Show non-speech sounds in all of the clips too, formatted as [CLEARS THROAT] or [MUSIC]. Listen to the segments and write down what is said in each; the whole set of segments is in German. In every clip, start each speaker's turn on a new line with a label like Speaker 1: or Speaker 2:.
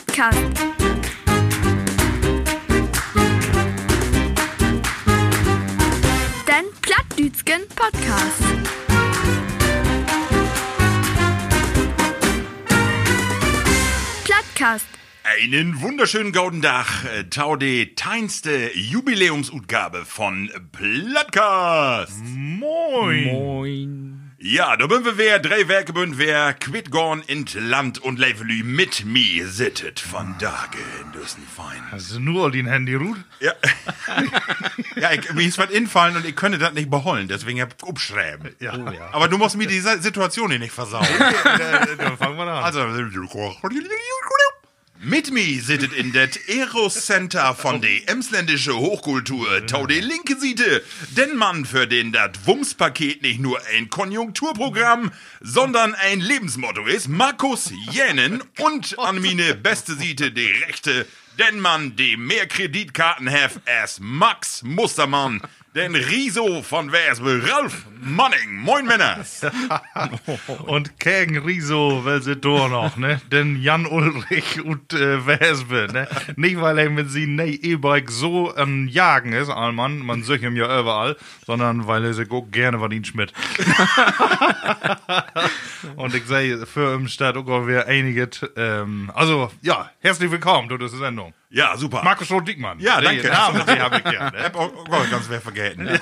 Speaker 1: Plattcast. Den Plattdütschen Podcast. Plattcast.
Speaker 2: Einen wunderschönen gauden Tag, äh, tau de teinste Jubiläumsutgabe von Plattcast. Moin.
Speaker 3: Moin.
Speaker 2: Ja, da bin wir wer, drei Werke bünd wer, quit gorn int Land und Levelü mit mi sittet von Dage in Düssen fein.
Speaker 3: Hast du nur all den Handy, Ruth?
Speaker 2: Ja, [LAUGHS] ja ich, mir ist was infallen und ich könnte das nicht beholen, deswegen hab ich abschreiben.
Speaker 3: Ja. Oh, ja.
Speaker 2: Aber du musst mir die Sa- Situation hier nicht versauen.
Speaker 3: Dann fangen wir an.
Speaker 2: Also, mit mir sittet in det Aero-Center von de emsländische Hochkultur, tau de linke Siete, denn man für den dat Wumms-Paket nicht nur ein Konjunkturprogramm, sondern ein Lebensmotto ist, Markus Jänen und an mine beste Siete de rechte, denn man de mehr Kreditkarten have as Max Mustermann, denn Riso von Versbe Ralf Manning, moin Männer.
Speaker 3: Und Kägen Riso, weil sie doch noch, ne? Denn Jan Ulrich und äh, Vespe, ne? Nicht, weil er mit sie ne E-Bike so am Jagen ist, Allmann, man sucht ihm ja überall, sondern weil er sich auch gerne von ihm schmidt. [LAUGHS] Und ich sage, für im Stadt auch wir einige, ähm, also, ja, herzlich willkommen, du, das ist Sendung.
Speaker 2: Ja, super.
Speaker 3: Markus Roth-Diekmann.
Speaker 2: Ja, danke.
Speaker 3: Den Namen, den hab ich ne? gerne.
Speaker 2: Ich hab auch, auch Oh, ganz ganz schwer vergessen. [LAUGHS]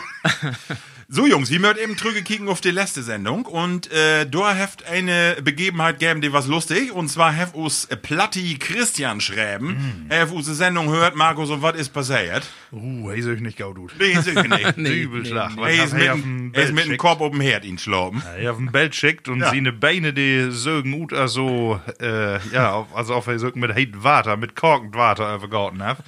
Speaker 2: So Jungs, wir möchten eben zurückgekicken auf die letzte Sendung und äh, da heft eine Begebenheit geben, die was lustig und zwar heft us Platti Christian schreiben. Mm. Heft us die Sendung hört, Markus, und was ist passiert?
Speaker 3: Uh, hey, soll ich nicht gaudut.
Speaker 2: [LAUGHS] Nee, ist sicher nicht.
Speaker 3: Übelschlag.
Speaker 2: Er ist mit, dem- er ist mit dem Korb oben Herd ihn schlafen.
Speaker 3: Er auf dem Bett schickt und
Speaker 2: Ja.
Speaker 3: sie eine Beine, die sögen gut, also, äh, ja, auf, also auf der Sögen mit heit Water, mit korkend Water übergehalten hab.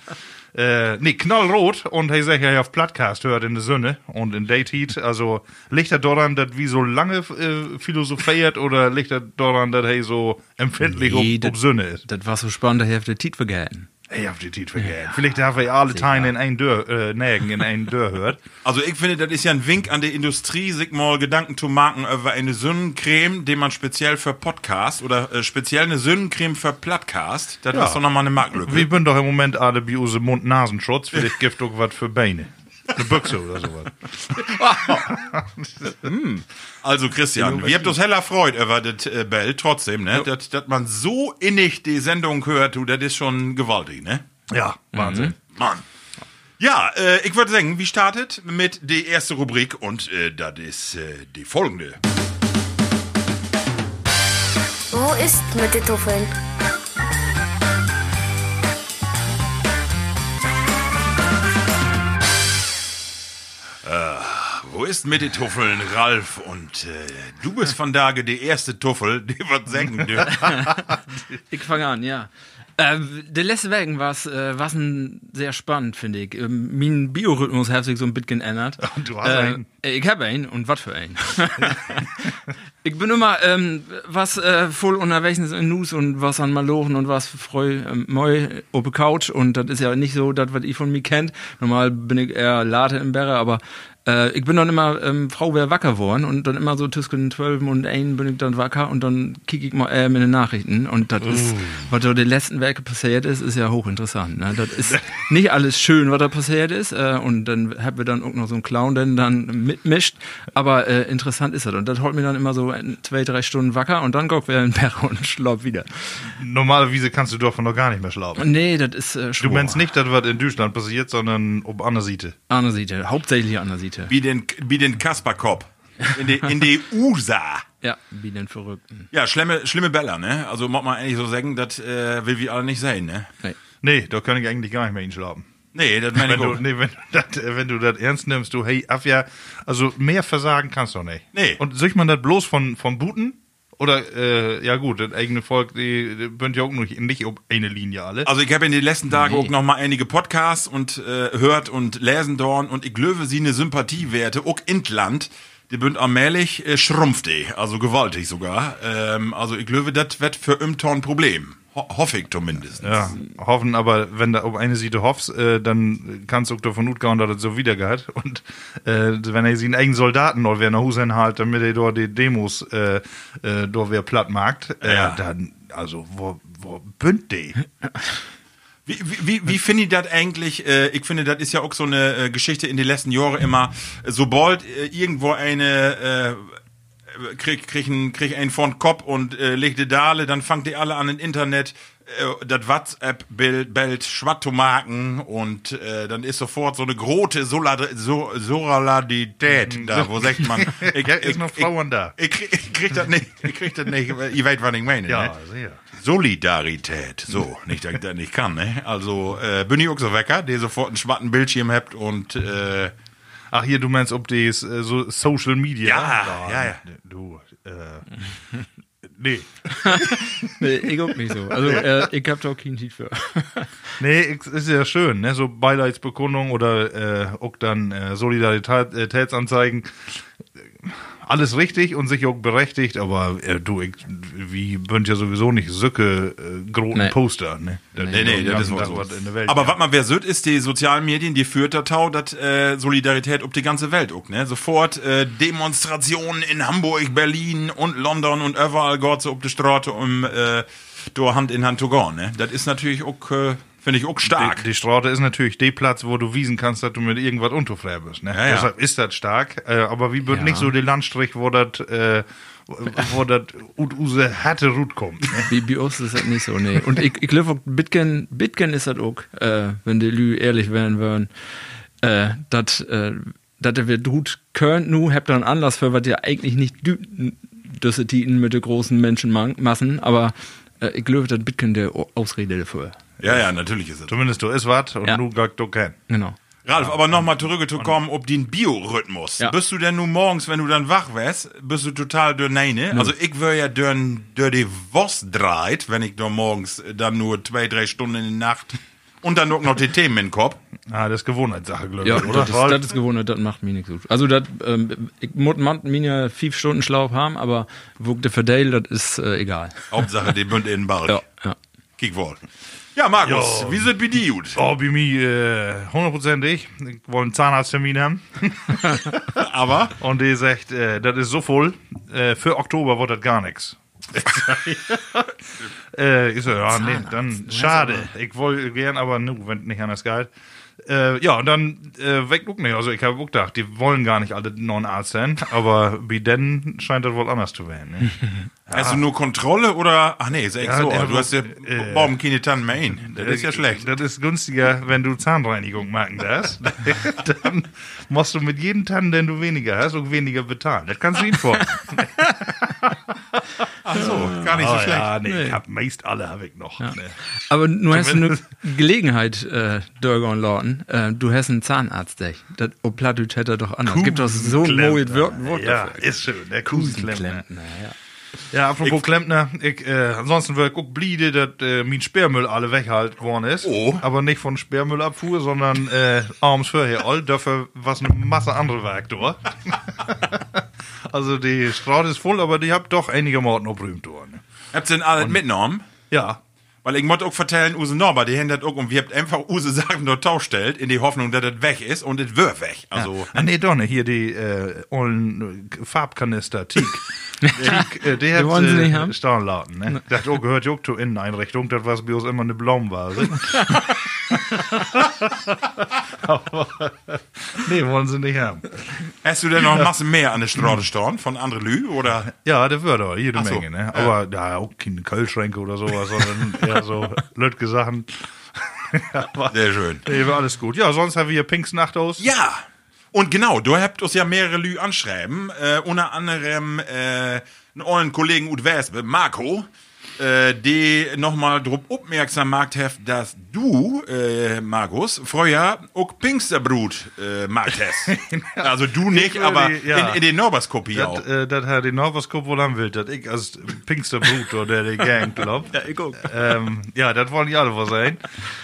Speaker 3: Äh, nee, knallrot und hey, sag ja, auf Plattcast hört in der Sonne und in Dayteat, also liegt er daran, dass wie so lange äh, philosophiert oder liegt er daran, dass hey so empfindlich
Speaker 4: Nee,
Speaker 3: um,
Speaker 4: das-
Speaker 3: um Sünne ist?
Speaker 4: Das war so spannend, ich habe den Titel vergessen.
Speaker 3: Ey, auf die Tiet vergessen. Vielleicht darf er ja alle Teile in ein Dörr, äh, Nägen in ein Dörr hört.
Speaker 2: Also ich finde, das ist ja ein Wink an die Industrie, sich mal Gedanken zu machen über eine Sündencreme, die man speziell für Podcast oder äh, speziell eine Sündencreme für Plattcast. Das ist doch nochmal eine Marktlücke.
Speaker 3: Wir bin doch im Moment alle bei unserem
Speaker 2: [LAUGHS]
Speaker 3: Mund-Nasenschutz. Vielleicht gibt doch was für Beine. Eine Büchse oder sowas.
Speaker 2: Also Christian, wir habt uns heller freut über das äh, Bell trotzdem, ne? Dass dass man so innig die Sendung hört, du, das ist schon gewaltig, ne? Mhm.
Speaker 3: Ja, Wahnsinn.
Speaker 2: Mann. Ja, äh, ich würde sagen, wie startet mit der erste Rubrik und äh, das ist äh, die folgende.
Speaker 5: Wo ist mit den Tuffeln?
Speaker 2: Wo ist mit den Tuffeln, Ralf? Und äh, du bist von Tage die erste Tuffel, [LAUGHS] die wird senken. du.
Speaker 4: Ich fange an, ja. Äh, der letzte Wagen war es äh, war's ein sehr spannend, finde ich. Ähm, mein Biorhythmus hat sich so ein bisschen geändert.
Speaker 3: [LAUGHS] Und du hast einen?
Speaker 4: äh, Ich habe einen und was für einen. [LAUGHS] ich bin immer ähm, was äh, voll unterwegs ist in News und was an Malochen und was freu ähm, moi auf der Couch und das ist ja nicht so das, was ihr von mir kennt. Normal bin ich eher Late im Berre, aber äh, ich bin dann immer ähm, Frau wär wacker worden und dann immer so zwischen 12 und 1 bin ich dann wacker und dann kicke ich mal äh, in den Nachrichten und das
Speaker 3: Mm.
Speaker 4: ist, was da die letzten Werke passiert ist, ist ja hochinteressant. Ne? Das ist [LAUGHS] nicht alles schön, was da passiert ist äh, und dann haben wir dann auch noch so einen Clown, der dann mitmischt, aber äh, interessant ist das und das holt mir dann immer so ein, zwei, drei Stunden wacker und dann guckt wir in den Berg und schlapp wieder.
Speaker 3: Normalerweise kannst du davon noch gar nicht mehr schlafen.
Speaker 4: Nee, das ist äh,
Speaker 3: Du
Speaker 4: schwor.
Speaker 3: meinst nicht, dass was in Deutschland passiert, sondern ob Anasite.
Speaker 4: Anasite, hauptsächlich Anasite.
Speaker 2: Wie den, wie den Kasperkopf. In die, in die USA.
Speaker 4: Ja, wie den Verrückten.
Speaker 2: Ja, schlimme, schlimme Bella, ne? Also, mag man eigentlich so sagen, das äh, will wir alle nicht sehen, ne?
Speaker 4: Nee.
Speaker 3: Nee, da kann ich eigentlich gar nicht mehr hinschlafen.
Speaker 2: Nee, das meine [LAUGHS]
Speaker 3: Wenn
Speaker 2: ich
Speaker 3: du,
Speaker 2: auch.
Speaker 3: nee, wenn du [LAUGHS] das, äh, wenn du das ernst nimmst, du, hey, Afja, also mehr versagen kannst du doch nicht.
Speaker 2: Nee.
Speaker 3: Und sucht man das bloß von, von Buten? Oder, äh, ja gut, das eigene Volk, die, die bünd ja auch nicht, nicht auf eine Linie alle.
Speaker 2: Also ich habe in den letzten Tagen auch noch mal einige Podcasts und äh, hört und lesen dorn und ich löwe sie eine Sympathiewerte, auch Intland, die bünd allmählich äh, schrumpft die, also gewaltig sogar. Ähm, also ich löwe das wird für Imton Problem. Ho hoffe ich zumindest.
Speaker 3: Ja, hoffen, aber wenn da um eine Seite hoffst, äh, dann kannst du auch davon utgauen, dass das so wiedergeht. [LAUGHS] Und äh, wenn er sie einen eigenen Soldaten noch wer nach Husen halt, damit er dort die Demos äh, äh, dort wer platt macht, äh,
Speaker 2: Ja.
Speaker 3: dann, also, wo, wo
Speaker 2: [LAUGHS]
Speaker 3: bünd die?
Speaker 2: Wie, wie, wie-
Speaker 3: Äh.
Speaker 2: wie finde ich das eigentlich? Äh, ich finde, das ist ja auch so eine äh, Geschichte in den letzten Jahren immer. Sobald äh, irgendwo eine äh, krieg, krieg, ein, krieg einen von Kopf und äh, legt die Dale, dann fangt ihr alle an im Internet. äh, Das WhatsApp bild- bellt Schwattomarken und äh, dann ist sofort so eine große Solidar- So- Solidarität da, wo sagt
Speaker 3: [LAUGHS]
Speaker 2: man, ich,
Speaker 3: Mhm. Ja, ist noch Frauen da.
Speaker 2: Ich, krieg- ich krieg das nicht, ich krieg das nicht, ihr wisst, was ich meine. ne?
Speaker 3: Ja, sehr.
Speaker 2: Solidarität.
Speaker 3: [LAUGHS]
Speaker 2: So, nicht, dass ich das nicht kann, ne? Also, äh, bin ich auch so wecker, der sofort einen schwatten Bildschirm habt und, äh,
Speaker 3: Ach, hier, du meinst, ob die äh, so Social Media? ne,
Speaker 2: Ja, ja, ja.
Speaker 3: Du, äh, [LAUGHS] nee.
Speaker 4: Nee, [LAUGHS] ich guck nicht so. Also, äh, ich hab da auch keinen Titel für.
Speaker 3: Nee, es ist ja schön, ne? So Beileidsbekundung oder äh, auch dann äh, Solidaritätsanzeigen. Alles richtig und sich auch berechtigt, aber äh, du, ich, wie bünd ja sowieso nicht Sücke äh, großen
Speaker 4: Nee.
Speaker 3: Poster, ne?
Speaker 2: nee, nee, das ist wohl
Speaker 3: was
Speaker 2: so.
Speaker 3: in der Welt.
Speaker 2: Aber was man wer söt, ist die sozialen Medien, die führt da tau, dat, äh, Solidarität ob die ganze Welt auch, ne? Sofort, äh, Demonstrationen in Hamburg, Berlin und London und überall Gott so ob die Straße um, äh, do Hand in Hand to go, ne? Das ist natürlich auch, äh, finde ich auch stark.
Speaker 3: Die, die Straße ist natürlich der Platz, wo du wiesen kannst, dass du mit irgendwas unterfrei bist. Ne?
Speaker 2: Ja, ja.
Speaker 3: Deshalb ist das stark. Äh, aber wie wird
Speaker 4: Ja.
Speaker 3: nicht so der Landstrich, wo das äh, wo das ut use harte Rut
Speaker 2: [LAUGHS]
Speaker 3: kommt. Ne?
Speaker 4: Wie bei uns ist das nicht so, nee. Und ich, ich glaube, auch Bitcoin, Bitcoin ist das auch, äh, wenn die Lü ehrlich wären würden, äh, dass äh, dass ihr wir gut könnt, nu habt ihr einen Anlass für, was ihr eigentlich nicht düten, dass die mit den großen Menschenmassen, aber äh, ich glaube, dass Bitcoin der O- Ausrede dafür.
Speaker 2: Ja, ja, natürlich ist es.
Speaker 3: Zumindest du ist was und
Speaker 4: Ja.
Speaker 3: du gag du kein.
Speaker 4: Genau.
Speaker 2: Ralf, aber nochmal zurückzukommen, ob den Biorhythmus.
Speaker 4: Ja.
Speaker 2: Bist du denn nun morgens, wenn du dann wach wärst, bist du total dörneine? Also ich wär ja dörn, dör die Wurst dreit, wenn ich dann morgens äh, dann nur zwei, drei Stunden in der Nacht und dann auch noch die Themen in den Kopf.
Speaker 3: Ah, das ist Gewohnheitssache, glaube ich,
Speaker 4: Ja, halt-
Speaker 3: oder? Halt.
Speaker 4: das ist, das ist gewohnt, das macht mir nichts gut. Also, das, ähm, ich muss mir fünf Stunden Schlauch haben, aber wo der verteilt, das ist äh, egal.
Speaker 2: Hauptsache, die bünd in den Ball.
Speaker 4: Ja, ja.
Speaker 2: Kick wohl. Ja, Markus,
Speaker 3: Ja.
Speaker 2: wie sind wir die gut?
Speaker 3: Oh, bei mir äh, hundertprozentig. Ich wollte einen Zahnarzttermin haben. Oh.
Speaker 2: Aber,
Speaker 3: Und die sagt, äh, das ist so voll. Äh, für Oktober wird das gar
Speaker 4: [LAUGHS]
Speaker 3: nichts. äh, ich so, ja, nee, dann schade. Ich wollte gern, aber nu, wenn nicht anders geht. Äh, ja, und dann äh, weggucken. nicht. Also, ich habe auch gedacht, die wollen gar nicht alle noch einen Arzt sein. Aber wie denn scheint das wohl anders zu werden. Ne?
Speaker 2: also nur Kontrolle oder, ach nee, ist echt
Speaker 3: Ja,
Speaker 2: so,
Speaker 3: der-
Speaker 2: du hast ja
Speaker 3: äh,
Speaker 2: Baum keine Tannen mehr hin. Das ist ja schlecht.
Speaker 3: Das ist günstiger, wenn du Zahnreinigung machen
Speaker 4: [LAUGHS]
Speaker 3: darfst. [LAUGHS] Dann musst du mit jedem Tannen, den du weniger hast, auch weniger bezahlen. Das kannst du nicht
Speaker 4: [LAUGHS]
Speaker 3: vor.
Speaker 2: Ach so, gar
Speaker 4: Oh
Speaker 3: Oh,
Speaker 2: nicht so schlecht.
Speaker 3: nee, ich hab meist alle hab ich noch. Ne.
Speaker 4: Aber du hast eine
Speaker 3: Zumindest-
Speaker 4: Gelegenheit, äh, Dörger und Lorten. Äh, du hast einen Zahnarzt, dich. Das oh, Oplatüt hätte er doch anders. Es gibt doch so ein
Speaker 3: Klempner.
Speaker 4: neues Wort Wort
Speaker 3: Ja,
Speaker 4: dafür.
Speaker 3: ist schön. ne? Der Kusenklempner.
Speaker 4: Klempner, ja.
Speaker 3: Ja, apropos Klempner. Ich, äh, ansonsten würde ich auch bliede, dass äh, mein Sperrmüll alle weghalt worden ist.
Speaker 2: Oh.
Speaker 3: Aber nicht von Sperrmüllabfuhr, sondern äh, arms für hier all. Dafür was eine Masse andere Werk [LAUGHS] durch. also die Straße ist voll, aber die habt doch einigermaßen ne? obrümt worden.
Speaker 2: Habt ihr denn alle mitgenommen?
Speaker 3: Ja.
Speaker 2: Weil ich muss auch vertellen, Use Norbert, die hängt das auch und wir habt einfach Use Sachen dort tauschstellt, in die Hoffnung, dass das weg ist und es wird weg. Also,
Speaker 3: Ah, nee, doch nicht. Hier die äh, ollen äh, Farbkanister, [LAUGHS] Teak. Teak, äh, der
Speaker 4: Die wollen sie nicht haben?
Speaker 3: Staunlauten, ne? Das oh, gehört Juck zur Inneneinrichtung, das war bei uns immer eine Blaumvase. Aber, [LAUGHS] nee, wollen sie nicht haben.
Speaker 2: hast du denn noch Massen mehr an der Straße storn von anderen Lü?
Speaker 3: [LAUGHS]
Speaker 2: Oder
Speaker 3: Ja, das wird aber jede
Speaker 2: Ach so.
Speaker 3: Menge, ne? Aber ja, auch keine Kölschränke oder sowas, sondern eher [LAUGHS] so lötke Sachen. aber,
Speaker 2: sehr schön.
Speaker 3: nee, war alles gut. Ja, sonst haben wir hier Pinks Nacht aus.
Speaker 2: Ja! Und genau, du habt uns ja mehrere Lü anschreiben, äh, unter anderem äh, einen ollen Kollegen Ud Wespe, Marco, äh, die nochmal drup aufmerksam macht, heft, dass du, äh, Markus, früher auch Pinksterbrut äh, macht
Speaker 3: [LAUGHS]
Speaker 2: hast. Also du nicht,
Speaker 3: würde,
Speaker 2: aber
Speaker 3: ja.
Speaker 2: in, in den Norberskopie auch.
Speaker 3: Das, äh, das hat die Norberskop wohl haben will, das ich als Pinkster Brut oder der Gang Ehm, glaubt. ja, ich guck. Ähm, ja, das wollen die alle wohl sein.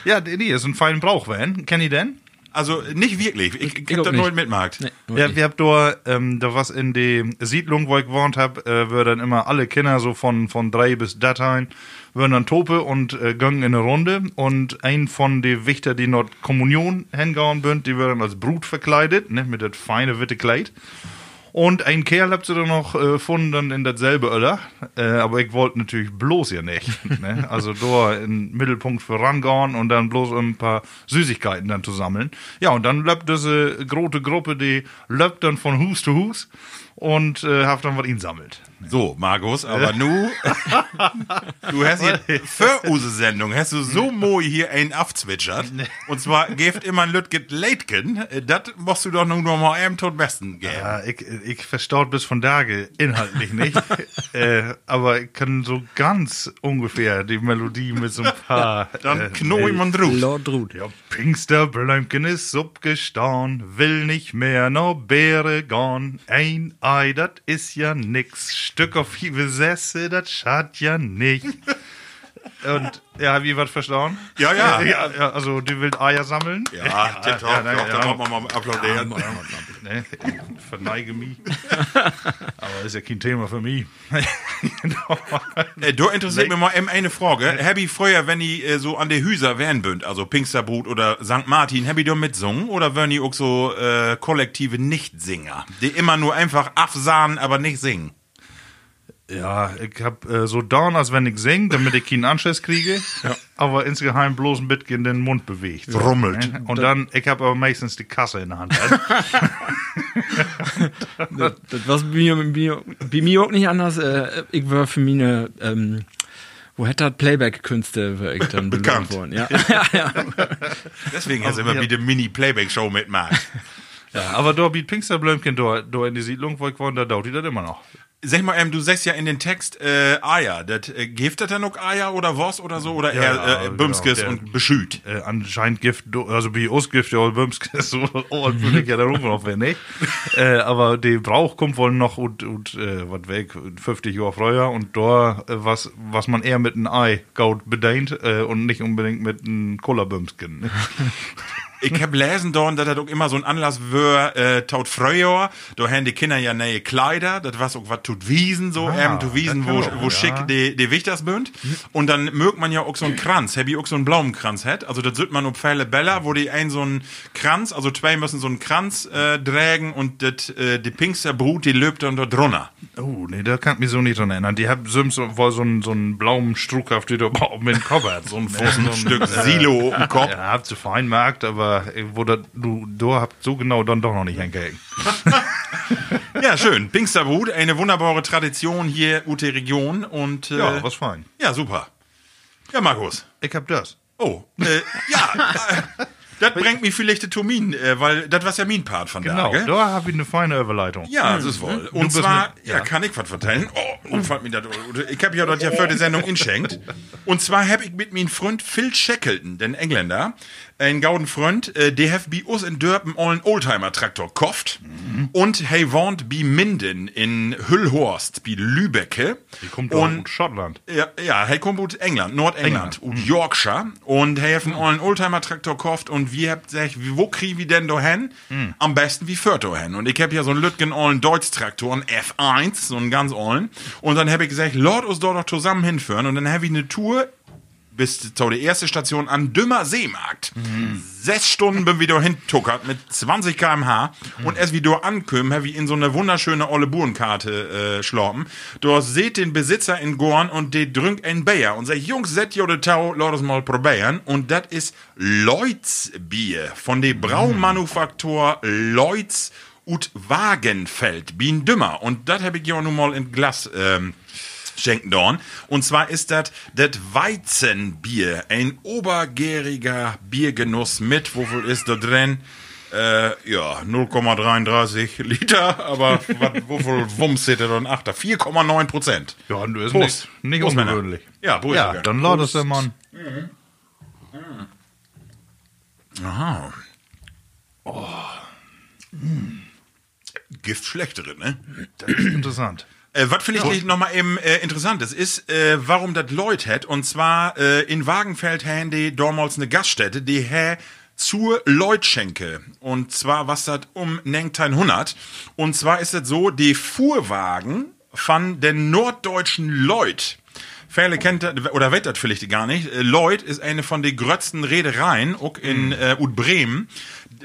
Speaker 3: Ja, d- nee, ist ein feiner Brauchwein. Kennt ihr den?
Speaker 2: Also nicht wirklich. Ich, ich
Speaker 4: Ich
Speaker 2: hab
Speaker 4: auch
Speaker 2: das
Speaker 4: nicht.
Speaker 2: neu mitmarkt.
Speaker 4: Nee,
Speaker 3: Ja, wir haben da, ähm, da was in die Siedlung, wo ich gewohnt hab, äh, würden dann immer alle Kinder so von, von drei bis datein, würden dann tope und äh, gingen in eine Runde und ein von den Wichter, die noch Kommunion hingehauen sind, die würden als Brut verkleidet, ne, mit das feine witte Kleid. Und ein Kerl habt ihr dann noch äh, gefunden dann in dasselbe Öller. Äh, aber ich wollte natürlich bloß hier nicht. [LAUGHS] ne? Also da in den Mittelpunkt für rangehen und dann bloß ein paar Süßigkeiten dann zu sammeln. Ja, und dann löppt diese große Gruppe, die löppt dann von Hus zu Hus und äh, habt dann was ihn sammelt.
Speaker 2: So, Markus, aber
Speaker 3: [LAUGHS]
Speaker 2: nu, du hast hier für unsere Sendung, hast du so moi hier einen aufzwitschert. Und zwar geeft immer ein Lütget Leitgen, das musst du doch nur noch mal eben tot besten geben.
Speaker 3: Ja, ich, ich verstaut bis von Tage inhaltlich
Speaker 2: [LAUGHS]
Speaker 3: nicht. äh, aber ich kann so ganz ungefähr die Melodie mit so ein paar. äh,
Speaker 2: Dann knoll ich man drauf.
Speaker 4: Lord Ruth.
Speaker 3: Ja, Pingsterbläumken ist subgestaun, will nicht mehr no Beere gorn. Ein Ei, dat is ja nix. Stück auf hiebe Sässe, dat schad ja nicht. Und, ja, hab ich was verstauen?
Speaker 2: Ja, ja.
Speaker 3: ja. ja, Also, du willst Eier sammeln?
Speaker 2: Ja, tipptopp,
Speaker 3: ja,
Speaker 2: ja,
Speaker 3: danke,
Speaker 2: da
Speaker 3: ja.
Speaker 2: machen wir mal applaudieren.
Speaker 3: Ne? Ich Verneige mich. Aber ist ja kein Thema für mich. [LAUGHS] Genau.
Speaker 2: Äh, Du interessiert mich mal eben eine Frage. Hab ich früher, wenn ich äh, so an der Hüser wären bünd, also Pinksterbrut oder St. Martin, hab ich da mitsungen? Oder wären die auch so äh, kollektive Nichtsinger, die immer nur einfach afsahen, aber nicht singen?
Speaker 3: Ja, ich hab äh, so down, als wenn ich sing, damit ich keinen Anschiss kriege, aber insgeheim bloß ein bisschen den Mund bewegt.
Speaker 2: Rummelt.
Speaker 3: Ne? Und dann, ich hab aber meistens die Kasse in der Hand.
Speaker 4: [LAUGHS] Das, das war bei mir, bei, mir, bei mir auch nicht anders. Äh, ich war für mich eine, ähm, wo hätte das Playback-Künste wär ich dann
Speaker 2: Bekannt.
Speaker 4: belohnt worden. Ja. ja, ja.
Speaker 2: Deswegen hast du immer
Speaker 3: Oh, ja.
Speaker 2: wieder Mini-Playback-Show mitmacht.
Speaker 3: [LAUGHS] ja, aber da bietet Pinksterblömchen da, da in die Siedlung, wo ich war, und da dauert die das immer noch.
Speaker 2: Sag mal, ähm, du sagst ja in den Text äh, Eier. Das, äh, gibt das denn noch Eier oder was oder so? Oder
Speaker 3: Ja,
Speaker 2: eher äh,
Speaker 3: genau,
Speaker 2: Bümskes
Speaker 3: der-
Speaker 2: und Beschüt?
Speaker 3: Äh, anscheinend Gift, do- also bei uns Gift, ja, Bömske, [LAUGHS] so, oh, und würde ich ja da rufen, auch wenn [LAUGHS] nicht. Äh, aber der Brauch kommt wohl noch und, und äh, was weg, 50 Jahre früher und da, äh, was, was man eher mit einem Ei gaut bedient äh, und nicht unbedingt mit einem Cola-Bömsken. Ne?
Speaker 2: Ich hab lesen dorn, dass das auch immer so ein Anlass wär, äh, taut Freuer, da haben die Kinder ja neue Kleider, das was auch was tut Wiesen so,
Speaker 3: Ah,
Speaker 2: ähm, tut Wiesen,
Speaker 3: das
Speaker 2: wo,
Speaker 3: kann auch,
Speaker 2: wo
Speaker 3: ja.
Speaker 2: schick die, die Wichters bünd. Und dann mögt man ja auch so einen Kranz, hab ich auch so einen blauen Kranz hat. Also das sieht man auf Pfeile Bella, wo die einen so einen Kranz, also zwei müssen so einen Kranz äh, tragen und das, äh, die Pinkster Brut, die löbt dann dort drunter.
Speaker 3: Oh, nee, da kann ich mich so nicht dran erinnern. Die haben Sims wohl so einen, so einen blauen Struck auf die da oben im Kopf hat.
Speaker 2: [LAUGHS]
Speaker 3: So einen
Speaker 2: Ein Stück Silo im Kopf.
Speaker 3: Ja, habt ihr fein merkt, aber äh, wo dat, du, du habt so genau dann doch noch nicht hingehängt.
Speaker 2: Ja, schön. Pinksterbrut, eine wunderbare Tradition hier ut der Region und äh,
Speaker 3: Ja, was fein.
Speaker 2: ja, super. Ja, Markus.
Speaker 3: Ich hab das.
Speaker 2: Oh, äh, ja. Äh, das bringt mich vielleicht zu Min, äh, weil das war ja mein Part von
Speaker 3: Genau,
Speaker 2: da, gell?
Speaker 3: da hab ich eine feine Überleitung.
Speaker 2: Ja, das ist wohl. Und
Speaker 3: bist
Speaker 2: zwar,
Speaker 3: mit-
Speaker 2: ja.
Speaker 3: ja.
Speaker 2: kann ich was vertellen? Oh, nun fällt mir das, ich habe ja dort ja für die Sendung inschenkt. Und zwar hab ich mit meinem Freund Phil Shackleton, den Engländer, einen gauden Freund, äh, der hat bei uns in Dörpen allen Oldtimer-Traktor kauft.
Speaker 3: Mhm.
Speaker 2: Und hey, wohnt bei Minden in Hüllhorst, bei Lübecke.
Speaker 3: Die kommt doch
Speaker 2: und
Speaker 3: aus Schottland.
Speaker 2: ja, ja, hey, kommt aus England, Nordengland, und Yorkshire. Und hey, haben einen Oldtimer-Traktor gekauft und wir habt gesagt, wo kriegen wir denn da hin? Am besten wie Fürth da hin. Und ich hab ja so einen Lütgen ollen Deutsch-Traktor, einen F1, so einen ganz ollen. Und dann hab ich gesagt, Lord uns dort doch zusammen hinführen. Und dann hab ich eine Tour bis zur der erste Station an Dümmer Seemarkt. Sechs Stunden bin wieder hintuckert mit 20 km/h und erst wie du ankömmen, hab ich in so eine wunderschöne olle Burenkarte äh, schlorpen. Du seht den Besitzer in Gorn und de drüngt ein Bayer und sagt, Jungs, set jo de Tau, lass uns mal probieren. Und das ist Lloyds Bier von der Braumanufaktur Lloyds ut Wagenfeld, Bien Dümmer. Und das hab ich ja nun mal in Glas. Ähm, Schenkendorn. Und zwar ist das das Weizenbier, ein obergäriger Biergenuss mit, wofür ist da drin? Äh, ja, 0,33 Liter, [LAUGHS] aber wat- wofür Wumms hätte er dann achter? 4,9 Prozent.
Speaker 3: Ja, du ist
Speaker 2: Prost.
Speaker 3: nicht, nicht
Speaker 2: Prost, Männer.
Speaker 3: ungewöhnlich.
Speaker 2: Ja, Prost,
Speaker 3: ja
Speaker 2: Jürgen.
Speaker 3: dann laut es
Speaker 2: [CLEARS THROAT]
Speaker 3: der Mann.
Speaker 2: Aha. Oh. Gift schlechtere, ne?
Speaker 3: Das ist interessant.
Speaker 2: Äh, was vielleicht noch mal eben äh, interessant ist, ist, äh, warum das Leute hat. Und zwar äh, in Wagenfeld haben die damals eine Gaststätte, die hä zur Leutschenke. Und zwar was das um Nengtein 100. Und zwar ist das so, die Fuhrwagen von den norddeutschen Leut. Viele kennt das, oder weiß das vielleicht gar nicht. Äh, Lloyd ist eine von den grötzten Reedereien, auch in äh, Ud Bremen.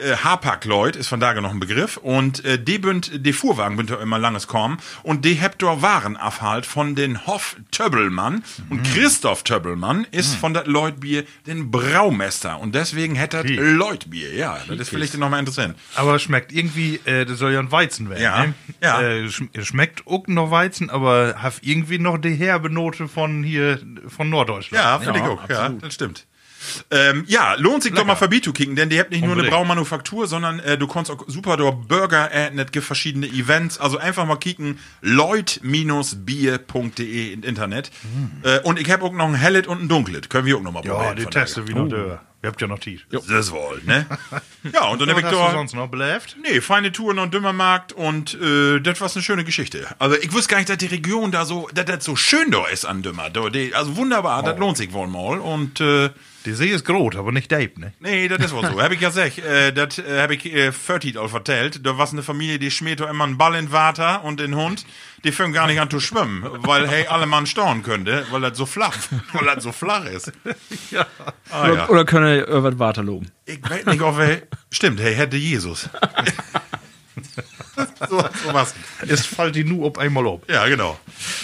Speaker 2: Äh, Hapag Lloyd ist von daher noch ein Begriff. Und äh, die bünd, die Fuhrwagen bünd doch immer langes kommen. Und die hebt doch Waren abhalt von den Hoff Többelmann. Und Christoph Többelmann ist von das Lloyd-Bier den Braumeister. Und deswegen hätte das Lloyd-Bier. Ja, das ist vielleicht nochmal interessant.
Speaker 3: Aber schmeckt irgendwie, äh, das soll ja ein Weizen werden.
Speaker 2: Ja,
Speaker 3: ne?
Speaker 2: ja.
Speaker 3: Äh, schm schmeckt auch noch Weizen, aber hat irgendwie noch die herbe Note von hier, von Norddeutschland.
Speaker 2: Ja, finde ich auch. Ja, das stimmt. Ähm, ja, lohnt sich doch mal vorbei zu kicken, denn die habt nicht nur eine
Speaker 3: Unbedingt.
Speaker 2: Braumanufaktur, sondern äh, du kannst auch super durch Burger adden, es gibt verschiedene Events. Also einfach mal kicken, leut-bier.de im Internet. Äh, und ich habe auch noch ein Hellet und ein Dunklet. Können wir auch noch mal
Speaker 3: Mm. Ja, die
Speaker 2: von daher.
Speaker 3: Teste wie noch der. Ihr habt ja noch Tiet.
Speaker 2: Das wohl,
Speaker 3: [LAUGHS]
Speaker 2: ne? ja, und dann hab
Speaker 3: Was
Speaker 2: ich
Speaker 3: hast du
Speaker 2: doch.
Speaker 3: sonst noch belebt?
Speaker 2: Nee, feine Touren und Dümmermarkt und äh, das war eine schöne Geschichte. Also ich wusste gar nicht, dass die Region da so, dass das so schön da ist an Dümmer. Da, die- Also wunderbar, das lohnt sich wohl mal. Und äh,
Speaker 3: Die See ist groß, aber nicht deep, ne?
Speaker 2: Nee, das ist wohl so. habe ich ja gesagt. Äh, das äh, habe ich äh, 30 all vertellt. Da war eine Familie, die schmiert doch immer einen Ball in Water und den Hund. Die fangen gar nicht an zu schwimmen, weil hey, alle Mann staunen könnte, weil das so flach, weil das so flach
Speaker 3: [LAUGHS]
Speaker 2: ist. Ah,
Speaker 4: Oder,
Speaker 2: ja.
Speaker 4: oder können wir Irwin Water loben?
Speaker 2: Ich weiß nicht, ob er. Stimmt, hey, hätte Jesus. [LAUGHS] so, so was.
Speaker 3: Es fällt die nu ob einmal ob.
Speaker 2: Ja, genau.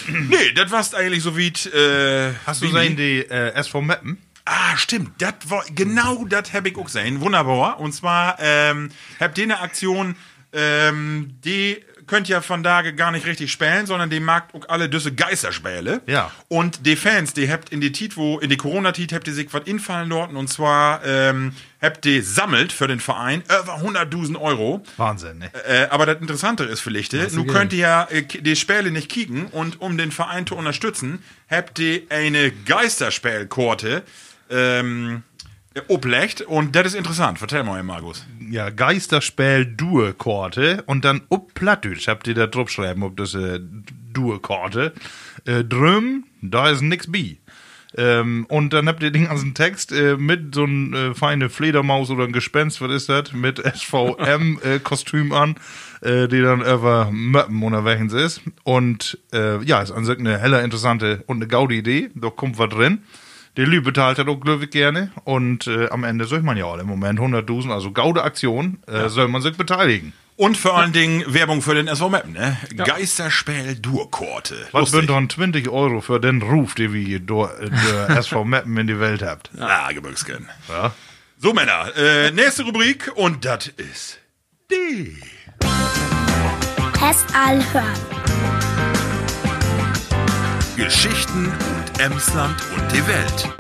Speaker 2: Nee, das war's eigentlich so wie. Äh,
Speaker 3: Hast du
Speaker 2: wie-
Speaker 3: gesehen, die äh, SV Meppen?
Speaker 2: Ah, stimmt. Das war, genau das habe ich auch gesehen. Wunderbar. Und zwar ähm, habt ihr eine Aktion, ähm, die könnt ihr von da gar nicht richtig spielen, sondern die mag auch alle Düsse Geisterspiele.
Speaker 3: Ja.
Speaker 2: Und die Fans, die habt in die Titwo, in die Corona-Tit, habt ihr sich was infallen dort. Und zwar ähm, habt ihr sammelt für den Verein über 100.000 Euro.
Speaker 3: Wahnsinn, ne?
Speaker 2: Äh, aber das Interessante ist vielleicht, nun könnt ihr ja äh, die Späle nicht kicken und um den Verein zu unterstützen, habt ihr eine Geisterspälkorte ähm, äh, oblecht und das ist interessant. Vertell mal, Markus.
Speaker 3: Ja, Geisterspell Dur-Korte und dann ob Plattdeutsch habt ihr da drauf schreiben, ob das äh, Dur-Korte. Äh, drüm, da ist nix bi. Ähm, und dann habt ihr den ganzen Text äh, mit so ein äh, feine Fledermaus oder ein Gespenst, was ist das, mit SVM-Kostüm an, äh, die dann über Möppen unterwegs ist. Und äh, ja, ist an sich eine heller interessante und eine gaudi Idee, da kommt was drin. Der Lü bezahlt das auch glücklich gerne und äh, am Ende soll man ja alle im Moment 100.000, also gaude Aktion, äh, soll man sich beteiligen.
Speaker 2: Und vor allen Dingen Werbung für den SV Mappen, ne? Geisterspell Durkorte.
Speaker 3: Was
Speaker 2: Lustig.
Speaker 3: sind dann 20 Euro für den Ruf, den wir durch äh, der SV Mappen in die Welt habt?
Speaker 2: Ah, Gebirgsken. So, Männer, äh, nächste Rubrik und das ist die.
Speaker 5: Test anhören.
Speaker 2: Geschichten und Emsland und die Welt.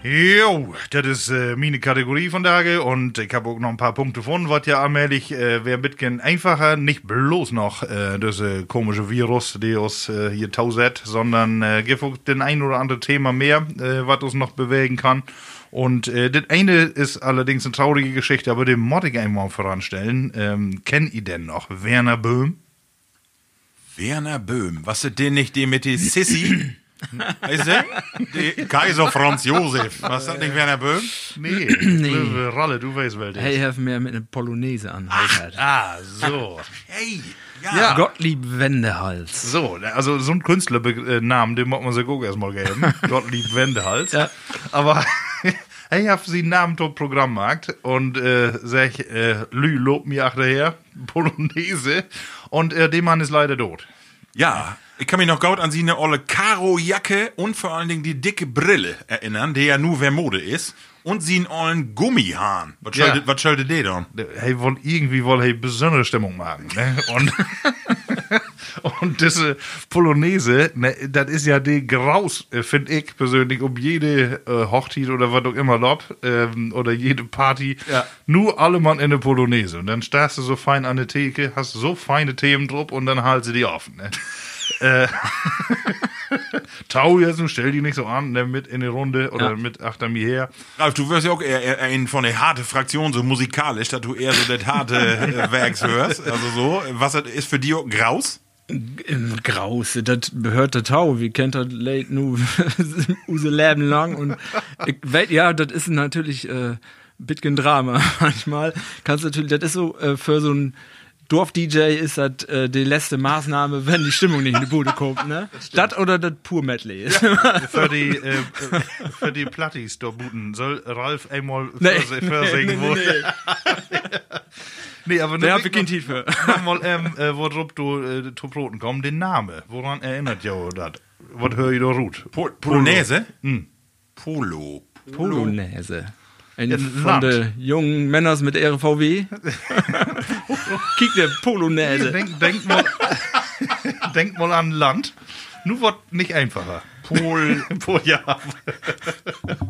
Speaker 3: Jo, das ist äh, meine Kategorie von Tage und ich habe auch noch ein paar Punkte von, was ja allmählich äh, wäre bisschen einfacher, nicht bloß noch äh, das äh, komische Virus, der uns äh, hier tauset, sondern äh, gibt auch den ein oder andere Thema mehr, äh, was uns noch bewegen kann. Und äh, das eine ist allerdings eine traurige Geschichte, aber den muss ich einmal voranstellen. Ähm, kennt ihr denn noch Werner Böhm?
Speaker 2: Werner Böhm. Was ist denn nicht die mit die Sissi? Weißt du? Die Kaiser Franz Josef. Was ist das nicht Werner Böhm?
Speaker 3: Nee, nee. Ralle, du weißt welches.
Speaker 4: Hey, helfen mir mit einer Polonaise an. Ach,
Speaker 3: Ah, so.
Speaker 2: Hey,
Speaker 4: ja. Gottlieb Wendehals.
Speaker 3: So, also so ein Künstlernamen, den muss man sich auch erstmal geben. Gottlieb Wendehals.
Speaker 4: Ja.
Speaker 3: Aber [LAUGHS] ich habe sie einen Namen zum Programm gemacht und äh, sag, äh, Lü lobt mir hinterher, Polonaise. Und äh, der Mann ist leider tot.
Speaker 2: Ja, ich kann mich noch gut an sie eine olle Karo-Jacke und vor allen Dingen die dicke Brille erinnern, die ja nur wer Mode ist. Und sie einen ollen Gummihahn. Was
Speaker 3: Ja.
Speaker 2: schaltet, was schaltet der da?
Speaker 3: Hey, wollen irgendwie wollen hey besondere Stimmung machen. Ne? [LAUGHS] Und, und diese Polonaise, ne, das ist ja die Graus, finde ich persönlich, um jede äh, Hochzeit oder was auch immer lob ähm, oder jede Party.
Speaker 2: Ja.
Speaker 3: Nur alle Mann in eine Polonaise. Und dann stehst du so fein an der Theke, hast so feine Themen drauf und dann halt sie die Eh, offen. Ne? [LAUGHS] äh, Tau jetzt und stell die nicht so an, ne, mit in die Runde oder
Speaker 4: Ja.
Speaker 3: mit achter mir her.
Speaker 2: Ralf, du wirst ja auch eher, eher ein von der harte Fraktion, so
Speaker 3: [LAUGHS]
Speaker 2: musikalisch, dass du eher so das harte äh, Werks hörst. Also so, was das ist für dich auch Graus?
Speaker 4: Im Grause, das behört der Tau, wie kennt das late nu, [LAUGHS] use Leben lang und ich weiß, ja, das ist natürlich äh, bitgen Drama [LAUGHS] manchmal. Kannst natürlich, das ist so äh, für so ein Dorf-DJ ist das äh, die letzte Maßnahme, wenn die Stimmung nicht in die Bude kommt, ne? [LAUGHS] Das oder das pur Medley [LAUGHS] ist.
Speaker 3: Für die, äh, für die Plattis da booten soll Ralf einmal
Speaker 4: Nee,
Speaker 3: verse- versingen. wo- Nee,
Speaker 4: [LAUGHS]
Speaker 3: aber
Speaker 4: Der
Speaker 3: nur
Speaker 4: hat wirklich einen Tief für.
Speaker 3: Nochmal, ähm, [LAUGHS] äh, worauf du äh, zu Broten kommst, den Namen. Woran erinnert ihr das? Was höre ich da ruht?
Speaker 2: Pol Polonaise?
Speaker 3: Hm.
Speaker 2: Polo.
Speaker 4: Polonaise. Ein
Speaker 3: Ja,
Speaker 4: von
Speaker 3: Land.
Speaker 4: den jungen Männers mit [LAUGHS] RVW. Kick der Polonaise.
Speaker 3: Denk, denk, [LAUGHS] mal, denk mal an Land. Nur wird nicht einfacher. [LAUGHS]
Speaker 2: Pol.
Speaker 3: Pol, ja.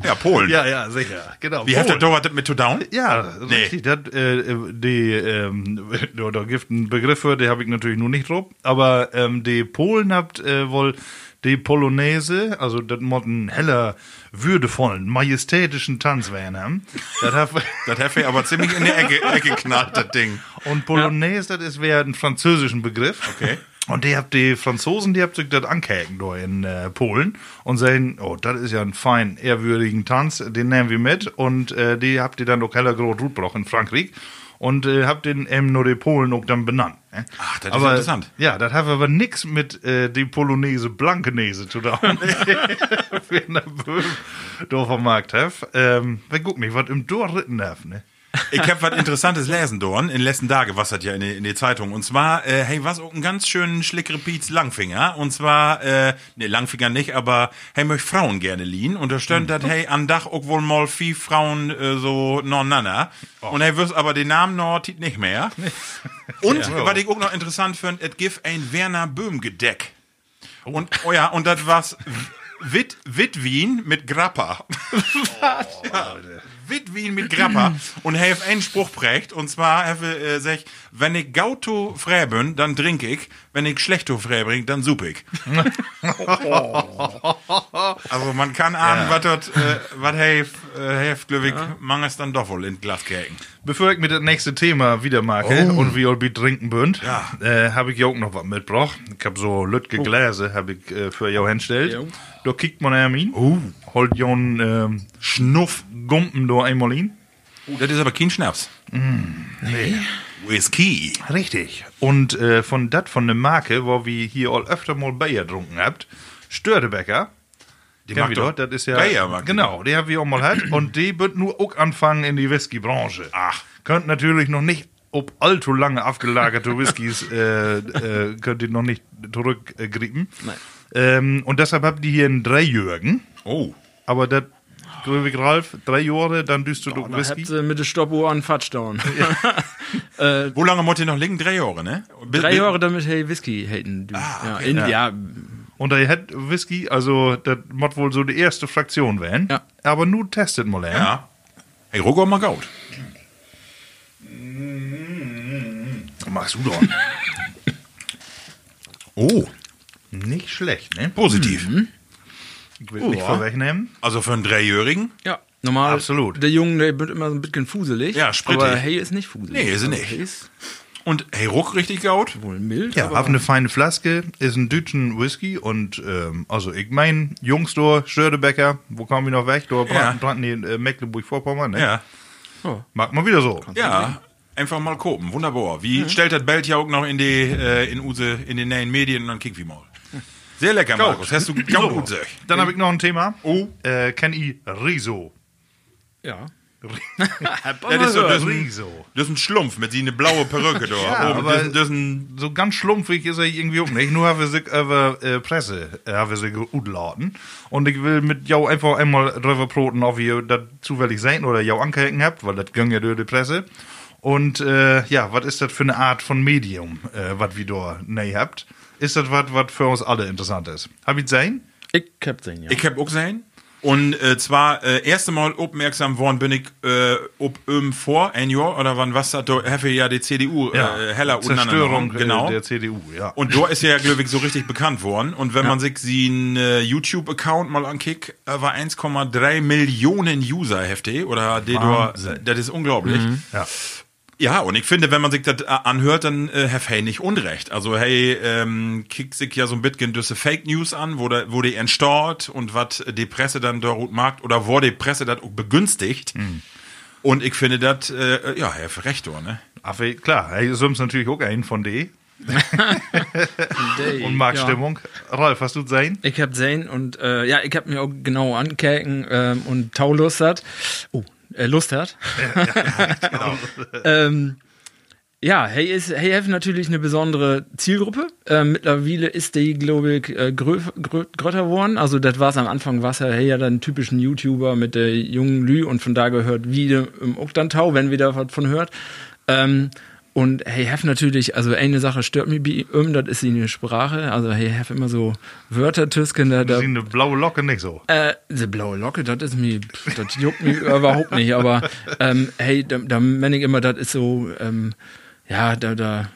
Speaker 2: ja, Polen.
Speaker 3: ja, ja, sicher. Genau.
Speaker 2: Wie hat der
Speaker 3: Polen.
Speaker 2: Torwart das mit to down?
Speaker 3: Ja, richtig. Das, äh, die, ähm, [LAUGHS] da, da gibt einen Begriff für, den habe ich natürlich nur nicht drauf. Aber ähm, die Polen habt äh, wohl die Polonaise, also das muss ein heller, würdevollen, majestätischen Tanz werden. Das hab,
Speaker 2: Das hat mir aber ziemlich in die Ecke, Ecke knallt, das Ding.
Speaker 3: und Polonaise, das ist wäre ein französischen Begriff.
Speaker 2: Okay.
Speaker 3: Und die habt die Franzosen, die habt sich das ankäken da in äh, Polen und sagen, oh, das ist ja ein fein, ehrwürdigen Tanz, den nehmen wir mit. Und äh, die habt ihr dann auch heller groß Rutbroch in Frankreich und äh, habt den eben nur die Polen auch dann benannt. ne?
Speaker 2: Ach, das ist
Speaker 3: aber,
Speaker 2: interessant.
Speaker 3: Ja, das hat aber nichts mit äh, die Polonaise Blankenese
Speaker 2: [LAUGHS]
Speaker 3: zu tun. Wie in der Böhm Markt hef. Ähm, wir gucken nicht, was im Dorf ritten darf, ne?
Speaker 2: Ich hab was Interessantes lesen, Dorn, in letzten Tage, was hat ja in die, in die Zeitung. Und zwar, äh, hey, was auch einen ganz schönen Schlickrepiz Langfinger. Und zwar, äh, nee, Langfinger nicht, aber hey, möcht Frauen gerne liehen. Und da stand dat, hey, an Dach auch wohl mal viel Frauen äh, so nonana. Und hey, wirst aber den Namen noch tit Oh. [LAUGHS] nicht mehr. Und, was ich auch noch interessant finde, et gif ein Werner Böhm Gedeck. Und, oh ja, und das war's [LAUGHS] Wit, Witwin mit [LAUGHS] Grappa. Witwin mit Grappa und helf einen Spruch prägt und zwar helfe äh, sech, wenn ich gauto frä bin, dann trink ich, wenn ich schlechto frä bring, dann sup [LAUGHS] ich. Also man kann ahnen, was dort, äh, was helf, äh, helf glücklich, manges dann doch wohl in Glaskäken.
Speaker 3: Bevor ich mit das nächste Thema wieder mache
Speaker 2: Oh.
Speaker 3: und wie ihr trinken bünd,
Speaker 2: Ja. Oh.
Speaker 3: äh, habe ich ja auch noch was mitgebracht. Ich habe so Lütke Gläser habe ich äh, für jou hinstellt.
Speaker 4: Jo.
Speaker 3: Da kickt man einmal hin, oh. holt jo einen ähm, Schnuff Gumpen da einmal hin.
Speaker 2: Oh, Das ist aber kein Schnaps. Nee. Whisky.
Speaker 3: Richtig. Und äh, von dat von der Marke, wo wir hier all öfter mal Bayer getrunken habt, Störtebecker. Die
Speaker 2: mag doch
Speaker 3: das ist ja
Speaker 2: Bayer, mag die
Speaker 3: Genau, die haben wir auch mal
Speaker 2: [CLEARS THROAT]
Speaker 3: halt. Und die wird nur auch anfangen in die Whiskybranche. Ach. Könnt natürlich noch nicht, ob allzu lange abgelagerte Whiskys, äh, äh, könnt ihr noch nicht zurückgrieben.
Speaker 4: Nein.
Speaker 3: Ähm, und deshalb habt ihr hier einen Dreijürgen.
Speaker 2: Oh.
Speaker 3: Aber das, Gröwig Ralf, drei Jahre, dann düst du doch
Speaker 4: Da habt
Speaker 3: Whisky.
Speaker 4: ihr mit der Stoppuhr an Fatsch down.
Speaker 2: Wo lange muss ihr noch liegen? Drei Jahre, ne? Bi-
Speaker 4: [LAUGHS] Drei
Speaker 2: bi-
Speaker 4: Jahre damit hey Whisky haten. Ah, ja, in, ja.
Speaker 3: Und da hat Whisky, also das muss wohl so die erste Fraktion werden.
Speaker 4: Ja.
Speaker 3: Aber nur testet mal einen.
Speaker 2: Ja. Hey, Rogo mal gaut.
Speaker 3: Machst du doch.
Speaker 2: Oh. Mhm.
Speaker 3: nicht schlecht, ne?
Speaker 2: Positiv.
Speaker 3: Ich will nicht
Speaker 2: Ja.
Speaker 3: vorwegnehmen.
Speaker 2: Also für einen Dreijährigen?
Speaker 4: ja, normal.
Speaker 3: Absolut.
Speaker 4: Der Junge, der wird immer so ein bisschen fuselig.
Speaker 2: Ja, sprittig.
Speaker 4: Aber hey ist nicht fuselig.
Speaker 2: Nee, ist er
Speaker 4: Also,
Speaker 2: nicht.
Speaker 4: Hey ist
Speaker 2: Und hey, Ruck richtig gaut?
Speaker 4: wohl mild.
Speaker 3: Ja,
Speaker 4: aber
Speaker 3: hab eine feine Flaske, ist ein deutschen Whisky und ähm, also ich mein, Jungs, da, Stördebecker, wo kommen wir noch weg? Da,
Speaker 2: Ja.
Speaker 3: Branden, Branden, nee, äh, Mecklenburg-Vorpommern, ne?
Speaker 2: Ja.
Speaker 3: Mag man wieder so.
Speaker 2: Ja. Einfach mal kopen. Wunderbar. Wie
Speaker 3: Mhm.
Speaker 2: stellt das Belt ja auch noch in die, äh, in Use, in den neuen Medien und dann kick wie mal. Sehr lecker, Markus. Hast du gaut gut sech.
Speaker 3: Dann habe ich noch ein Thema.
Speaker 2: Oh.
Speaker 3: Äh, kenn ich Riso.
Speaker 4: ja.
Speaker 2: Das ist so, das ist ein,
Speaker 3: Riso.
Speaker 2: das ist ein Schlumpf mit sie eine blaue Perücke da.
Speaker 3: Ja,
Speaker 2: Oben.
Speaker 3: aber-
Speaker 2: das, ist- das ist ein,
Speaker 3: so ganz schlumpfig ist er irgendwie auch nicht. Nur habe ich sich über äh, Presse äh, habe ich sich utladen. Und ich will mit jou einfach einmal drüber proten, ob ihr das zufällig seid oder jou angehalten habt, weil das ging ja durch die Presse. Und äh, ja, was ist das für eine Art von Medium, äh, was wir da ne habt? Ist das was, was für uns alle interessant ist? Hab ich sein?
Speaker 4: Ich hab den, ja.
Speaker 2: Ich hab auch gesehen. Und äh, zwar, äh, erste Mal aufmerksam worden bin ich, äh, ob im vor, ein Jahr, oder wann was hat, da habe ja die CDU, äh, heller
Speaker 3: Zerstörung
Speaker 2: untereinander,
Speaker 3: äh,
Speaker 2: genau.
Speaker 3: der CDU, ja.
Speaker 2: Und da ist er ja, glaube ich, so richtig bekannt worden. Und wenn man sich seinen äh, YouTube-Account mal ankickt, äh, war 1,3 Millionen User heftig. Oder der da- das ist äh, unglaublich.
Speaker 3: ja.
Speaker 2: Ja, und ich finde, wenn man sich das äh, anhört, dann äh, Herr Fey nicht unrecht. Also hey, ähm, kickt sich ja so ein bisschen diese Fake News an, wo, da, wo die entstört und was die Presse dann dort macht oder wo die Presse das auch begünstigt. Und ich finde das, äh, ja, Herr Rektor, ne?
Speaker 3: Ach, wie- klar, hey, Sims natürlich auch einen von D und mag Stimmung. Ralf, hast du sein?
Speaker 4: Ich hab sehen und äh, ja, ich hab mir auch genau angekäken ähm, und Tau Lust hat. Oh, äh, Lust hat. ähm, ja, hey ist hey F natürlich eine besondere Zielgruppe. Ähm, mittlerweile ist die, glaube ich, äh, grö, grö, grötter geworden. Also das war's am Anfang, war's ja hey ja dann typischen YouTuber mit der jungen Lü und von da gehört wieder im Oktantau, wenn wieder was von hört. Ähm, und hey Hef natürlich, also eine Sache stört mich bi um, das ist die Sprache. Also hey Hef immer so Wörter tüsken, da, da
Speaker 3: Sie eine blaue Locke nicht so.
Speaker 4: äh, die blaue Locke, das ist mir, pff, das juckt mich überhaupt nicht, aber ähm, hey, da, da meine ich immer, das ist so, ähm, ja, da, da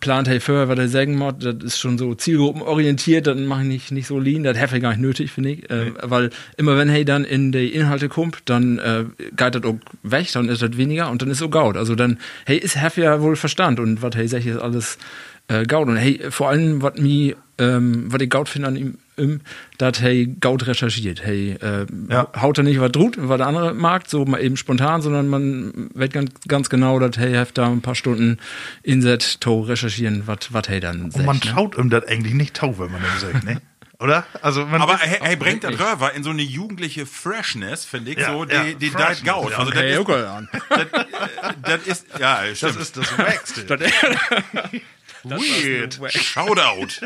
Speaker 4: plant hey vorher, was er sagen muss, das ist schon so zielgruppenorientiert, dann mache ich nicht, nicht so lean, das habe ich gar nicht nötig, finde ich, äh, weil immer wenn hey dann in die Inhalte kommt, dann äh, geht das auch weg, dann ist das weniger und dann ist auch gaut, also dann, hey, ist Hef ja wohl Verstand und was hey sag ist alles äh, Gaut. Und hey, vor allem, was mi, ähm, was ich Gaut finde an ihm, im, dat hey Gaut recherchiert. Hey, äh,
Speaker 3: Ja.
Speaker 4: haut er nicht was drut, was der andere mag, so mal eben spontan, sondern man weiß ganz, ganz genau, dat hey, heft da ein paar Stunden Inset, to recherchieren, was was hey dann
Speaker 3: Und man
Speaker 4: sagt, ne?
Speaker 3: traut ihm das eigentlich nicht tau, wenn man ihm sagt, ne? Oder? Also man
Speaker 2: Aber
Speaker 3: ist-
Speaker 2: hey, hey bringt das
Speaker 4: wirklich.
Speaker 2: Röver in so eine jugendliche Freshness, finde ich,
Speaker 3: Ja,
Speaker 2: so die,
Speaker 3: ja,
Speaker 2: die
Speaker 3: Freshness,
Speaker 2: Diet Gaut.
Speaker 3: ja.
Speaker 2: Also das
Speaker 4: Hey,
Speaker 2: ist,
Speaker 4: guck mal an.
Speaker 2: das, das ist,
Speaker 3: [LAUGHS]
Speaker 2: ja,
Speaker 3: das
Speaker 2: stimmt.
Speaker 3: ist das Wackste. Weird.
Speaker 2: Shoutout.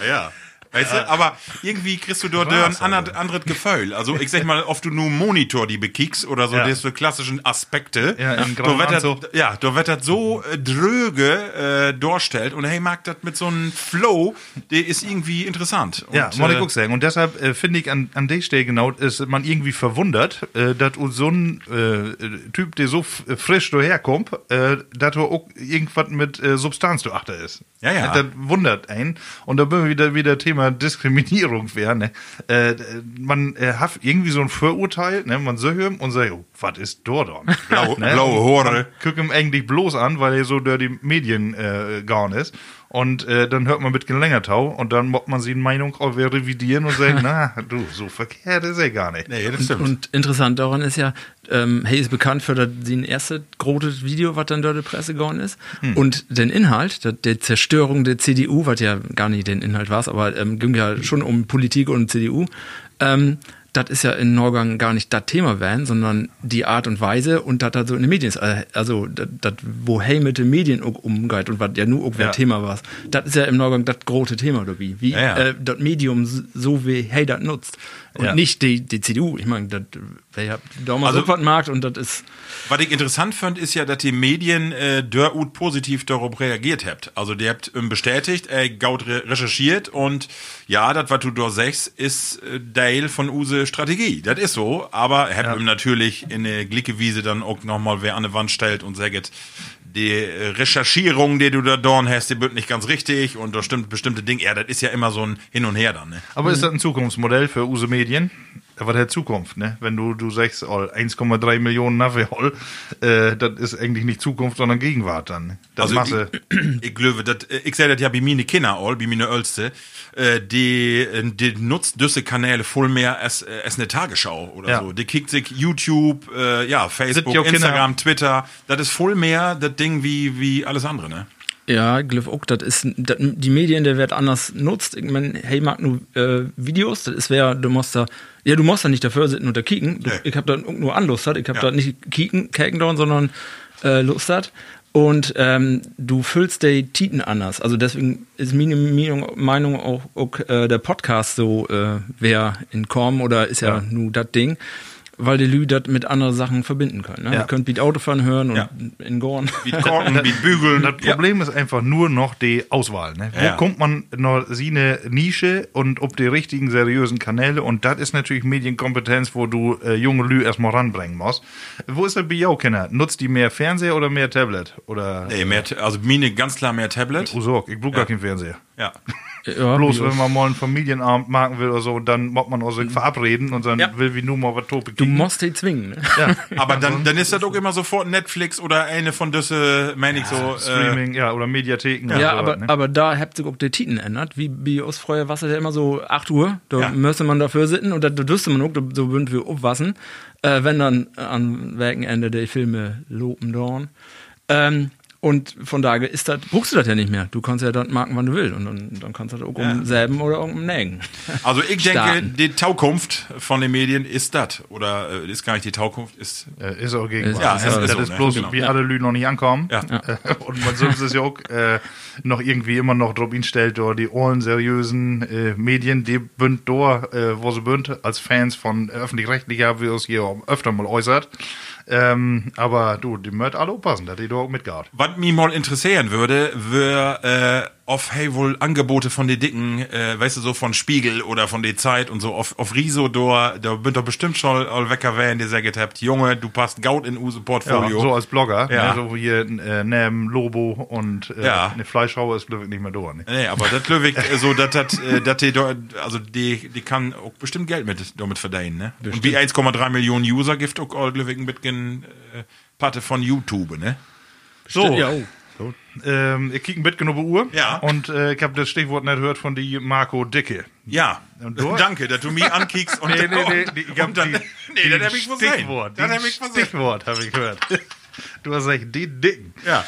Speaker 2: ja, ja. Weißt du, aber irgendwie kriegst du dort ein
Speaker 3: Krass,
Speaker 2: ander- anderes Gefühl. Also ich sag mal, ob du nur einen Monitor die bekickst oder so,
Speaker 3: Ja.
Speaker 2: diese klassischen Aspekte,
Speaker 3: Ja, im
Speaker 2: da
Speaker 3: grauen
Speaker 2: wird
Speaker 3: Anzug.
Speaker 2: das- ja, da wird das so äh, dröge äh, darstellt und hey, mag das mit so einem Flow, der ist irgendwie interessant. Und,
Speaker 3: Ja, muss ich
Speaker 2: äh,
Speaker 3: auch sagen. Und deshalb äh, finde ich an, an der Stelle genau, ist man irgendwie verwundert, äh, dass so ein äh, Typ, der so f- frisch daherkommt, äh, dass er auch irgendwas mit äh, Substanz zu achter ist.
Speaker 2: Ja, ja.
Speaker 3: Das wundert einen. Und da bin wir wieder wieder Thema Diskriminierung wären. Ne? Äh, man äh, hat irgendwie so ein Vorurteil, ne? man sagt ihm und sagt, oh, was ist Dordon? Ne?
Speaker 2: Blau- [LAUGHS] blaue Hore.
Speaker 3: guck ihm eigentlich bloß an, weil er so der die Medien äh, gaun ist. Und äh, dann hört man mit Gelängertau und dann mobbt man sie in Meinung auch wieder revidieren und [LAUGHS] sagt, na, du, so verkehrt ist er gar nicht.
Speaker 2: Nee, das stimmt.
Speaker 4: Und interessant daran ist ja, ähm, hey ist bekannt für das sein erstes großes Video, was dann dort in die Presse gegangen ist.
Speaker 2: Hm.
Speaker 4: Und den Inhalt, dat, der Zerstörung der CDU, was ja gar nicht den Inhalt war, aber ähm, ging ja schon um Politik und CDU. Ähm, das ist ja in Norgang gar nicht das Thema werden, sondern die Art und Weise und das so in den Medien ist. Äh, Also, dat, dat, wo hey mit den Medien auch umgeht und was ja nur auch
Speaker 3: Ja.
Speaker 4: ja. Thema war. Das ist ja im Norgang das große Thema, oder wie? wie
Speaker 2: Ja, ja.
Speaker 4: Äh, das Medium s- so wie hey das nutzt und
Speaker 3: Ja.
Speaker 4: nicht die, die CDU. Ich meine, das wäre ja da mal
Speaker 2: Also-
Speaker 4: also, so was Markt und das ist
Speaker 2: Was ich interessant fand, ist ja, dass die Medien äh, dörrut positiv darauf reagiert habt. Also die habt ähm, bestätigt, äh, Gaut re recherchiert und ja, das, was du dort sagst, ist äh, Teil von Use Strategie. Das ist so, aber habt ihm natürlich in der Glickewiese dann auch nochmal wer an die Wand stellt und sagt, die äh, Recherchierung, die du da dorn hast, die wird nicht ganz richtig und da stimmt bestimmte Dinge. Ja, das ist ja immer so ein Hin und Her dann. Ne?
Speaker 3: Aber ist das ein Zukunftsmodell für Use Medien? Aber der Zukunft, ne? Wenn du, du sagst, oh, 1,3 Millionen Naviol, äh, das ist eigentlich nicht Zukunft, sondern Gegenwart dann. ne? Das Masse.
Speaker 2: Ich, ich glaube, das, äh, ich sehe das ja bei meine Kinder all, bei meine Ölste, äh, die, äh, die nutzt diese Kanäle voll mehr als, äh, als eine Tagesschau oder
Speaker 3: Ja.
Speaker 2: so. Die kickt sich YouTube, äh, ja, Facebook,
Speaker 3: ja auch
Speaker 2: Instagram, Twitter. Das ist voll mehr das Ding wie, wie alles andere, ne?
Speaker 4: ja Glyph auch, das ist dat, die Medien, der wird anders nutzt. Ich meine, hey, mag nur äh, Videos, das ist wer, du musst da ja, du musst da nicht dafür sitzen und da kicken. Du,
Speaker 2: Nee.
Speaker 4: Ich habe da nur Anlust hat, ich habe
Speaker 2: Ja.
Speaker 4: da nicht kicken, kacken down, sondern äh, Lust hat. Und ähm, du füllst die Titen anders. Also deswegen ist meine Meinung- Meinung auch, auch äh, der Podcast so, äh, wer in Korm oder ist ja,
Speaker 3: Ja.
Speaker 4: nur das Ding, weil die Lü das mit anderen Sachen verbinden können. Ne?
Speaker 3: Ja.
Speaker 4: Ihr könnt Beat Autofahren hören und
Speaker 2: Ja.
Speaker 4: in Gorn.
Speaker 2: Wie Korken, wie Bügeln.
Speaker 3: [LAUGHS] Das Problem ist einfach nur noch die Auswahl. Ne? Wo
Speaker 2: Ja.
Speaker 3: kommt man noch sie eine Nische und ob die richtigen seriösen Kanäle? Und das ist natürlich Medienkompetenz, wo du äh, junge Lü erstmal ranbringen musst. Wo ist der Bio-Kenner? Nutzt die mehr Fernseher oder mehr Tablet? Oder oh,
Speaker 2: Ja. Nee, mehr, Ta- also meine ganz klar mehr Tablet.
Speaker 3: Usorg, ich brauche gar keinen Fernseher.
Speaker 2: Ja.
Speaker 4: [LAUGHS] Ja,
Speaker 3: Bloß
Speaker 4: Bios.
Speaker 3: wenn man mal einen Familienabend machen will oder so, dann muss man auch
Speaker 2: Mhm.
Speaker 3: sich verabreden und dann
Speaker 4: Ja.
Speaker 3: will wie nur mal was Tope
Speaker 4: Du musst die zwingen. Ne?
Speaker 3: ja.
Speaker 2: Aber dann, dann ist das auch immer sofort Netflix oder eine von Düsse, meine ich so. Äh,
Speaker 3: Streaming, ja, oder Mediatheken.
Speaker 4: Ja,
Speaker 3: oder
Speaker 4: aber,
Speaker 3: was, ne?
Speaker 4: aber da habt ihr auch die Titen ändert. Wie Bios vorher war es ja immer so 8 Uhr. Da
Speaker 2: Ja.
Speaker 4: müsste man dafür sitzen und da da dürfte man auch, da- so würden wir aufwassen, äh, wenn dann am Werkenende die Filme lopen dorn. Ähm, und von daher ist das, brauchst du das ja nicht mehr. Du kannst ja dann marken, wann du willst. Und dann, dann kannst du das auch um selben oder um nägen.
Speaker 2: [LAUGHS] also ich denke,
Speaker 4: Starten.
Speaker 2: die Taukunft von den Medien ist das. Oder äh, ist gar nicht die Taukunft, ist.
Speaker 3: Äh, ist auch gegen
Speaker 4: Ja,
Speaker 3: das,
Speaker 4: ist
Speaker 3: ist,
Speaker 4: auch
Speaker 3: das
Speaker 2: so,
Speaker 3: ist
Speaker 2: ne?
Speaker 3: bloß,
Speaker 2: Genau.
Speaker 3: wie alle Lü noch nicht ankommen.
Speaker 2: Ja.
Speaker 3: Äh, [LAUGHS] Und man sonst ist ja auch äh, noch irgendwie immer noch drauf hinstellt, oder die allen seriösen äh, Medien, die bünd dor, äh, wo sie bünd, als Fans von öffentlich-rechtlicher, wie es hier auch öfter mal äußert. Ähm, aber du, die mört alle aufpassen, dass die doch auch mitgehauen.
Speaker 2: Was mich mal interessieren würde, wäre äh, auf hey wohl Angebote von den Dicken, äh, weißt du, so von Spiegel oder von der Zeit und so, auf, auf Riso, da, da bin doch bestimmt schon all Wecker wählen, der sagt habt, Junge, du passt Gaut in unser
Speaker 3: Ja,
Speaker 2: Portfolio.
Speaker 3: so als Blogger,
Speaker 2: Ja.
Speaker 3: ne, so hier äh, Nam, Lobo und äh,
Speaker 2: Ja.
Speaker 3: eine Fleischhauer ist Löwig nicht mehr da. Ne?
Speaker 2: Nee, aber das Löwig, äh, so, das hat, äh, das die, do- also die, die kann auch bestimmt Geld mit, damit verdienen, ne? Und wie 1,3 Millionen User gibt auch all Löwig mit gen, äh, Patte von YouTube, ne?
Speaker 3: So,
Speaker 4: Ja, oh.
Speaker 3: ähm, ich kick ein bisschen über Uhr
Speaker 2: Ja.
Speaker 3: und äh, ich habe das Stichwort nicht gehört von die Marco Dicke.
Speaker 2: Ja.
Speaker 3: Und du?
Speaker 2: Danke, dass du mich ankickst und,
Speaker 3: [LAUGHS] Nee, nee, nee,
Speaker 2: und,
Speaker 3: die- ich hab
Speaker 2: und dann,
Speaker 3: die-
Speaker 2: [LAUGHS] nee,
Speaker 3: die
Speaker 2: das hab ich versehen.
Speaker 3: Stichwort,
Speaker 2: Das
Speaker 3: die
Speaker 2: hab ich versehen.
Speaker 3: Stichwort habe ich gehört. [LAUGHS] Du hast recht, die Dicken.
Speaker 2: Ja.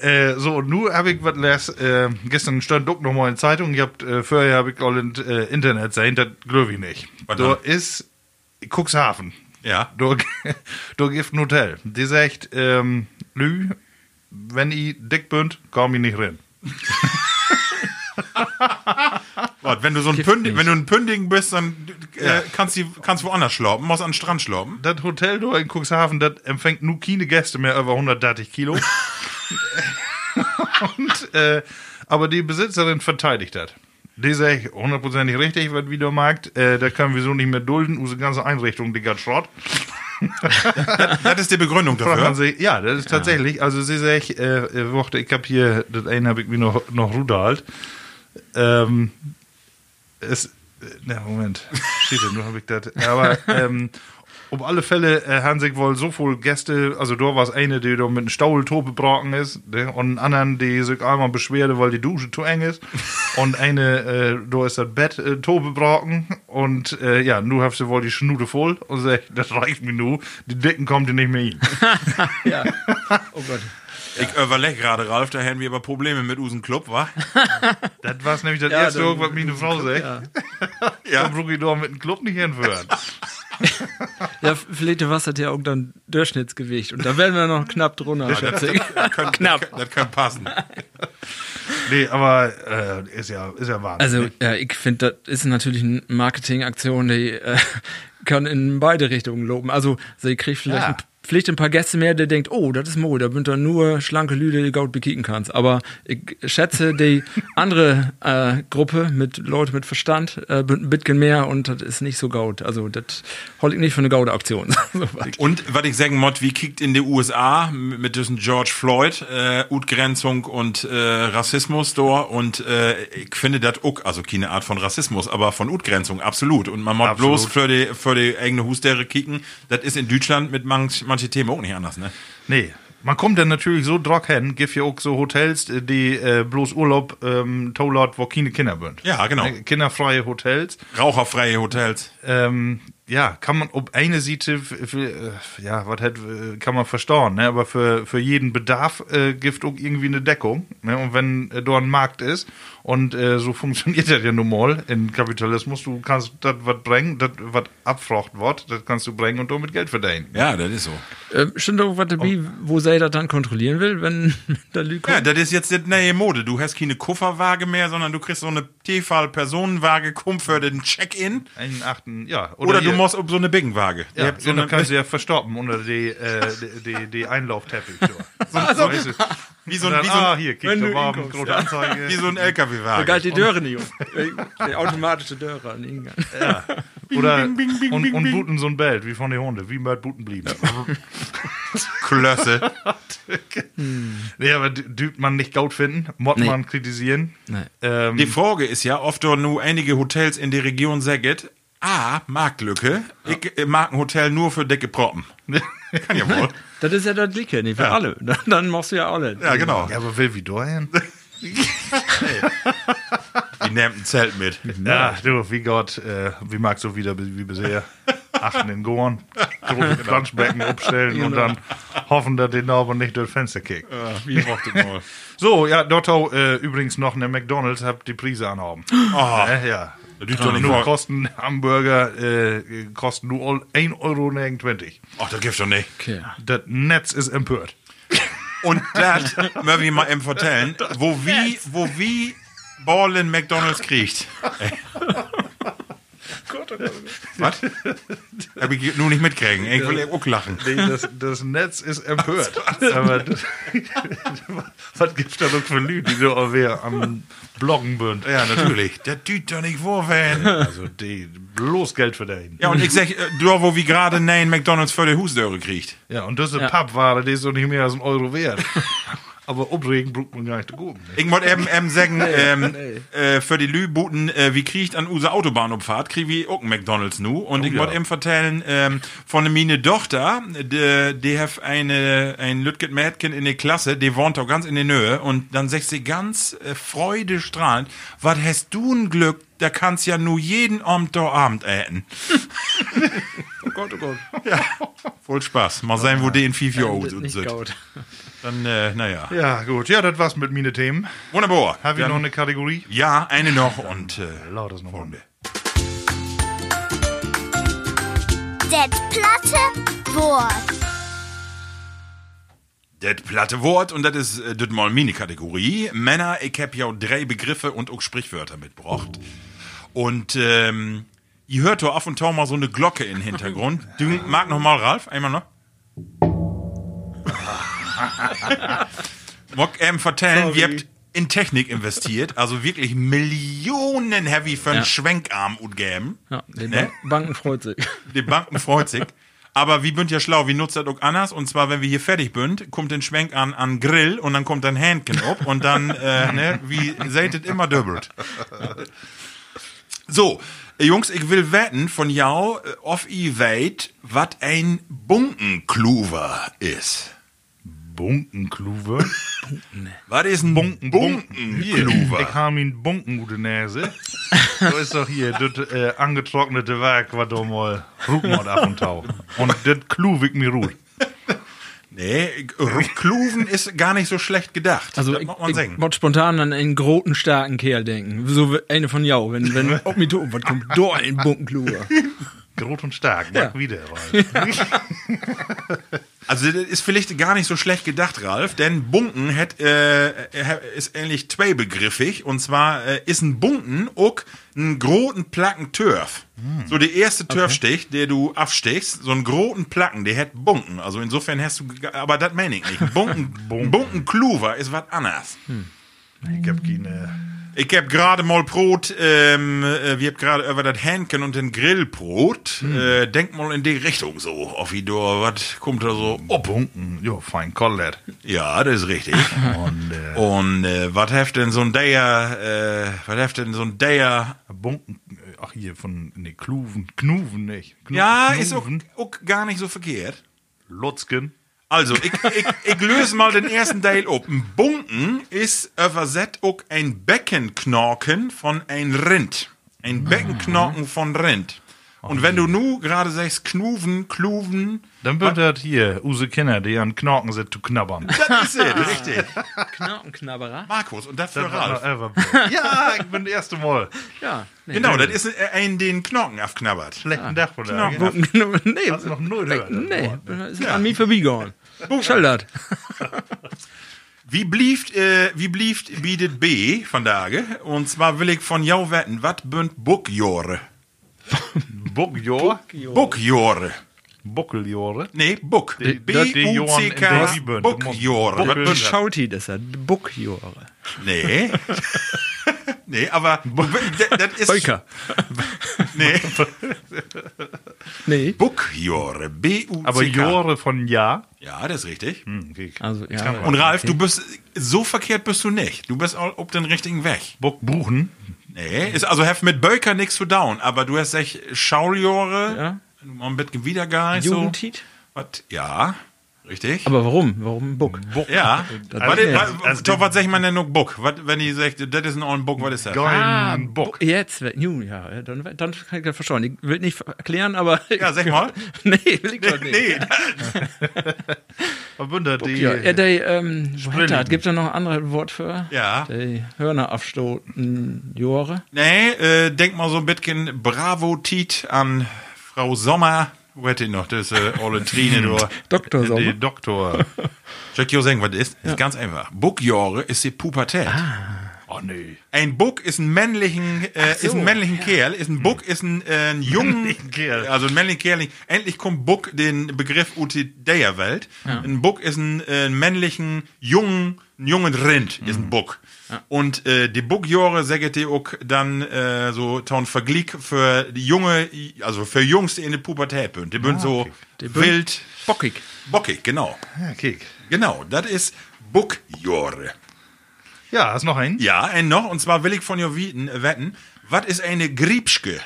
Speaker 3: Äh, so, und nun habe ich was les, äh, gestern stand doch nochmal in der Zeitung, ich hab, äh, vorher habe ich auch in äh, Internet gesehen, das glaube ich nicht.
Speaker 2: Was
Speaker 3: Da
Speaker 2: dann?
Speaker 3: ist Cuxhaven.
Speaker 2: Ja.
Speaker 3: Da, [LAUGHS] da gibt ein Hotel. Die sagt, ähm, Lü, wenn ich dick bin, komm ich nicht rein.
Speaker 2: Gott, wenn du so ein
Speaker 4: Gift
Speaker 2: Pünding,
Speaker 4: nicht.
Speaker 2: wenn du ein Pünding bist, dann äh, kannst du kannst woanders schlauben, musst an den Strand schlauben.
Speaker 3: Das Hotel da in Cuxhaven, das empfängt nur keine Gäste mehr über 130 Kilo. Und, äh, aber die Besitzerin verteidigt das. Die sage ich hundertprozentig richtig, was wieder magt. Äh, das können wir so nicht mehr dulden. Unsere ganze Einrichtung, die ganze Schrott.
Speaker 2: Das ist die Begründung
Speaker 3: [LAUGHS] Fragt man
Speaker 2: dafür.
Speaker 3: sich, ja, das ist tatsächlich. Also sie sagt, äh, äh, Worte, ich habe hier, das eine habe ich mir noch, noch rudert. Ähm, es, äh, na Moment, steht da, nur habe ich das. Aber ähm, um alle Fälle äh, haben sich wohl so viele Gäste, also da war es eine, die da mit einem Staultope braken ist, ne? und einen anderen, die sich einmal beschwerde, weil die Dusche zu eng ist. und eine, äh, da ist das Bett äh, tobe braken. Und äh, ja, nu hast du wohl die Schnute voll und sagt, das reicht mir nu, die Dicken kommen dir nicht mehr hin.
Speaker 4: Ja. Oh Gott.
Speaker 2: Ich überleg gerade, Ralf, da hätten wir aber Probleme mit Usen Club, wa?
Speaker 3: Das war nämlich das
Speaker 4: Ja,
Speaker 3: erste,
Speaker 4: dann-
Speaker 3: was mir eine Frau sagt. Ja. [LAUGHS]
Speaker 2: Ja.
Speaker 3: Dann brauche ich doch mit dem Club nicht hinführen.
Speaker 4: Ja, vielleicht was hat ja auch dann Durchschnittsgewicht. Und da werden wir noch knapp drunter.
Speaker 2: [LAUGHS] Das kann,
Speaker 4: Knapp.
Speaker 2: Das kann passen.
Speaker 3: nee, aber äh, ist, ja, ist ja Wahnsinn.
Speaker 4: Also, ja, ich finde, das ist natürlich eine Marketingaktion, die äh, [LAUGHS] kann in beide Richtungen loben. Also, sie kriegt vielleicht,
Speaker 3: Ja.
Speaker 4: ein, vielleicht ein paar Gäste mehr, der denkt, oh, das ist Mo, da sind dann nur schlanke Lüde, die du gut bekicken kannst. Aber ich schätze, [LAUGHS] die andere äh, Gruppe mit Leuten mit Verstand äh, sind ein bisschen mehr und das ist nicht so gaut. Also, das hol ich nicht für eine gaute Aktion. [LAUGHS] So was.
Speaker 2: Und was ich sagen mod, wie kickt in die USA mit diesem George Floyd, äh, Utgrenzung und äh, Rassismus dort und äh, ich finde das auch, also keine Art von Rassismus, aber von Utgrenzung, absolut. Und man mod
Speaker 3: Absolut.
Speaker 2: bloß für die, für die eigene Hustere kicken, das ist in Deutschland mit manch, manche Themen auch nicht anders, ne?
Speaker 3: nee, man kommt dann natürlich so drock hin, gibt ja auch so Hotels, die äh, bloß Urlaub ähm, tolert, wo keine Kinder sind.
Speaker 2: Ja, genau.
Speaker 3: Ne, Kinderfreie Hotels.
Speaker 2: Raucherfreie Hotels.
Speaker 3: Ähm, ja, kann man, ob eine Seite, f- f- äh, ja, was hat, äh, kann man verstauen, ne? aber für, für jeden Bedarf äh, gibt auch irgendwie eine Deckung. Ne? Und wenn äh, dort ein Markt ist und äh, so [LAUGHS] funktioniert das ja nun mal im Kapitalismus, du kannst das was bringen, das was abfrocht wird, das kannst du bringen und damit Geld verdienen.
Speaker 2: Ja, das ist so.
Speaker 4: Äh, stimmt auch was dabei, wo sie das dann kontrollieren will, wenn [LAUGHS] der Lü kommt?
Speaker 2: Ja, das ist jetzt die neue Mode. Du hast keine Kofferwaage mehr, sondern du kriegst so eine Tefal-Personenwaage, kommt für den Check-in.
Speaker 3: Einen achten, ja.
Speaker 2: Oder, du
Speaker 3: hier-
Speaker 2: musst um so eine Biggenwaage. Ihr
Speaker 3: Ja,
Speaker 2: habt so
Speaker 3: und dann
Speaker 2: eine- [LAUGHS]
Speaker 3: kannst du ja verstoppen unter die, äh, die, die, die Einlaufteppich. So, so, weißt du.
Speaker 2: Also, Wie so
Speaker 3: Und
Speaker 2: ein,
Speaker 3: dann,
Speaker 2: wie so
Speaker 3: ah,
Speaker 2: ein,
Speaker 3: hier, kick,
Speaker 4: wenn
Speaker 3: da
Speaker 4: du
Speaker 3: war eine
Speaker 4: hinkommst,
Speaker 3: große
Speaker 4: ja.
Speaker 3: Anzeige.
Speaker 2: wie so ein
Speaker 4: Da galt
Speaker 2: LKW-Wagen.
Speaker 4: die Döre nicht [LAUGHS] um. Der automatische Döre an den Eingang.
Speaker 3: Oder und, und Buten so ein Belt, wie von den Hunde, wie Mörd Buten blieben. [LAUGHS]
Speaker 2: Klösse.
Speaker 3: Nee, aber dü- dübt man nicht gut finden, mott
Speaker 4: Nee.
Speaker 3: man kritisieren.
Speaker 4: Nee.
Speaker 3: Ähm,
Speaker 2: [LAUGHS] Die Frage ist ja, ob da nur einige Hotels in der Region säget, A, Marktlücke, ich äh, mag ein Hotel nur für dicke [LAUGHS] Proppen. Kann ja wohl.
Speaker 4: Das ist ja das Gleiche, nicht für
Speaker 2: Ja.
Speaker 4: alle. [LAUGHS] Dann, dann machst du ja alle.
Speaker 2: Ja, genau.
Speaker 3: ja, aber will wie Dorian?
Speaker 2: Die nehmt ein Zelt mit.
Speaker 3: [LAUGHS] Ja, du, wie Gott, äh, wie mag so wieder wie bisher. Achten in Gorn, [LAUGHS] große Planschbecken umstellen und dann hoffen, dass den Norbert nicht durch das Fenster kickt.
Speaker 2: Wie braucht das mal?
Speaker 3: So, ja, Dotto, äh, übrigens noch eine McDonalds, habt die Prise anhaben.
Speaker 2: Oh,
Speaker 3: Äh, ja.
Speaker 2: das tut doch nicht
Speaker 3: Nur
Speaker 2: vor.
Speaker 3: kosten Hamburger, äh, kosten nur 1,20 Euro.
Speaker 2: Ach, das gibt doch nicht.
Speaker 4: Okay.
Speaker 3: Das Netz ist empört.
Speaker 2: Und das mögen wir mal eben vertellen, wo wie, wo wie Borland McDonalds [LAUGHS] kriegt. oh Was? Hab ich nur nicht mitkriegen. Ich will eben auch lachen.
Speaker 3: Nee, das, das Netz ist empört. Aber das, [LAUGHS] was gibt es da noch für Leute, die so auch wieder am Bloggen sind?
Speaker 2: Ja, natürlich. Der tut doch nicht vor, wenn.
Speaker 3: Also, die, bloß Geld verdienen.
Speaker 2: Ja, und ich sag, äh, da wo wie gerade nein McDonalds für die Husdöre kriegt.
Speaker 3: Ja, und das ist Pappware, die ist doch nicht mehr als ein Euro wert. [LAUGHS] Aber umregen braucht man gar nicht ne? zu gucken.
Speaker 2: Ich wollte eben, eben sagen, ähm, äh, für die Lübuten, äh, wie kriegt an unserer Autobahnumfahrt, krieg ich auch einen McDonalds nu. Und ich
Speaker 3: ja.
Speaker 2: wollte eben vertellen, ähm, von meine Tochter, die, die hat eine, ein Lütget Mädchen in der Klasse, die wohnt auch ganz in der Nähe. Und dann sagt sie ganz äh, freudestrahlend, was hast du ein Glück, da kannst ja nur jeden Abend da Abend äten.
Speaker 4: Oh Gott, oh Gott.
Speaker 2: Voll Spaß. Mal sehen, wo die in fünf Jahren
Speaker 4: Das ist
Speaker 2: sind.
Speaker 4: nicht gaut.
Speaker 2: Dann, äh, naja.
Speaker 3: Ja, gut. Ja, das war's mit meine Themen.
Speaker 2: Wunderbar.
Speaker 3: Haben wir
Speaker 2: Dann-
Speaker 3: noch eine Kategorie?
Speaker 2: Ja, eine noch und äh,
Speaker 3: Lautes nochmal.
Speaker 5: Det platte Wort.
Speaker 2: Das platte Wort und das ist äh, das mal Mini-Kategorie. Männer, ich hab ja drei Begriffe und auch Sprichwörter mitgebracht. Und ähm, ihr hört doch auf und tau mal so eine Glocke im
Speaker 4: [LAUGHS]
Speaker 2: Hintergrund. Du mag noch mal, Ralf, einmal noch. Mock ähm, vertellen, ihr habt in Technik investiert, also wirklich Millionen Heavy für einen
Speaker 4: Ja.
Speaker 2: Schwenkarm und gäben.
Speaker 4: Ja, den
Speaker 2: Ne?
Speaker 4: Ban- Banken freut sich.
Speaker 2: Die Banken freut sich. Aber wie bünd ja schlau, wie nutzt das auch anders? Und zwar, wenn wir hier fertig bünd, kommt den Schwenk an an Grill und dann kommt dann Händchen ab und dann, äh, ne, wie seltet immer doppelt. So, Jungs, ich will wetten von jou, äh, auf ihr weit, wat ein Bunkenkluver ist.
Speaker 3: Bunkenkluwe.
Speaker 2: Was ist ein Bunken,
Speaker 3: Ich
Speaker 2: Bunkenkluver?
Speaker 3: habe ihn Bunken gute Nase. So ist doch hier, das äh, angetrocknete Werk, eh, was da mal Rugmord ab und tau. Und das Kluwig mir ruht.
Speaker 2: Nee, ich- Kluven ist gar nicht so schlecht gedacht.
Speaker 4: Also
Speaker 2: das
Speaker 4: ich,
Speaker 2: muss man
Speaker 4: ich
Speaker 2: sagen.
Speaker 4: muss spontan an einen großen, starken Kerl denken. So wie eine von Jau. Wenn, wenn, ob mit was kommt da ein Bunkenkluger?
Speaker 3: Groß und stark, mag wieder. Ralf.
Speaker 2: Also das ist vielleicht gar nicht so schlecht gedacht, Ralf, denn Bunken hat, äh, ist ähnlich zweibegriffig. Und zwar äh, ist ein Bunken auch einen großen Placken Törf. So der erste Törfstich, der du abstichst, so einen großen Placken, der hat Bunken. Also insofern hast du, ge- aber das meine ich nicht. Bunken, Bunken Kluver ist was anderes.
Speaker 3: Ich hab keine.
Speaker 2: Ich hab gerade mal Brot, ähm, äh, wir hab gerade über das Hähnchen und den Grillbrot. Äh, denk mal in die Richtung so, auf wie du, was kommt da so
Speaker 3: Oh, Bunken. Jo, fein Kollett.
Speaker 2: Ja, das ist richtig.
Speaker 3: [LAUGHS] Und äh,
Speaker 2: Und äh, was heft denn so ein Deier, äh, was heft denn so ein Deier?
Speaker 3: Bunken. äh, Ach, hier von. Nee, Kluven. Knuven nicht. Knu-
Speaker 2: Ja, ist auch,
Speaker 3: Knuven.
Speaker 2: auch gar nicht so verkehrt.
Speaker 3: Lutzken.
Speaker 2: Also, ich, ich, ich löse mal den ersten Teil auf. Ein Bunken ist übersetzt auch ein Beckenknorken von ein Rind. Ein
Speaker 3: Mhm.
Speaker 2: Beckenknorken von Rind. Und wenn du nu gerade sagst, Knuven, Kluven,
Speaker 3: Dann wird das hier, Use Kinder, die an Knorken sind, zu knabbern.
Speaker 2: das ist
Speaker 3: [LAUGHS]
Speaker 2: es, richtig.
Speaker 4: Knaberer?
Speaker 2: Markus, und das für
Speaker 3: Das war noch
Speaker 2: Ralf.
Speaker 3: Everblock. ja, ich bin das erste Mal.
Speaker 4: Ja. Nee,
Speaker 2: Genau, das ist äh, ein, den Knorken aufknabbert.
Speaker 3: Schlechten Dach von der.
Speaker 2: Knorken.
Speaker 4: Bunken- nee,
Speaker 3: Hast du noch null gehört?
Speaker 4: nee, das ist an mir vorbeigegangen. Schildert.
Speaker 2: Wie blieft, äh, wie blieft bietet B von Dage? Und zwar will ich von jou wetten, wat bünd Buckjore?
Speaker 3: Buckjor.
Speaker 2: Buckjore.
Speaker 3: Buckeljore.
Speaker 2: Nee, Buck.
Speaker 3: dat die Johann in
Speaker 2: B-U-C-K.
Speaker 3: Dresden.
Speaker 2: Buckjore.
Speaker 3: Buck-
Speaker 2: Was- was-
Speaker 4: Schaut die das ja? Buckjore.
Speaker 2: Nee. [LAUGHS] Nee, aber du- das ist.
Speaker 4: Beuker.
Speaker 2: Nee.
Speaker 4: Nee.
Speaker 2: Buckjore. B-U-C-K.
Speaker 3: Aber Hm. Jore von Ja.
Speaker 2: Ja, das ist richtig.
Speaker 3: Mm,
Speaker 4: Also, ja.
Speaker 3: kann man-
Speaker 2: Und Ralf, du bist so verkehrt bist du nicht. Du bist au- auf den richtigen Weg.
Speaker 3: Buck Buchen.
Speaker 2: Nee, ist also have mit Böker nichts zu down, aber du hast echt Schauljore.
Speaker 4: Ja.
Speaker 2: Ja. Ein bisschen Wiedergeist. So.
Speaker 4: Jugendtit?
Speaker 2: Was? Ja, richtig.
Speaker 4: Aber warum? Warum Buck?
Speaker 3: Buck.
Speaker 2: ja.
Speaker 3: Das-
Speaker 2: was,
Speaker 3: also-
Speaker 2: was,
Speaker 3: also-
Speaker 2: Tom, was sag ich mal denn noch Book? Was, wenn ich sag, das ist ein ollen Book, was ist das?
Speaker 4: Ah,
Speaker 3: Gein Buck.
Speaker 4: Bu- Jetzt, wird- nu, ja, ja, dann, dann kann ich das verstehen. Ich will nicht erklären, aber.
Speaker 2: Ja, sag mal.
Speaker 4: [LAUGHS] nee, will ich doch nicht.
Speaker 2: Nee,
Speaker 3: Verwundert die.
Speaker 4: Ja, ja, die, ähm, wo hat das?
Speaker 3: Sprillen.
Speaker 4: Gibt da noch ein anderes Wort für?
Speaker 2: Ja.
Speaker 4: Die Hörner abstoten, Jore.
Speaker 2: nee äh, denk mal so ein bisschen Bravo-Tit an Frau Sommer. Wo hätte ich noch das äh, olle Trine, du?
Speaker 4: Doktor Sommer.
Speaker 3: Die Doktor.
Speaker 2: Check your sagen, was ist? Ist ganz einfach. Bookjore ist die Pubertät.
Speaker 3: [LAUGHS] oh nee.
Speaker 2: Ein Buck ist ein männlichen, äh, ist ein männlichen Kerl, ist ein Buck ist ein, äh, ein jungen
Speaker 3: Kerl.
Speaker 2: also ein [LAUGHS] männlichen Kerl. Endlich kommt Buck den Begriff Uti der Welt. Ein Buck ist ein äh, männlichen jungen, ein jungen Rind ist ein Buck. Und äh, die Buckjore säget die auch dann äh, so taun Verglick für die junge, also für Jungs die in der Pubertät bünd. Ah, Die bünd so wild,
Speaker 4: Bockig.
Speaker 2: bockig, genau,
Speaker 3: Ja, Kick.
Speaker 2: genau. Das ist Buckjore.
Speaker 3: Ja, hast noch einen?
Speaker 2: Ja, ein noch, und zwar will ich von dir wieten, äh, wetten, was ist eine Griebschke?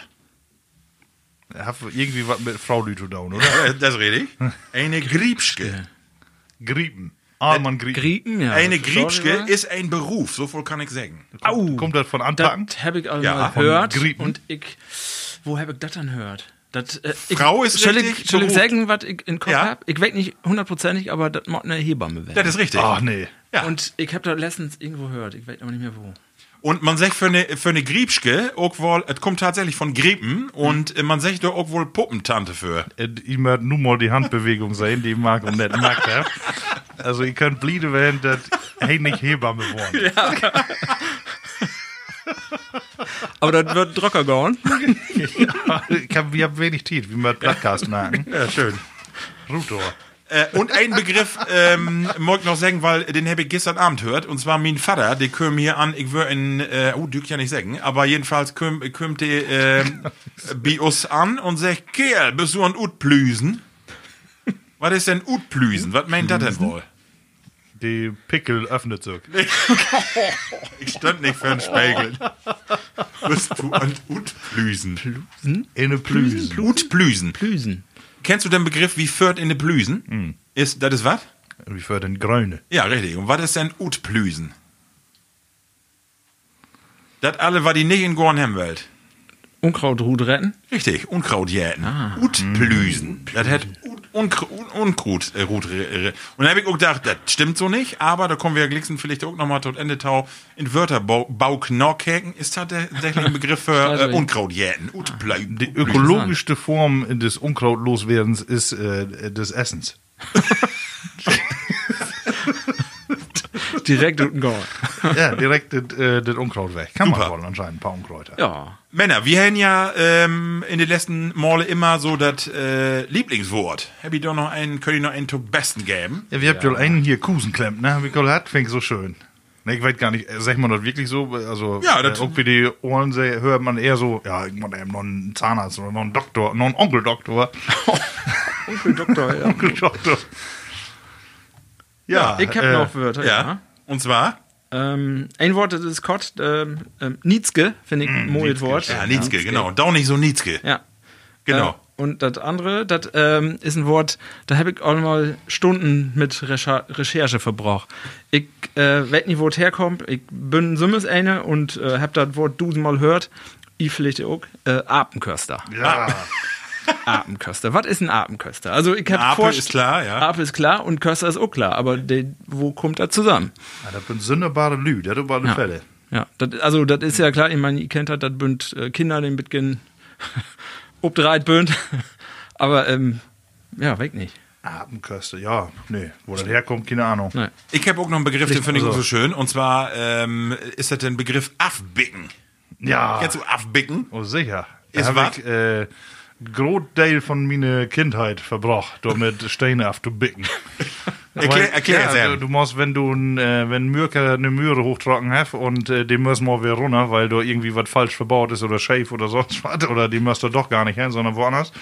Speaker 3: Hab irgendwie was mit Frau Lüto down, oder?
Speaker 2: Äh, Das rede ich. [LAUGHS] Eine Griebschke.
Speaker 3: [LAUGHS] Griepen. Arman Griepen.
Speaker 4: Griepen, ja.
Speaker 2: Eine
Speaker 4: das verstehe
Speaker 2: Griebschke
Speaker 4: ich mal.
Speaker 2: ist ein Beruf, so viel kann ich sagen.
Speaker 3: Au. Kommt das von Anpacken?
Speaker 4: Das habe ich also
Speaker 2: Ja,
Speaker 4: mal
Speaker 2: von
Speaker 4: gehört.
Speaker 3: Griepen.
Speaker 4: Und ich, wo habe ich das dann gehört? Das, äh, ich,
Speaker 2: Frau ist
Speaker 4: soll
Speaker 2: richtig
Speaker 4: Ich, soll ich
Speaker 2: beruht.
Speaker 4: sagen, was ich in Kopf
Speaker 2: Ja.
Speaker 4: habe? Ich weg nicht hundertprozentig, aber das macht eine Hebamme werden.
Speaker 2: Das ist richtig.
Speaker 3: Ach Ah, nee.
Speaker 2: ja. und,
Speaker 4: Und ich habe das letztens irgendwo gehört. Ich weiß aber nicht mehr wo.
Speaker 2: man sagt für eine, für eine Griebschke, auch wohl, es kommt tatsächlich von Griepen, und äh, man sagt da auch wohl Puppentante für.
Speaker 3: Äh, Ich möchte nur mal die Handbewegung sehen, die ich mag und nicht mag. Ja? Also ihr könnt blieben, wenn das hey, nicht Hebamme wollen.
Speaker 4: Aber das wird Drucker gehauen.
Speaker 3: Ich hab, ich hab wenig Tiet, wie man Podcast merken. Ja, schön. Rutor.
Speaker 2: Äh, und ein Begriff, ähm, mag ich noch sagen, weil den habe ich gestern Abend gehört. Und zwar mein Vater, der kam hier an, ich würde in, äh, oh, dürft ja nicht sagen, aber jedenfalls kam, kam der äh, bei uns an und sagt, Kerl, bist du ein Utplüsen? Was ist denn Utplüsen? Was meint das denn wohl?
Speaker 3: Die Pickel öffnet sich.
Speaker 2: Ich stand nicht für einen Spiegel. Bist du ein Utplüsen?
Speaker 3: In eine Plüsen.
Speaker 2: Utplüsen.
Speaker 4: Plüsen.
Speaker 2: Kennst du den Begriff wie Fört in de Plüsen? Ist, das ist was?
Speaker 3: Wie für den Grüne.
Speaker 2: Ja, richtig. Und was ist denn Utplüsen? Das alle war die nicht in Gornhemwelt.
Speaker 4: Unkrautrut retten.
Speaker 2: Richtig, Unkraut jäten. Utplüsen. Das hat Ut- Unkr- Un- Unkraut. Äh, Rut- äh, äh. und da habe ich auch gedacht, das stimmt so nicht, aber da kommen wir ja glicksen vielleicht auch nochmal tot Ende Tau. In Wörterbau Knorkhäken ist tatsächlich ein Begriff für äh,
Speaker 4: Tatsächlich.
Speaker 2: Unkraut jäten. Utplüsen.
Speaker 3: Die ökologischste Form des Unkrautloswerdens ist äh, des Essens.
Speaker 4: Direkt unten gehauen.
Speaker 3: Ja, direkt das, äh, das Unkraut weg. Kann
Speaker 2: Super.
Speaker 3: man wollen anscheinend, ein paar Unkräuter.
Speaker 4: Ja.
Speaker 2: Männer, wir haben ja ähm, in den letzten Male immer so das äh, Lieblingswort. Hab ich doch noch einen, könnte ich noch einen zum Besten geben?
Speaker 3: Ja, wir habt ja einen hier Kusenklemmt, ne? Wie Nicole hat, fängt so schön. Ne, ich weiß gar nicht, äh, sagt man das wirklich so? Also,
Speaker 2: Ja, das-
Speaker 3: äh, irgendwie die Ohren se- hört man eher so, ja, ich meine, eben noch einen Zahnarzt oder noch einen Doktor, noch einen Onkeldoktor.
Speaker 4: Onkel Doktor, ja.
Speaker 3: Onkeldoktor. Ja,
Speaker 4: [LAUGHS] Ich habe
Speaker 3: äh,
Speaker 4: noch Wörter, ja.
Speaker 2: Ja. Und zwar?
Speaker 4: Ähm, ein Wort, das ist Kott. Ähm, ähm, Nietzsche, finde ich ein moiges Wort.
Speaker 2: Ja, Nietzsche, genau. Doch nicht so Nietzsche.
Speaker 4: Ja.
Speaker 2: Genau.
Speaker 4: Äh, und das andere, das ähm, ist ein Wort, da habe ich auch noch mal Stunden mit Recher Recherche verbraucht. Ich äh, weiß nicht, wo es herkommt. Ich bin Summes eine und äh, habe das Wort dusenmal gehört. Ich vielleicht auch. Äh, [LAUGHS] Apenköster.
Speaker 3: Ja,
Speaker 4: Apenköster. Was ist ein Apenköster? Also ich
Speaker 2: Ape
Speaker 4: habe
Speaker 2: ist klar, ja.
Speaker 4: Ape ist klar und Köster ist auch klar. Aber de, wo kommt das zusammen?
Speaker 3: Ja, das sind sündbare Lü, das über alle
Speaker 4: Ja.
Speaker 3: Fälle.
Speaker 4: Ja, das, also das ist ja klar, ich meine, ihr kennt das, das bünd äh, Kinder den Bitgen [LAUGHS] obdreit bünd. [LAUGHS] Aber ähm, ja, weg nicht.
Speaker 3: Apenköste, ja, nee, wo das herkommt, keine Ahnung.
Speaker 4: Nein.
Speaker 2: Ich habe auch noch einen Begriff, den finde ich auch
Speaker 3: Also.
Speaker 2: so schön. Und zwar ähm, ist das der Begriff Affbicken.
Speaker 3: Ja,
Speaker 2: Kennst du Affbicken?
Speaker 3: oh sicher.
Speaker 2: Ist
Speaker 3: Da hab
Speaker 2: was?
Speaker 3: ich, äh, Großteil von meiner Kindheit verbracht, damit Steine aufzubicken.
Speaker 2: Erklär-
Speaker 3: Weil,
Speaker 2: erklär es,
Speaker 3: ja,
Speaker 2: Sam.
Speaker 3: du, du musst, wenn du n, äh, wenn Mürke eine Mühre hochtrocken hast und äh, die müssen mal wieder runter, weil da irgendwie was falsch verbaut ist oder schief oder sonst was, oder die musst du doch gar nicht haben, sondern woanders,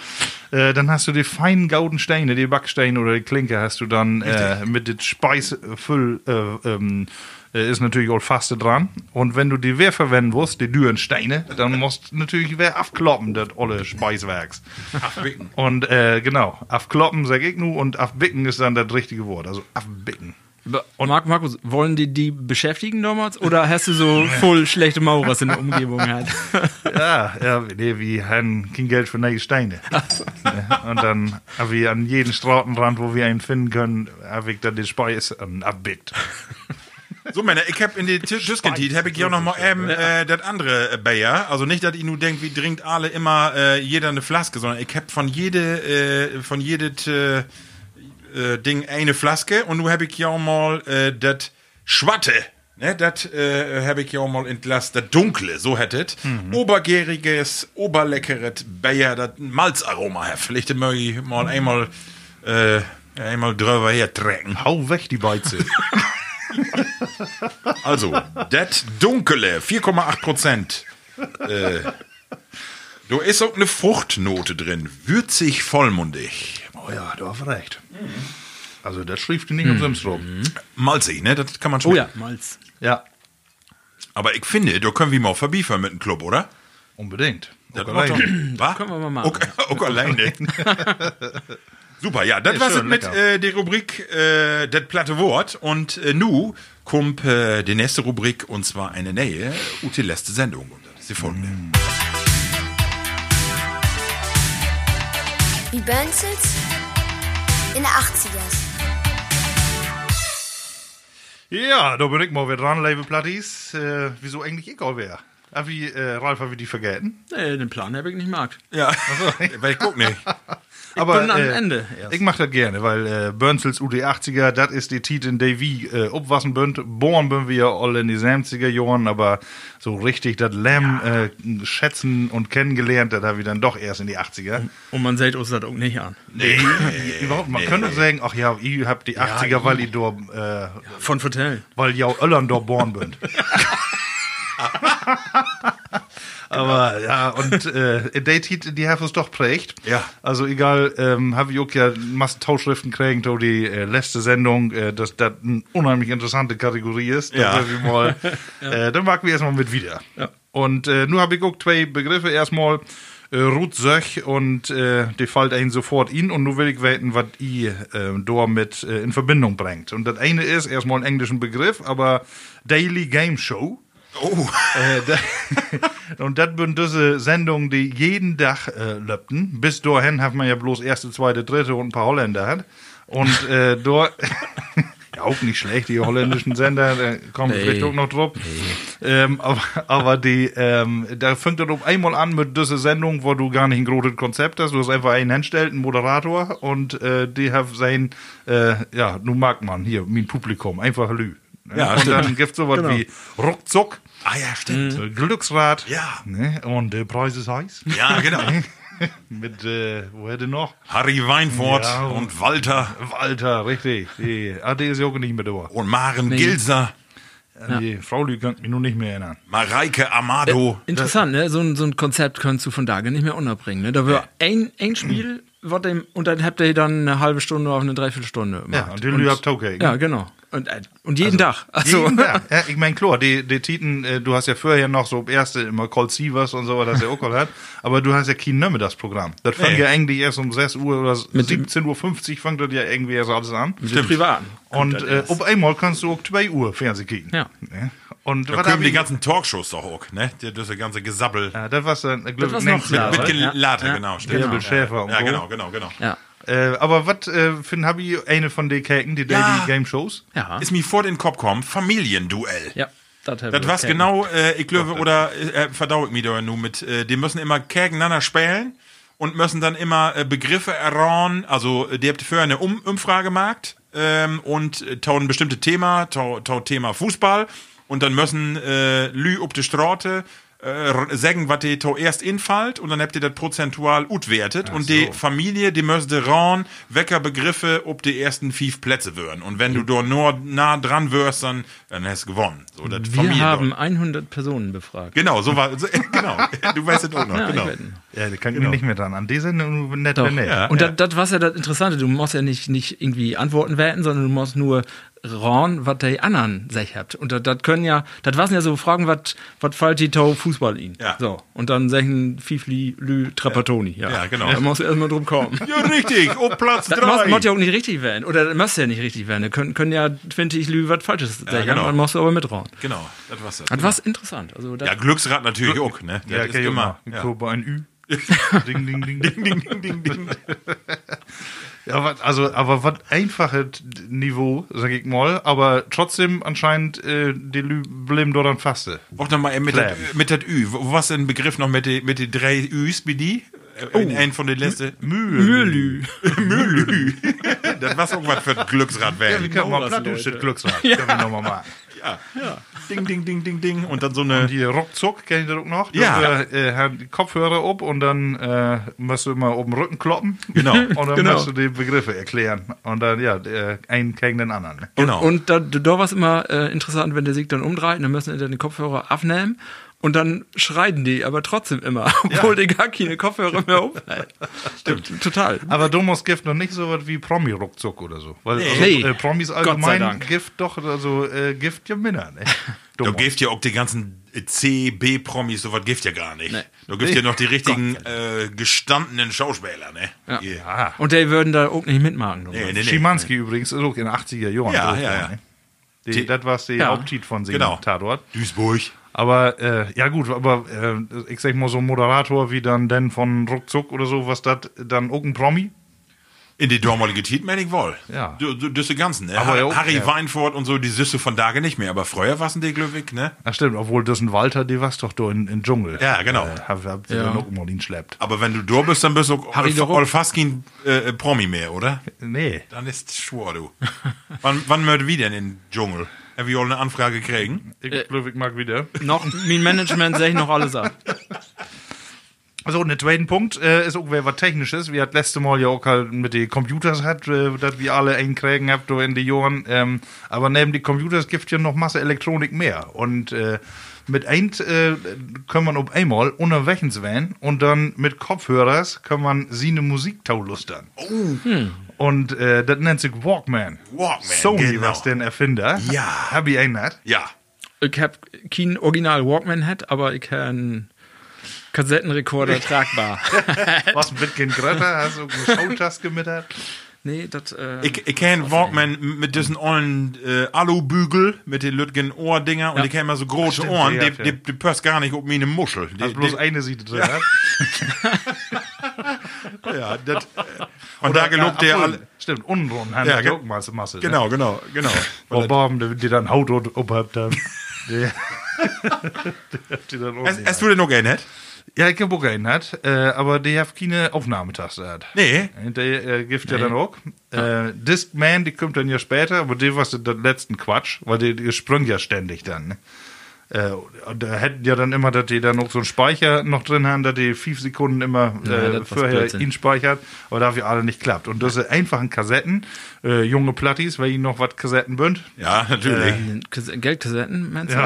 Speaker 3: äh, dann hast du die feinen gauden Steine, die Backsteine oder die Klinke hast du dann äh, mit dem Speisfüll äh, ähm, äh, ist natürlich auch Faste dran. Und wenn du die wer verwenden wirst, die düren Steine, dann musst natürlich wer abkloppen, das olle Speiswerks.
Speaker 2: Abbicken.
Speaker 3: Und äh, genau, afkloppen sag ich nur und afbicken ist dann das richtige Wort, also afbicken.
Speaker 4: Und Marc, Markus, wollen die die beschäftigen damals? Oder hast du [LAUGHS] so voll schlechte Maurers in der Umgebung [LAUGHS] halt?
Speaker 3: Ja, ja, nee, wir haben kein Geld für neue Steine. Ja, und dann haben wir an jedem Straßenrand, wo wir einen finden können, habe ich dann den Speis ähm, abbickt.
Speaker 2: So, Männer, ich hab in die Tischkentiet, hab ich hier auch noch mal eben äh, das andere äh, Bayer. Also nicht, dass ihr nur denkt, wie trinkt alle immer äh, jeder eine Flaske, sondern ich hab von jede, äh, von jedes äh, äh, Ding eine Flaske und nun hab ich hier auch mal äh, das Schwatte. Ne, das äh, hab ich ja auch mal entlasst, das Dunkle, so hättet. Obergäriges, oberleckeres Bayer, das Malzaroma, Herr. Vielleicht möge ich mal einmal, äh, einmal drüber herträgen.
Speaker 3: Hau Oh, weg die Beize.
Speaker 2: Also, das Dunkle, 4,8 Prozent. Äh, da ist auch eine Fruchtnote drin. Würzig, vollmundig.
Speaker 3: oh ja, du hast recht. Also das schrieb die nicht im Sims rum.
Speaker 2: Malzig, ne? Das kann man schon.
Speaker 4: Oh ja, Malz.
Speaker 3: Ja,
Speaker 2: Aber ich finde, da können wir mal verbiefern mit dem Club, oder?
Speaker 3: unbedingt.
Speaker 2: Das
Speaker 3: Auch
Speaker 2: macht doch-
Speaker 3: alleine. [CLEARS THROAT]
Speaker 2: Wa?
Speaker 4: können wir mal machen,
Speaker 2: Okay, [LAUGHS] auch
Speaker 3: [LAUGHS]
Speaker 2: alleine. Super, ja, das
Speaker 3: Ja,
Speaker 2: war's
Speaker 3: schön,
Speaker 2: mit
Speaker 3: lecker.
Speaker 2: äh, der Rubrik äh, Das platte Wort. Und äh, nu kommt äh, die nächste Rubrik, und zwar eine neue, Ute letzte Sendung. Und das ist die folgende.
Speaker 3: Mm.
Speaker 5: Wie Bönzels in der 80ers.
Speaker 3: Ja, da bin ich mal wieder dran, liebe Platties. Äh, wieso eigentlich egal wer? Ah, wie, äh, Ralf, hab ich die vergessen?
Speaker 4: Nee, den Plan habe ich nicht mag.
Speaker 2: Ja, [LAUGHS] weil ich guck nicht.
Speaker 3: Aber,
Speaker 4: bin am
Speaker 3: äh,
Speaker 4: Ende erst.
Speaker 3: Ich mach das gerne, weil äh, Börnsels UD80er, das ist die Titel, in der wir äh, obwassen bünd. Born bin wir ja alle in die 70er Jahren, aber so richtig das Lamm äh, schätzen und kennengelernt, das hab ich dann doch erst in die 80er.
Speaker 4: Und man sieht uns das auch nicht an.
Speaker 3: Nee, Äh, überhaupt, man könnte sagen, ach ja, ich hab die 80er, weil ich da, äh,
Speaker 4: Von Vertell.
Speaker 3: weil ja Öllern da born bin. Aber ja, und äh, die Titel, die haben uns doch prägt.
Speaker 2: Ja.
Speaker 3: Also egal, ähm, habe ich auch ja Massen Tauschschriften kriegen, da die äh, letzte Sendung, äh, dass das eine unheimlich interessante Kategorie ist.
Speaker 2: Ja.
Speaker 3: Da wir mal, äh, dann mag wir erstmal mit wieder. Und äh, nur habe ich auch zwei Begriffe erstmal. Äh, Rutsöch und äh, die fällt einen sofort in und nur will ich weten, was ihr äh, da mit äh, in Verbindung bringt. Und das eine ist erstmal einen englischen Begriff, aber Daily Game Show.
Speaker 2: Oh.
Speaker 3: Äh, da, und das sind diese Sendungen, die jeden Tag äh, löppten. Bis dahin hat man ja bloß erste, zweite, dritte und ein paar Holländer hat. Und
Speaker 2: [LAUGHS]
Speaker 3: äh, dort. [LAUGHS] ja, auch nicht schlecht, die holländischen Sender, da kommen
Speaker 4: Nee.
Speaker 3: vielleicht auch noch drauf. Ähm, aber, aber die, ähm, da fängt das um einmal an mit dieser Sendung, wo du gar nicht ein großes Konzept hast. Du hast einfach einen hinstellt, einen Moderator und äh, die haben sein, äh, ja, nun mag man hier, mein Publikum, einfach Lü. ne?
Speaker 2: Ja,
Speaker 3: und
Speaker 2: stimmt.
Speaker 3: dann gibt es sowas wie Ruckzuck.
Speaker 2: Ah ja, stimmt.
Speaker 3: So, Glücksrad.
Speaker 2: Ja.
Speaker 3: Ne? Und der Preis ist heiß. [LAUGHS]
Speaker 2: Ja, genau.
Speaker 3: Mit, äh, woher denn noch?
Speaker 2: Harry Weinfurt
Speaker 3: Ja.
Speaker 2: und Walter
Speaker 3: Walter, richtig. Die, ah, die ist ja auch nicht mehr da.
Speaker 2: und Maren Gilser,
Speaker 3: An Die Frau Lü kann ich mich nur nicht mehr erinnern.
Speaker 2: Mareike
Speaker 3: Oh,
Speaker 2: Amado.
Speaker 3: Äh,
Speaker 4: Interessant, ne? So ein, so ein Konzept könntest du von Tage nicht mehr unterbringen. Ne? Da war ein, ein Spiel, was dem, und dann habt ihr dann eine halbe Stunde auf eine Dreiviertelstunde gemacht.
Speaker 3: und die Lü habt auch gekriegt.
Speaker 4: Ja, genau. Und, äh, und jeden Tag. Also,
Speaker 3: Jeden
Speaker 4: [LAUGHS]
Speaker 3: Tag. Ja, ich meine, klar, die, die Titen, äh, du hast ja vorher noch so erste immer Colt Sievers und so, was das ja auch
Speaker 2: [LAUGHS]
Speaker 3: hat, aber du hast ja kein Name, das Programm. Das fängt
Speaker 2: Nee.
Speaker 3: ja eigentlich erst um 6 Uhr oder 17.50 Uhr fängt das ja irgendwie erst alles an.
Speaker 4: Stimmt. privaten.
Speaker 3: Und äh, ob einmal kannst du auch 2 Uhr Fernsehen kriegen.
Speaker 4: Ja.
Speaker 3: Ne? Und
Speaker 2: Da
Speaker 3: was hab
Speaker 2: kommen die
Speaker 3: ich-
Speaker 2: ganzen Talkshows doch auch, ne? Die- Das ganze Gesabbel.
Speaker 3: Ja, das war's dann, äh,
Speaker 4: Das
Speaker 3: glaub,
Speaker 4: war's
Speaker 3: nennt
Speaker 4: noch
Speaker 3: sich
Speaker 4: klar,
Speaker 3: das,
Speaker 2: Mit
Speaker 4: oder?
Speaker 2: Gel-
Speaker 4: Ja.
Speaker 2: Lade,
Speaker 4: Ja.
Speaker 2: genau, stimmt.
Speaker 3: Bärbel Schäfer und
Speaker 2: Ja,
Speaker 3: so.
Speaker 2: genau, genau, genau.
Speaker 4: Ja.
Speaker 3: Äh, aber was äh, finden habe ich eine von den Käken, die
Speaker 2: Ja.
Speaker 3: Daily Game Shows?
Speaker 4: Ja.
Speaker 2: Ist mir vor den Kopf gekommen, Familienduell.
Speaker 4: ja. Das, hab
Speaker 2: Das
Speaker 4: ich
Speaker 2: war's
Speaker 4: kennen.
Speaker 2: genau, äh, ich glaube, oder äh, verdau ich mich da nur mit, äh, die müssen immer gegeneinander spielen und müssen dann immer äh, Begriffe errauen, also äh, die habt für eine um Umfrage markt ähm, und äh, tau ein bestimmtes Thema, tau, tau Thema Fußball und dann müssen äh, Lü ob die Straße äh, sagen, was die zuerst infallt und dann habt ihr das prozentual utwertet und die Familie, die müsste ran, wecker Begriffe, ob die ersten fünf Plätze wären. Und wenn du da nur nah dran wirst, dann, dann hast du gewonnen. So, das
Speaker 4: Wir
Speaker 2: Familie-
Speaker 4: haben 100 Personen befragt.
Speaker 2: Genau, so war, so, [LAUGHS] genau. Du weißt es auch noch,
Speaker 4: Ja, ich
Speaker 2: genau.
Speaker 4: weiß nicht.
Speaker 3: Ja, da kann ich mich nicht mehr dran. An die sind nur nett,
Speaker 4: Doch.
Speaker 3: wenn nicht.
Speaker 2: Ja.
Speaker 4: Und das war ja das Interessante. Du musst ja nicht, nicht irgendwie Antworten werten, sondern du musst nur rauen, was die anderen sich habt. Und das können ja, das waren ja so Fragen, was fällt die Tau Fußball ihn.
Speaker 2: Ja.
Speaker 4: So. Und dann sagen Fifli, Lü, Trapattoni. Ja.
Speaker 2: Ja, genau.
Speaker 4: Da musst du erstmal
Speaker 2: [LAUGHS]
Speaker 4: drum kommen.
Speaker 2: Ja, richtig, auf Platz
Speaker 4: Das muss, muss
Speaker 2: drei.
Speaker 4: ja auch nicht richtig werden. Oder das muss ja nicht richtig werden. Da können, können ja 20 Lü was Falsches sagen.
Speaker 2: genau.
Speaker 4: Dann musst du aber mitrauen.
Speaker 2: Genau, das war's.
Speaker 4: Das war interessant. Also, das
Speaker 2: Ja, Glücksrad natürlich auch, ne?
Speaker 3: Ja,
Speaker 2: Das
Speaker 3: okay, immer. So bei ein Ü. ding, ding, ding, ding.
Speaker 2: Ding, ding, ding, ding.
Speaker 3: Ja, wat, also, aber was einfaches Niveau, sag ich mal, aber trotzdem anscheinend äh, die Lü blim dort an Faste.
Speaker 2: Auch nochmal mit
Speaker 3: Clam.
Speaker 2: dat mit dat Ü. Wo- Was ist ein Begriff noch mit den mit die drei Üs, wie die? Oh. Ein von den letzten.
Speaker 4: Mühlü.
Speaker 2: [LAUGHS] Mühlü. das war's auch was für ein Glücksrad
Speaker 3: Ja, wir
Speaker 2: werden. Oh.
Speaker 3: können mal
Speaker 4: das,
Speaker 3: plattdeutsch
Speaker 4: Leute.
Speaker 3: das Glücksrad. Ja. Können wir nochmal machen.
Speaker 2: Ja. Ding, ding, ding, ding, ding. Und dann so eine.
Speaker 3: Die ruckzuck, kennt ihr das auch noch?
Speaker 2: Ja.
Speaker 3: Da, äh, haben die Kopfhörer ob und dann äh, musst du immer auf den Rücken kloppen.
Speaker 2: Genau.
Speaker 3: [LAUGHS] Und dann
Speaker 4: Genau.
Speaker 3: musst du die Begriffe erklären. Und dann, ja, äh, einen gegen den anderen.
Speaker 2: Genau.
Speaker 4: Und da, da war es immer äh, interessant, wenn der Sieg dann umdreht, dann müssen die dann die Kopfhörer abnehmen und dann schreien die aber trotzdem immer, [LAUGHS] obwohl die gar keine Kopfhörer mehr umhalten.
Speaker 2: [LAUGHS]
Speaker 4: Stimmt. Total.
Speaker 3: Aber du musst Gift noch nicht so was wie Promi-Ruckzuck oder so. Weil also,
Speaker 4: Nee.
Speaker 3: äh, Promis
Speaker 4: Gott sei
Speaker 3: allgemein
Speaker 4: Dank.
Speaker 3: Gift doch, also äh, Gift ja Männer, ne?
Speaker 2: da
Speaker 3: Dumm.
Speaker 2: gibt ja auch die ganzen C, B-Promis, sowas gibt ja gar nicht. Da gibt ja noch die richtigen äh, gestandenen Schauspieler, ne?
Speaker 4: Ja.
Speaker 3: Ah.
Speaker 4: Und die würden da auch nicht mitmachen. du
Speaker 2: Nee,
Speaker 4: meinst.
Speaker 2: nee, nee.
Speaker 3: Schimanski übrigens, ist auch in den 80er Jahren.
Speaker 2: Ja,
Speaker 3: durch,
Speaker 2: ja, ja.
Speaker 3: ne? Die, das war der
Speaker 4: Ja.
Speaker 3: Haupttitel von Segen
Speaker 2: Genau.
Speaker 3: Tatort.
Speaker 2: Duisburg.
Speaker 3: Aber äh, ja gut, aber äh, ich sag mal so ein Moderator wie dann den von Ruckzuck oder so, was das dann auch ein Promi?
Speaker 2: In die damalige Zeit, meine ich wohl.
Speaker 3: Ja.
Speaker 2: Du, du, das die ganzen, ne?
Speaker 3: Aber
Speaker 2: Har-
Speaker 3: ja auch,
Speaker 2: Harry
Speaker 3: ja.
Speaker 2: Weinfurt und so, die siehst du von Tage nicht mehr. Aber früher war es ein Deglöwig, ne?
Speaker 3: Ach stimmt, obwohl das ein Walter, die war's doch da in, in Dschungel.
Speaker 2: Ja, genau.
Speaker 3: Äh, hab, hab ja.
Speaker 4: Ja.
Speaker 3: den auch mal hinschleppt.
Speaker 2: Aber wenn du da bist, dann bist du auch
Speaker 4: Harry
Speaker 2: Olf-
Speaker 4: Dorup.
Speaker 2: Olfaskin äh, Promi mehr,
Speaker 3: [LAUGHS]
Speaker 2: oder?
Speaker 3: Nee.
Speaker 2: Dann ist schwor, du. wann wann mörd wie denn in den Dschungel? Haben wir auch eine Anfrage kriegen?
Speaker 3: Ich, ich mag wieder.
Speaker 4: Noch, mein Management sehe ich noch alles ab.
Speaker 3: Also, und der zweite Punkt äh, ist irgendwer was Technisches. Wir hatten letzte Mal ja auch halt mit den Computers hat, äh, dass wir alle einkriegen habt in die Jahren. Ähm, aber neben die Computers gibt ja noch Masse Elektronik mehr. Und äh, mit ein äh, kann man ob einmal unterwegs werden und dann mit Kopfhörers kann man seine Musik taulustern.
Speaker 2: Oh.
Speaker 3: Und äh, das nennt sich Walkman.
Speaker 2: Walkman,
Speaker 3: Sony
Speaker 2: genau.
Speaker 3: was den Erfinder.
Speaker 2: Ja.
Speaker 3: Hab ich erinnert.
Speaker 2: Ja.
Speaker 4: Ich habe keinen original Walkman-Head, aber ich kann Kassettenrekorder tragbar.
Speaker 3: Was mit den Grötter? Hast du eine Showtaske mit? hat?
Speaker 4: nee, das. Äh,
Speaker 2: Ich, ich kenne Walkman mit diesen ollen äh, Alubügel, mit den lütgen Ohrdinger und
Speaker 4: Ja.
Speaker 2: ich kenne immer so große
Speaker 3: Stimmt,
Speaker 2: Ohren,
Speaker 3: ja,
Speaker 2: die,
Speaker 3: ja.
Speaker 2: die, die passt gar nicht um wie eine Muschel. Die,
Speaker 3: Hast
Speaker 2: [LAUGHS]
Speaker 3: bloß
Speaker 2: die,
Speaker 3: eine Seite drin. hat?
Speaker 2: ja,
Speaker 3: [LAUGHS]
Speaker 2: das, äh, und da gelobt der
Speaker 3: Obwohl,
Speaker 2: alle.
Speaker 3: Stimmt, unten haben
Speaker 2: Ja,
Speaker 3: ja,
Speaker 2: ge-
Speaker 3: auch Masse, Masse. Ne?
Speaker 2: Genau, genau, genau.
Speaker 3: [LAUGHS] Wo Baum, die, die dann Haut und
Speaker 2: [LAUGHS]
Speaker 3: obhabt haben. Die, [LAUGHS] die, die dann auch
Speaker 2: Hast,
Speaker 3: nicht
Speaker 2: hast du den auch erinnert?
Speaker 3: haben. ja, ich hab auch einen hat, äh, aber die hat keine Aufnahmetaste hat.
Speaker 2: Nee.
Speaker 3: Der äh, gibt ja dann auch. Äh, Discman, die kommt dann ja später, aber die war den letzten Quatsch, weil die, die sprung ja ständig dann. Ne? Äh, und da hätten ja dann immer, dass die dann noch so einen Speicher noch drin haben, dass die fünf Sekunden immer äh,
Speaker 4: das war
Speaker 3: vorher
Speaker 4: Blödsinn.
Speaker 3: ihn speichert, aber dafür alle nicht klappt. Und das sind einfachen Kassetten, äh, junge Plattis, weil ihnen noch was Kassetten bünd.
Speaker 2: Ja, natürlich.
Speaker 4: Kasse- Geldkassetten, meinst du?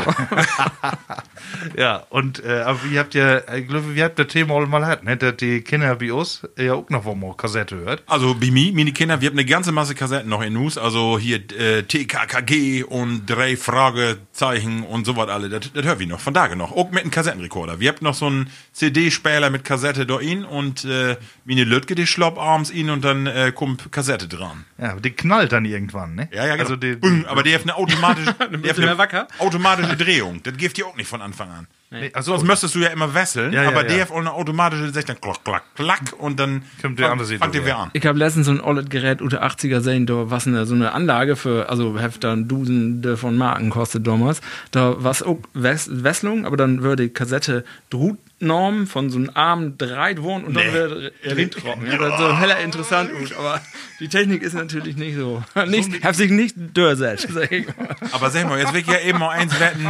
Speaker 3: Ja, und äh, aber ihr habt ja, ich glaube, wir habt das Thema auch mal hatten, ne? dass die Kinder bei uns ja auch noch mal Kassette hört.
Speaker 2: Also Bimi, meine Kinder, wir haben eine ganze Masse Kassetten noch in News, also hier äh, TKKG und drei Fragezeichen und sowas alle, das, das hören wir noch, von daher noch, auch mit einem Kassettenrekorder. Wir habt noch so einen CD-Spieler mit Kassette da in und äh, meine Lötke, die schlopp abends ihn und dann äh, kommt Kassette dran.
Speaker 3: Ja, aber die knallt dann irgendwann, ne? Also die,
Speaker 2: Bing, genau. aber der hat eine
Speaker 3: [LAUGHS]
Speaker 2: automatische, der hat
Speaker 4: bisschen mehr
Speaker 2: eine
Speaker 4: wacker.
Speaker 2: automatische Drehung, das gibt ihr auch nicht von Anfang an.
Speaker 3: nee,
Speaker 2: Sonst
Speaker 3: also,
Speaker 2: müsstest du ja immer wesseln,
Speaker 3: Ja, ja,
Speaker 2: aber
Speaker 3: ja.
Speaker 2: der hat auch eine automatische, sagt dann klack, klack, klack und dann
Speaker 3: Kommt der andere
Speaker 2: fangt
Speaker 3: Seite
Speaker 2: fangt ihr
Speaker 3: wieder.
Speaker 2: wieder an.
Speaker 4: Ich habe letztens so ein OLED-Gerät unter 80er sehen, da was eine, so eine Anlage für, also Hefter, und Dusende oh, von Marken kostet damals. Da was auch Wes Wesslung, aber dann würde die Kassette drut Norm von so einem armen Dreidwurm und dann
Speaker 2: Nee.
Speaker 4: wird
Speaker 2: [LAUGHS]
Speaker 4: er lindtrocken. Ja, das so heller interessant aus, aber die Technik ist natürlich nicht so. [LAUGHS] Nicht, hab sich nicht dörset, sag ich mal. [LAUGHS]
Speaker 2: Aber sag mal, jetzt will ich ja eben mal eins wetten.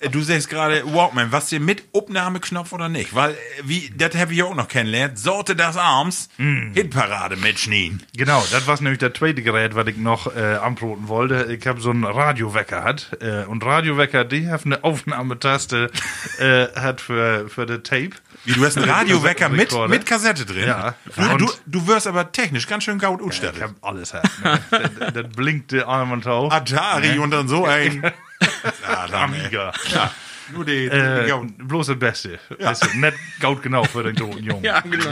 Speaker 2: Äh, Du sagst gerade, Walkman, was dir mit Obnahmeknopf oder nicht? Weil, äh, wie, das habe ich auch noch kennengelernt. Sorte das Arms, Hitparade mit Schnien.
Speaker 3: Genau, das war nämlich das zweite Gerät, was ich noch äh, anproten wollte. Ich habe so einen Radiowecker hat äh, und Radiowecker, die hat eine Aufnahmetaste äh, hat für für das Tape.
Speaker 2: Wie, du hast einen Radiowecker mit,
Speaker 3: Rekorder.
Speaker 2: mit Kassette drin.
Speaker 3: Ja.
Speaker 2: Du,
Speaker 3: Und-
Speaker 2: du, du wirst aber technisch ganz schön gaut
Speaker 3: Ich
Speaker 2: ausgestattet.
Speaker 3: habe alles hat. Ne? das, das blinkte Arm und Tau.
Speaker 2: Atari und dann so [LAUGHS] ein. Ja, dann, ey.
Speaker 3: Amiga.
Speaker 2: Klar. Nur die, die
Speaker 3: Äh,
Speaker 2: Gaut.
Speaker 3: bloß das Beste. Weißt du, nicht gaut genau für den toten Jungen.
Speaker 4: Ja, genau.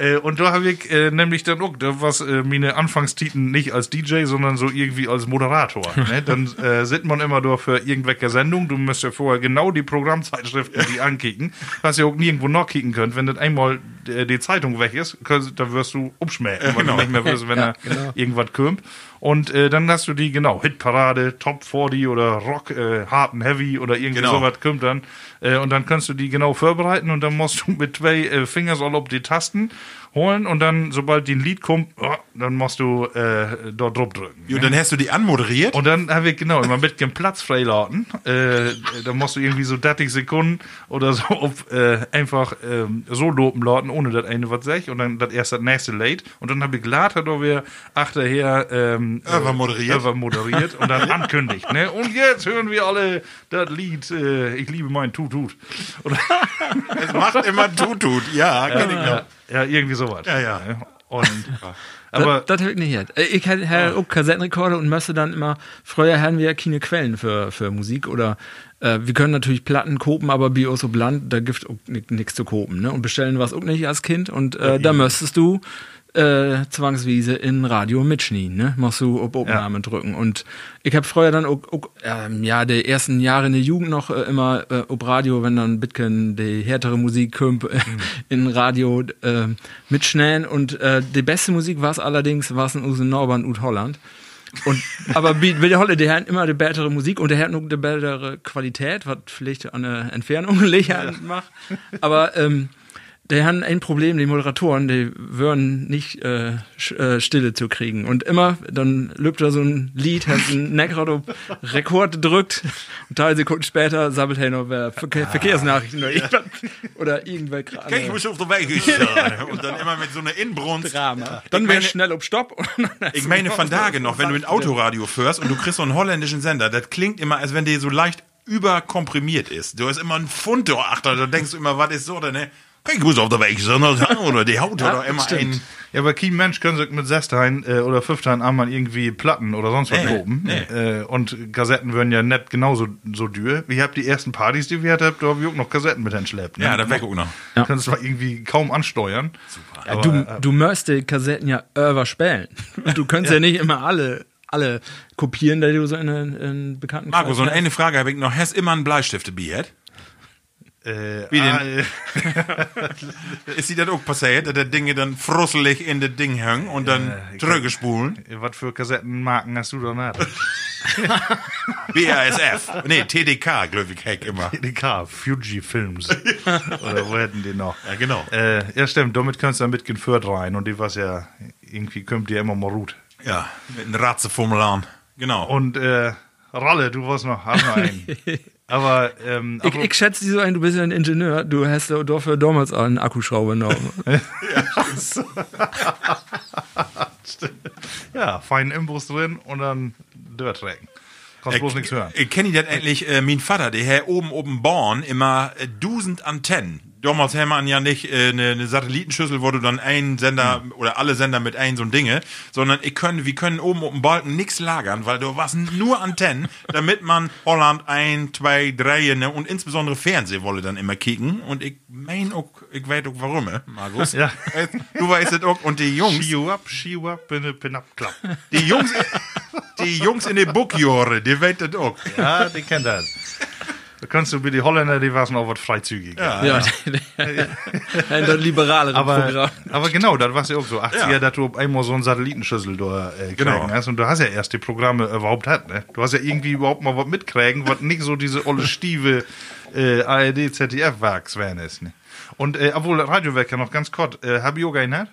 Speaker 3: Äh, und da habe ich äh, nämlich dann auch, da was äh, meine Anfangstiten nicht als DJ, sondern so irgendwie als Moderator. Ne? Dann äh, sitzt man immer da für irgendwelche Sendung. Du müsst ja vorher genau die Programmzeitschriften die ankicken, was ihr auch nirgendwo noch kicken könnt. Wenn das einmal äh, die Zeitung weg ist, könnt, dann wirst du umschmähen, weil du nicht mehr wirst, wenn da irgendwas kommt. Und äh, dann hast du die, genau, Hitparade, Top 40 oder Rock, äh, Hard and Heavy oder irgendwie
Speaker 2: Genau.
Speaker 3: sowas kommt dann. Äh, und dann kannst du die genau vorbereiten und dann musst du [LAUGHS] mit zwei äh, Fingers all ob die Tasten holen und dann, sobald die ein Lied kommt, oh, dann musst du äh, dort drauf drücken.
Speaker 2: Und dann hast du die anmoderiert.
Speaker 3: Und dann habe ich genau immer mit dem Platz freiladen. Äh, da musst du irgendwie so 30 Sekunden oder so [LAUGHS] auf, äh, einfach ähm, so lopen lauten, ohne das eine was sag ich. Und dann das erst das nächste late. Und dann habe ich geladen, da wir achterher ähm, äh,
Speaker 2: Übermoderiert.
Speaker 3: übermoderiert und dann ankündigt. Ne? Und jetzt hören wir alle das Lied äh, Ich liebe meinen Tut Tut. Oder,
Speaker 2: Es macht immer Tutut. Ja, kenn ich noch.
Speaker 3: ja, irgendwie sowas.
Speaker 2: Ja, [LAUGHS] ja.
Speaker 3: Und, aber
Speaker 4: das, das hab ich nicht gehört. Äh, Ich hätte halt auch Kassettenrekorder und müsste dann immer, früher hatten wir ja keine Quellen für, für Musik oder äh, wir können natürlich Platten kopen, aber bei uns auf Land, da gibt es nichts zu kopen. Ne? Und bestellen was auch nicht als Kind und äh, da müsstest du äh, zwangsweise in Radio mitschnien, ne? Machst du auf Aufnahme drücken. Und ich habe früher dann auch, auch ähm, ja, die ersten Jahre in der Jugend noch äh, immer äh, ob Radio, wenn dann Bitcoin die härtere Musik kommt, äh, in Radio äh, mitschnellen. Und äh, die beste Musik war es allerdings, war es in Usen Norbert und Ut Holland. Und, aber wie Willy Holle, der hat immer die bessere Musik und der hat noch die bessere Qualität, was vielleicht an der Entfernung [LAUGHS] licher macht. Aber ähm, der haben ein Problem, die Moderatoren, die würden nicht äh, sch- äh, Stille zu kriegen. Und immer, dann löbt er so ein Lied, hat einen neckrado rekord gedrückt und drei Sekunden später sabbelt er noch wer Verke Verkehrsnachrichten oder, irgendwas. oder irgendwelche
Speaker 2: Kenn Ah, ich
Speaker 4: andere
Speaker 2: mich auf der Weg. Ja, Und dann immer mit so einer Inbrunst.
Speaker 4: Drama.
Speaker 2: Ich
Speaker 4: Dann
Speaker 2: meine-
Speaker 4: wäre schnell auf Stopp. [LAUGHS] Und dann
Speaker 2: Ich meine von Tage noch, wenn du in Autoradio fährst und du kriegst so einen holländischen Sender, das klingt immer, als wenn der so leicht überkomprimiert ist. Du hast immer einen Pfund da achter, da denkst du immer, was ist so denn? ne? Ich muss auf der Weg, sondern oder die Haut oder immer
Speaker 4: stimmt.
Speaker 2: einen.
Speaker 3: Ja, aber kein Mensch kann sich mit Sestein äh, oder Fünftein einmal irgendwie Platten oder sonst was
Speaker 2: Nee,
Speaker 3: proben.
Speaker 2: nee.
Speaker 3: Äh, und Kassetten würden ja nicht genauso so dür. Ich hab die ersten Partys, die wir hatten, da hab ich auch noch Kassetten mit entschleppt. Ne?
Speaker 2: Ja, da weg auch noch.
Speaker 3: Ja. Kannst du irgendwie kaum ansteuern. Super.
Speaker 4: Ja, Äh, du,
Speaker 2: äh,
Speaker 4: du möchtest die Kassetten ja
Speaker 2: [LAUGHS]
Speaker 4: überspielen. Du könntest ja. nicht immer alle, alle kopieren, da du so in einen bekannten
Speaker 2: Marco, so
Speaker 4: Kreis
Speaker 2: eine Frage habe ich noch. Hast immer einen Bleistift dabei? hat?
Speaker 3: Äh,
Speaker 2: Wie
Speaker 3: ah,
Speaker 2: denn?
Speaker 3: äh,
Speaker 2: Ist dir das auch passiert, dass der Dinge dann frusselig in das Ding hängen und dann zurückspulen?
Speaker 3: was für Kassettenmarken hast du da nicht?
Speaker 2: BASF. Nee, TDK, glaube ich, heck immer.
Speaker 3: DK, Fuji Films. [LAUGHS] Oder wo hätten die noch?
Speaker 2: Ja, genau.
Speaker 3: Äh, ja, stimmt, damit kannst du dann mitgehen Fürth rein und die was ja, irgendwie kommt dir immer mal Rut.
Speaker 2: Ja, mit einem Ratzeformular. Genau.
Speaker 3: Und äh, Ralle, du warst noch, hast noch einen. Aber ähm, [LAUGHS]
Speaker 4: Ich, ich schätze dich so ein, du bist ja ein Ingenieur, du hast ja dafür damals einen
Speaker 2: [LAUGHS]
Speaker 4: Akkuschrauber genommen.
Speaker 3: Ja, feinen Imbus drin und dann Dirt tracken. Kannst bloß nichts hören.
Speaker 2: Ich kenne das endlich, äh, mein Vater, der Herr oben, oben Born, immer äh, dusend Antennen. Damals hätte man ja nicht äh, eine, eine Satellitenschüssel, wo du dann einen Sender
Speaker 3: Hm.
Speaker 2: oder alle Sender mit ein so ein Dinge, sondern ich können, wir können oben oben Balken nichts lagern, weil du warst nur Antennen,
Speaker 3: [LAUGHS]
Speaker 2: damit man Holland ein, zwei, drei ne, und insbesondere Fernseh wolle dann immer kicken. Und ich mein auch, ich weiß auch warum, äh, Markus.
Speaker 3: Ja.
Speaker 2: Du weißt es auch. Und die Jungs,
Speaker 3: Shiu up, shiu up, bin pin up, klapp.
Speaker 2: die Jungs, die Jungs in den Bookjore, die weiß das auch.
Speaker 3: Ja, die kennt das. Da kannst du wie die Holländer, die waren auch was
Speaker 2: [LAUGHS]
Speaker 3: freizügiger.
Speaker 4: ja, ein doch liberaleres Programm.
Speaker 3: Aber, aber genau, das war ja auch so. 80er,
Speaker 2: Ja.
Speaker 3: dass du auf einmal so einen Satellitenschüssel da äh,
Speaker 2: Genau.
Speaker 3: kriegen hast. Und du hast ja erst die ne? Programme überhaupt hat. Ne? Du hast ja irgendwie überhaupt mal was mitkriegen, was nicht so diese olle Stieve äh, ARD, ZDF wachs wären es. Ne? Und äh, obwohl Radiowerker noch ganz kurz, äh, hab ich auch gehört?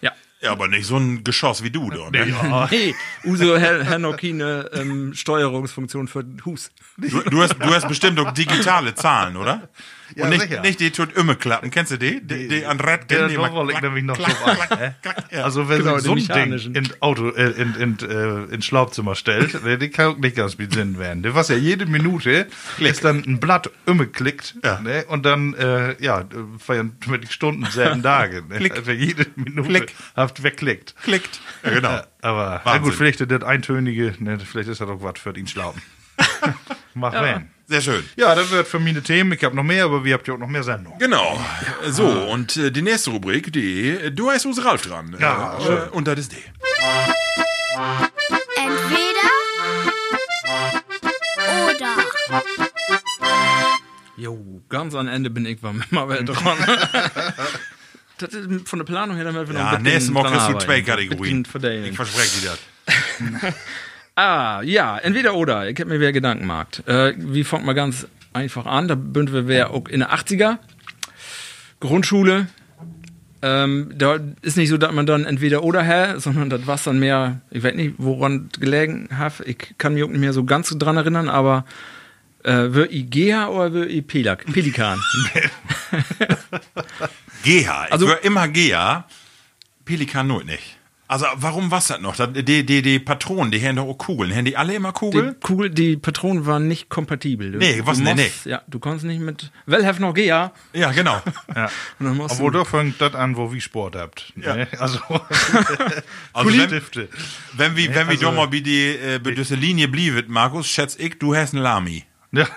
Speaker 4: Ja.
Speaker 2: Ja, aber nicht so ein Geschoss wie du, doch, ne?
Speaker 4: Hey, Uso Her- Hernokine ähm, Steuerungsfunktion für Hus.
Speaker 2: Du, du, hast, du hast bestimmt auch digitale Zahlen, oder?
Speaker 3: Ja,
Speaker 2: Und nicht,
Speaker 3: sicher.
Speaker 2: nicht die tut immer klappen. Kennst du die? Die, die an Red
Speaker 3: Ja,
Speaker 2: die
Speaker 3: da
Speaker 2: macht
Speaker 3: wollte ich
Speaker 2: klack,
Speaker 3: nämlich noch
Speaker 2: klack,
Speaker 3: drauf an,
Speaker 2: klack, klack, ja.
Speaker 3: Also wenn
Speaker 4: Genau,
Speaker 3: sie so
Speaker 4: die
Speaker 3: ein Ding
Speaker 4: mechanischen.
Speaker 3: in Auto, äh, in, in, äh, ins Schlaubzimmer [LAUGHS] stellt, äh, die kann auch nicht ganz mit Sinn werden. Die, Was ja jede Minute ist dann ein Blatt umgeklickt
Speaker 2: Ja.
Speaker 3: ne? und dann äh, ja, äh, feiern mit Stunden selben Tage. Ne?
Speaker 2: Klick.
Speaker 3: Also jede Minute
Speaker 2: Klick.
Speaker 3: habt wegklickt.
Speaker 2: klickt. Ja, genau.
Speaker 3: Aber na
Speaker 2: Wahnsinn.
Speaker 3: gut, vielleicht das Eintönige, ne? vielleicht ist das auch was für den [LAUGHS] Schlauben. Mach rein.
Speaker 2: Sehr schön.
Speaker 3: Ja, das wird für meine Themen. Ich habe noch mehr, aber wir habt ja auch noch mehr Sendungen.
Speaker 2: Genau. So, und äh, die nächste Rubrik, die äh, Du heißt uns Ralf dran.
Speaker 3: Ja,
Speaker 2: äh,
Speaker 3: schön.
Speaker 2: äh, und das ist die.
Speaker 5: Entweder oder.
Speaker 4: Jo, ganz am Ende bin ich beim
Speaker 2: [LAUGHS]
Speaker 4: Marvel dran. das ist von der Planung her, dann werden wir noch
Speaker 2: Ja,
Speaker 4: ein bisschen
Speaker 2: nächstes Mal
Speaker 4: dran
Speaker 2: kriegst du
Speaker 4: arbeiten.
Speaker 2: zwei Kategorien.
Speaker 4: Bisschen verteilen.
Speaker 2: Ich verspreche dir das.
Speaker 4: Ah, ja, entweder oder. Ich hab mir wieder Gedanken gemacht. Äh, wie fangt man ganz einfach an? Da bünden wir wer auch in der 80er. Grundschule. Ähm, da ist nicht so, dass man dann entweder oder her, sondern das war dann mehr, ich weiß nicht, woran das gelegen hat. Ich kann mich auch nicht mehr so ganz dran erinnern, aber äh, wird Igea oder wird I Pelak?
Speaker 2: [LAUGHS]
Speaker 4: Pelikan?
Speaker 2: Gea.
Speaker 4: Also-
Speaker 2: ich höre immer Gea. Pelikan nur nicht. Also, warum was das noch? Das- Die, die, die Patronen, die haben doch auch Kugeln. Haben die alle immer
Speaker 4: die
Speaker 2: Kugeln?
Speaker 4: Kugel, die Patronen waren nicht kompatibel. Du,
Speaker 2: Nee, was-
Speaker 4: du
Speaker 2: nee,
Speaker 4: musst- Ja, du konntest nicht mit, well have noch Gea.
Speaker 2: Ja, genau.
Speaker 3: Ja.
Speaker 4: Und dann musst
Speaker 3: Obwohl
Speaker 4: du-
Speaker 3: da fängt das an, wo wir Sport habt. Ne? [LAUGHS] Also,
Speaker 2: Also wenn,
Speaker 3: Stifte.
Speaker 2: wenn wir, wenn wir
Speaker 3: also-
Speaker 2: doch mal wie die, äh, bei dieser Linie bliebet, Markus, schätz ich, du hast ein Lami.
Speaker 3: Ja.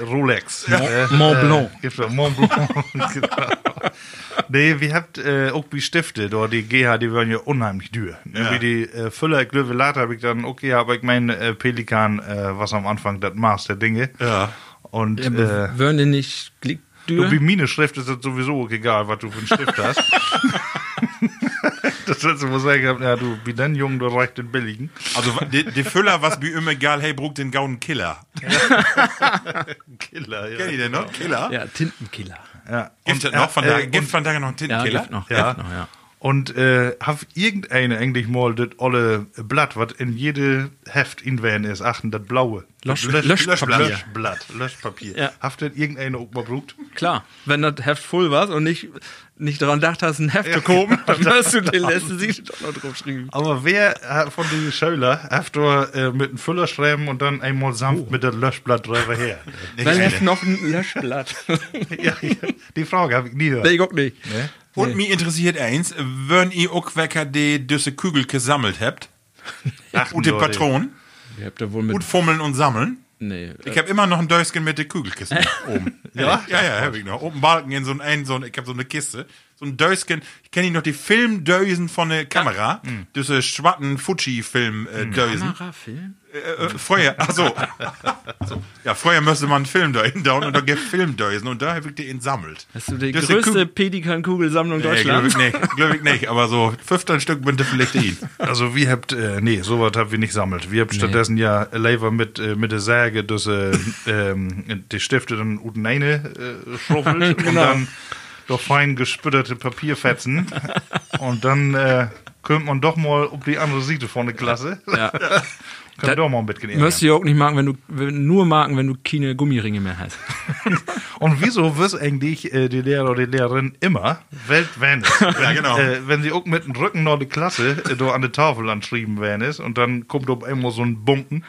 Speaker 3: Rolex. ne?
Speaker 4: Mont Blanc.
Speaker 3: Äh, gibt's ja Mont Blanc. [LAUGHS] genau. Nee, wir habt äh, auch wie Stifte, da, die GH, die werden ja unheimlich dürr. Ne?
Speaker 2: Ja.
Speaker 3: Wie die äh, Füller, Glöwe, Later habe ich dann, okay, aber ich mein äh, Pelikan, äh, was am Anfang das Maß der Dinge.
Speaker 2: Ja.
Speaker 3: Und
Speaker 4: Ja,
Speaker 3: äh,
Speaker 4: aber würden die nicht liegt
Speaker 3: Du,
Speaker 4: Dür?
Speaker 3: wie meine Schrift ist das sowieso egal, was du für einen Stift hast. [LAUGHS] das letzte Mal sagen gehabt, ja, du, wie dein Junge, du reicht den billigen.
Speaker 2: Also die, die Füller, was wie immer egal, hey, bruch den gauen Killer.
Speaker 3: Killer, genau. ja.
Speaker 2: Kennt ihr den noch? Killer?
Speaker 4: Ja, Tintenkiller.
Speaker 3: Ja.
Speaker 2: Gibt
Speaker 3: Und,
Speaker 2: es noch von der,
Speaker 3: äh,
Speaker 2: gibt
Speaker 3: und,
Speaker 2: von der noch einen
Speaker 4: Ja,
Speaker 2: Tintenkiller?
Speaker 4: gibt noch,
Speaker 3: ja.
Speaker 4: gibt noch, ja.
Speaker 3: Und äh, hab irgendeine eigentlich mal das olle Blatt, was in jede Heft in Van ist, achten, das blaue.
Speaker 4: Lösch-
Speaker 3: Das
Speaker 4: Löschpapier.
Speaker 3: Löschblatt, Löschpapier.
Speaker 4: Ja.
Speaker 3: Habt ihr irgendeine auch mal brucht?
Speaker 4: Klar, wenn das Heft voll war und nicht, nicht daran gedacht hast, ein Heft zu [LAUGHS] kommen, dann hast du den letzten Sieg doch noch drauf geschrieben.
Speaker 3: Aber wer äh, von den Schöler habt ihr äh, mit einem Füller schreiben und dann einmal sanft
Speaker 4: Oh.
Speaker 3: mit dem Löschblatt drüber her?
Speaker 2: Nicht
Speaker 4: Weil
Speaker 2: eine.
Speaker 4: Heft noch ein Löschblatt.
Speaker 3: [LAUGHS]
Speaker 4: [LAUGHS]
Speaker 3: ja, ja, die Frage habe ich nie gehört.
Speaker 4: nee, guck nicht.
Speaker 2: Und mich interessiert eins, wenn ihr auch Wecker die düsse Kügel gesammelt habt,
Speaker 3: Achten
Speaker 2: gute
Speaker 3: Leute.
Speaker 2: Patronen,
Speaker 4: Ihr habt da wohl mit.
Speaker 2: gut fummeln und sammeln.
Speaker 4: nee.
Speaker 2: Ich habe immer noch ein Döschen mit der Kügelkiste
Speaker 4: [LAUGHS]
Speaker 2: oben.
Speaker 3: Ja?
Speaker 2: Ja, ja, habe ich noch. Oben Balken in so ein, ein so ein, ich habe so eine Kiste. So ein Döschen. Ich kenne noch die Filmdösen von der Kamera.
Speaker 4: Mhm.
Speaker 2: Diese schwatten Fuji-Film-Dösen.
Speaker 4: Kamerafilm?
Speaker 2: Äh, äh, Feuer,
Speaker 4: [LAUGHS]
Speaker 2: achso. ja, Feuer müsste man einen Film da hindauen und da gibt Filmdösen und da habe ich die entsammelt.
Speaker 4: Hast du die
Speaker 2: Das ist
Speaker 4: größte
Speaker 2: Kugel-
Speaker 4: Pelikan-Kugelsammlung
Speaker 2: Nee, glaub
Speaker 4: Deutschlands?
Speaker 2: ich nicht, glaub ich nicht, aber so 15 Stück bin ich vielleicht ihn.
Speaker 3: Also wir habt, äh, nee, sowas habt wir nicht sammelt. Wir habt stattdessen ja Lever mit, äh, mit der Säge, dass äh, ähm, die Stifte dann unten eine äh, schruffelt und dann doch fein gespütterte Papierfetzen. und dann äh, könnte man doch mal um die andere Seite vorne Klasse.
Speaker 4: Ja.
Speaker 3: Kann doch mal mitgehen.
Speaker 4: Müsst ihr auch nicht machen, wenn du wenn, nur machen, wenn du keine Gummiringe mehr hast.
Speaker 3: Und wieso wirst eigentlich äh, die Lehrer oder die Lehrerin immer Weltvan
Speaker 2: [LAUGHS]
Speaker 3: ist?
Speaker 2: Ja, genau.
Speaker 3: Äh, wenn sie auch mit dem Rücken noch die Klasse äh, do an der Tafel anschrieben werden ist und dann kommt ob einmal so
Speaker 2: [LAUGHS]
Speaker 3: ein Bunken.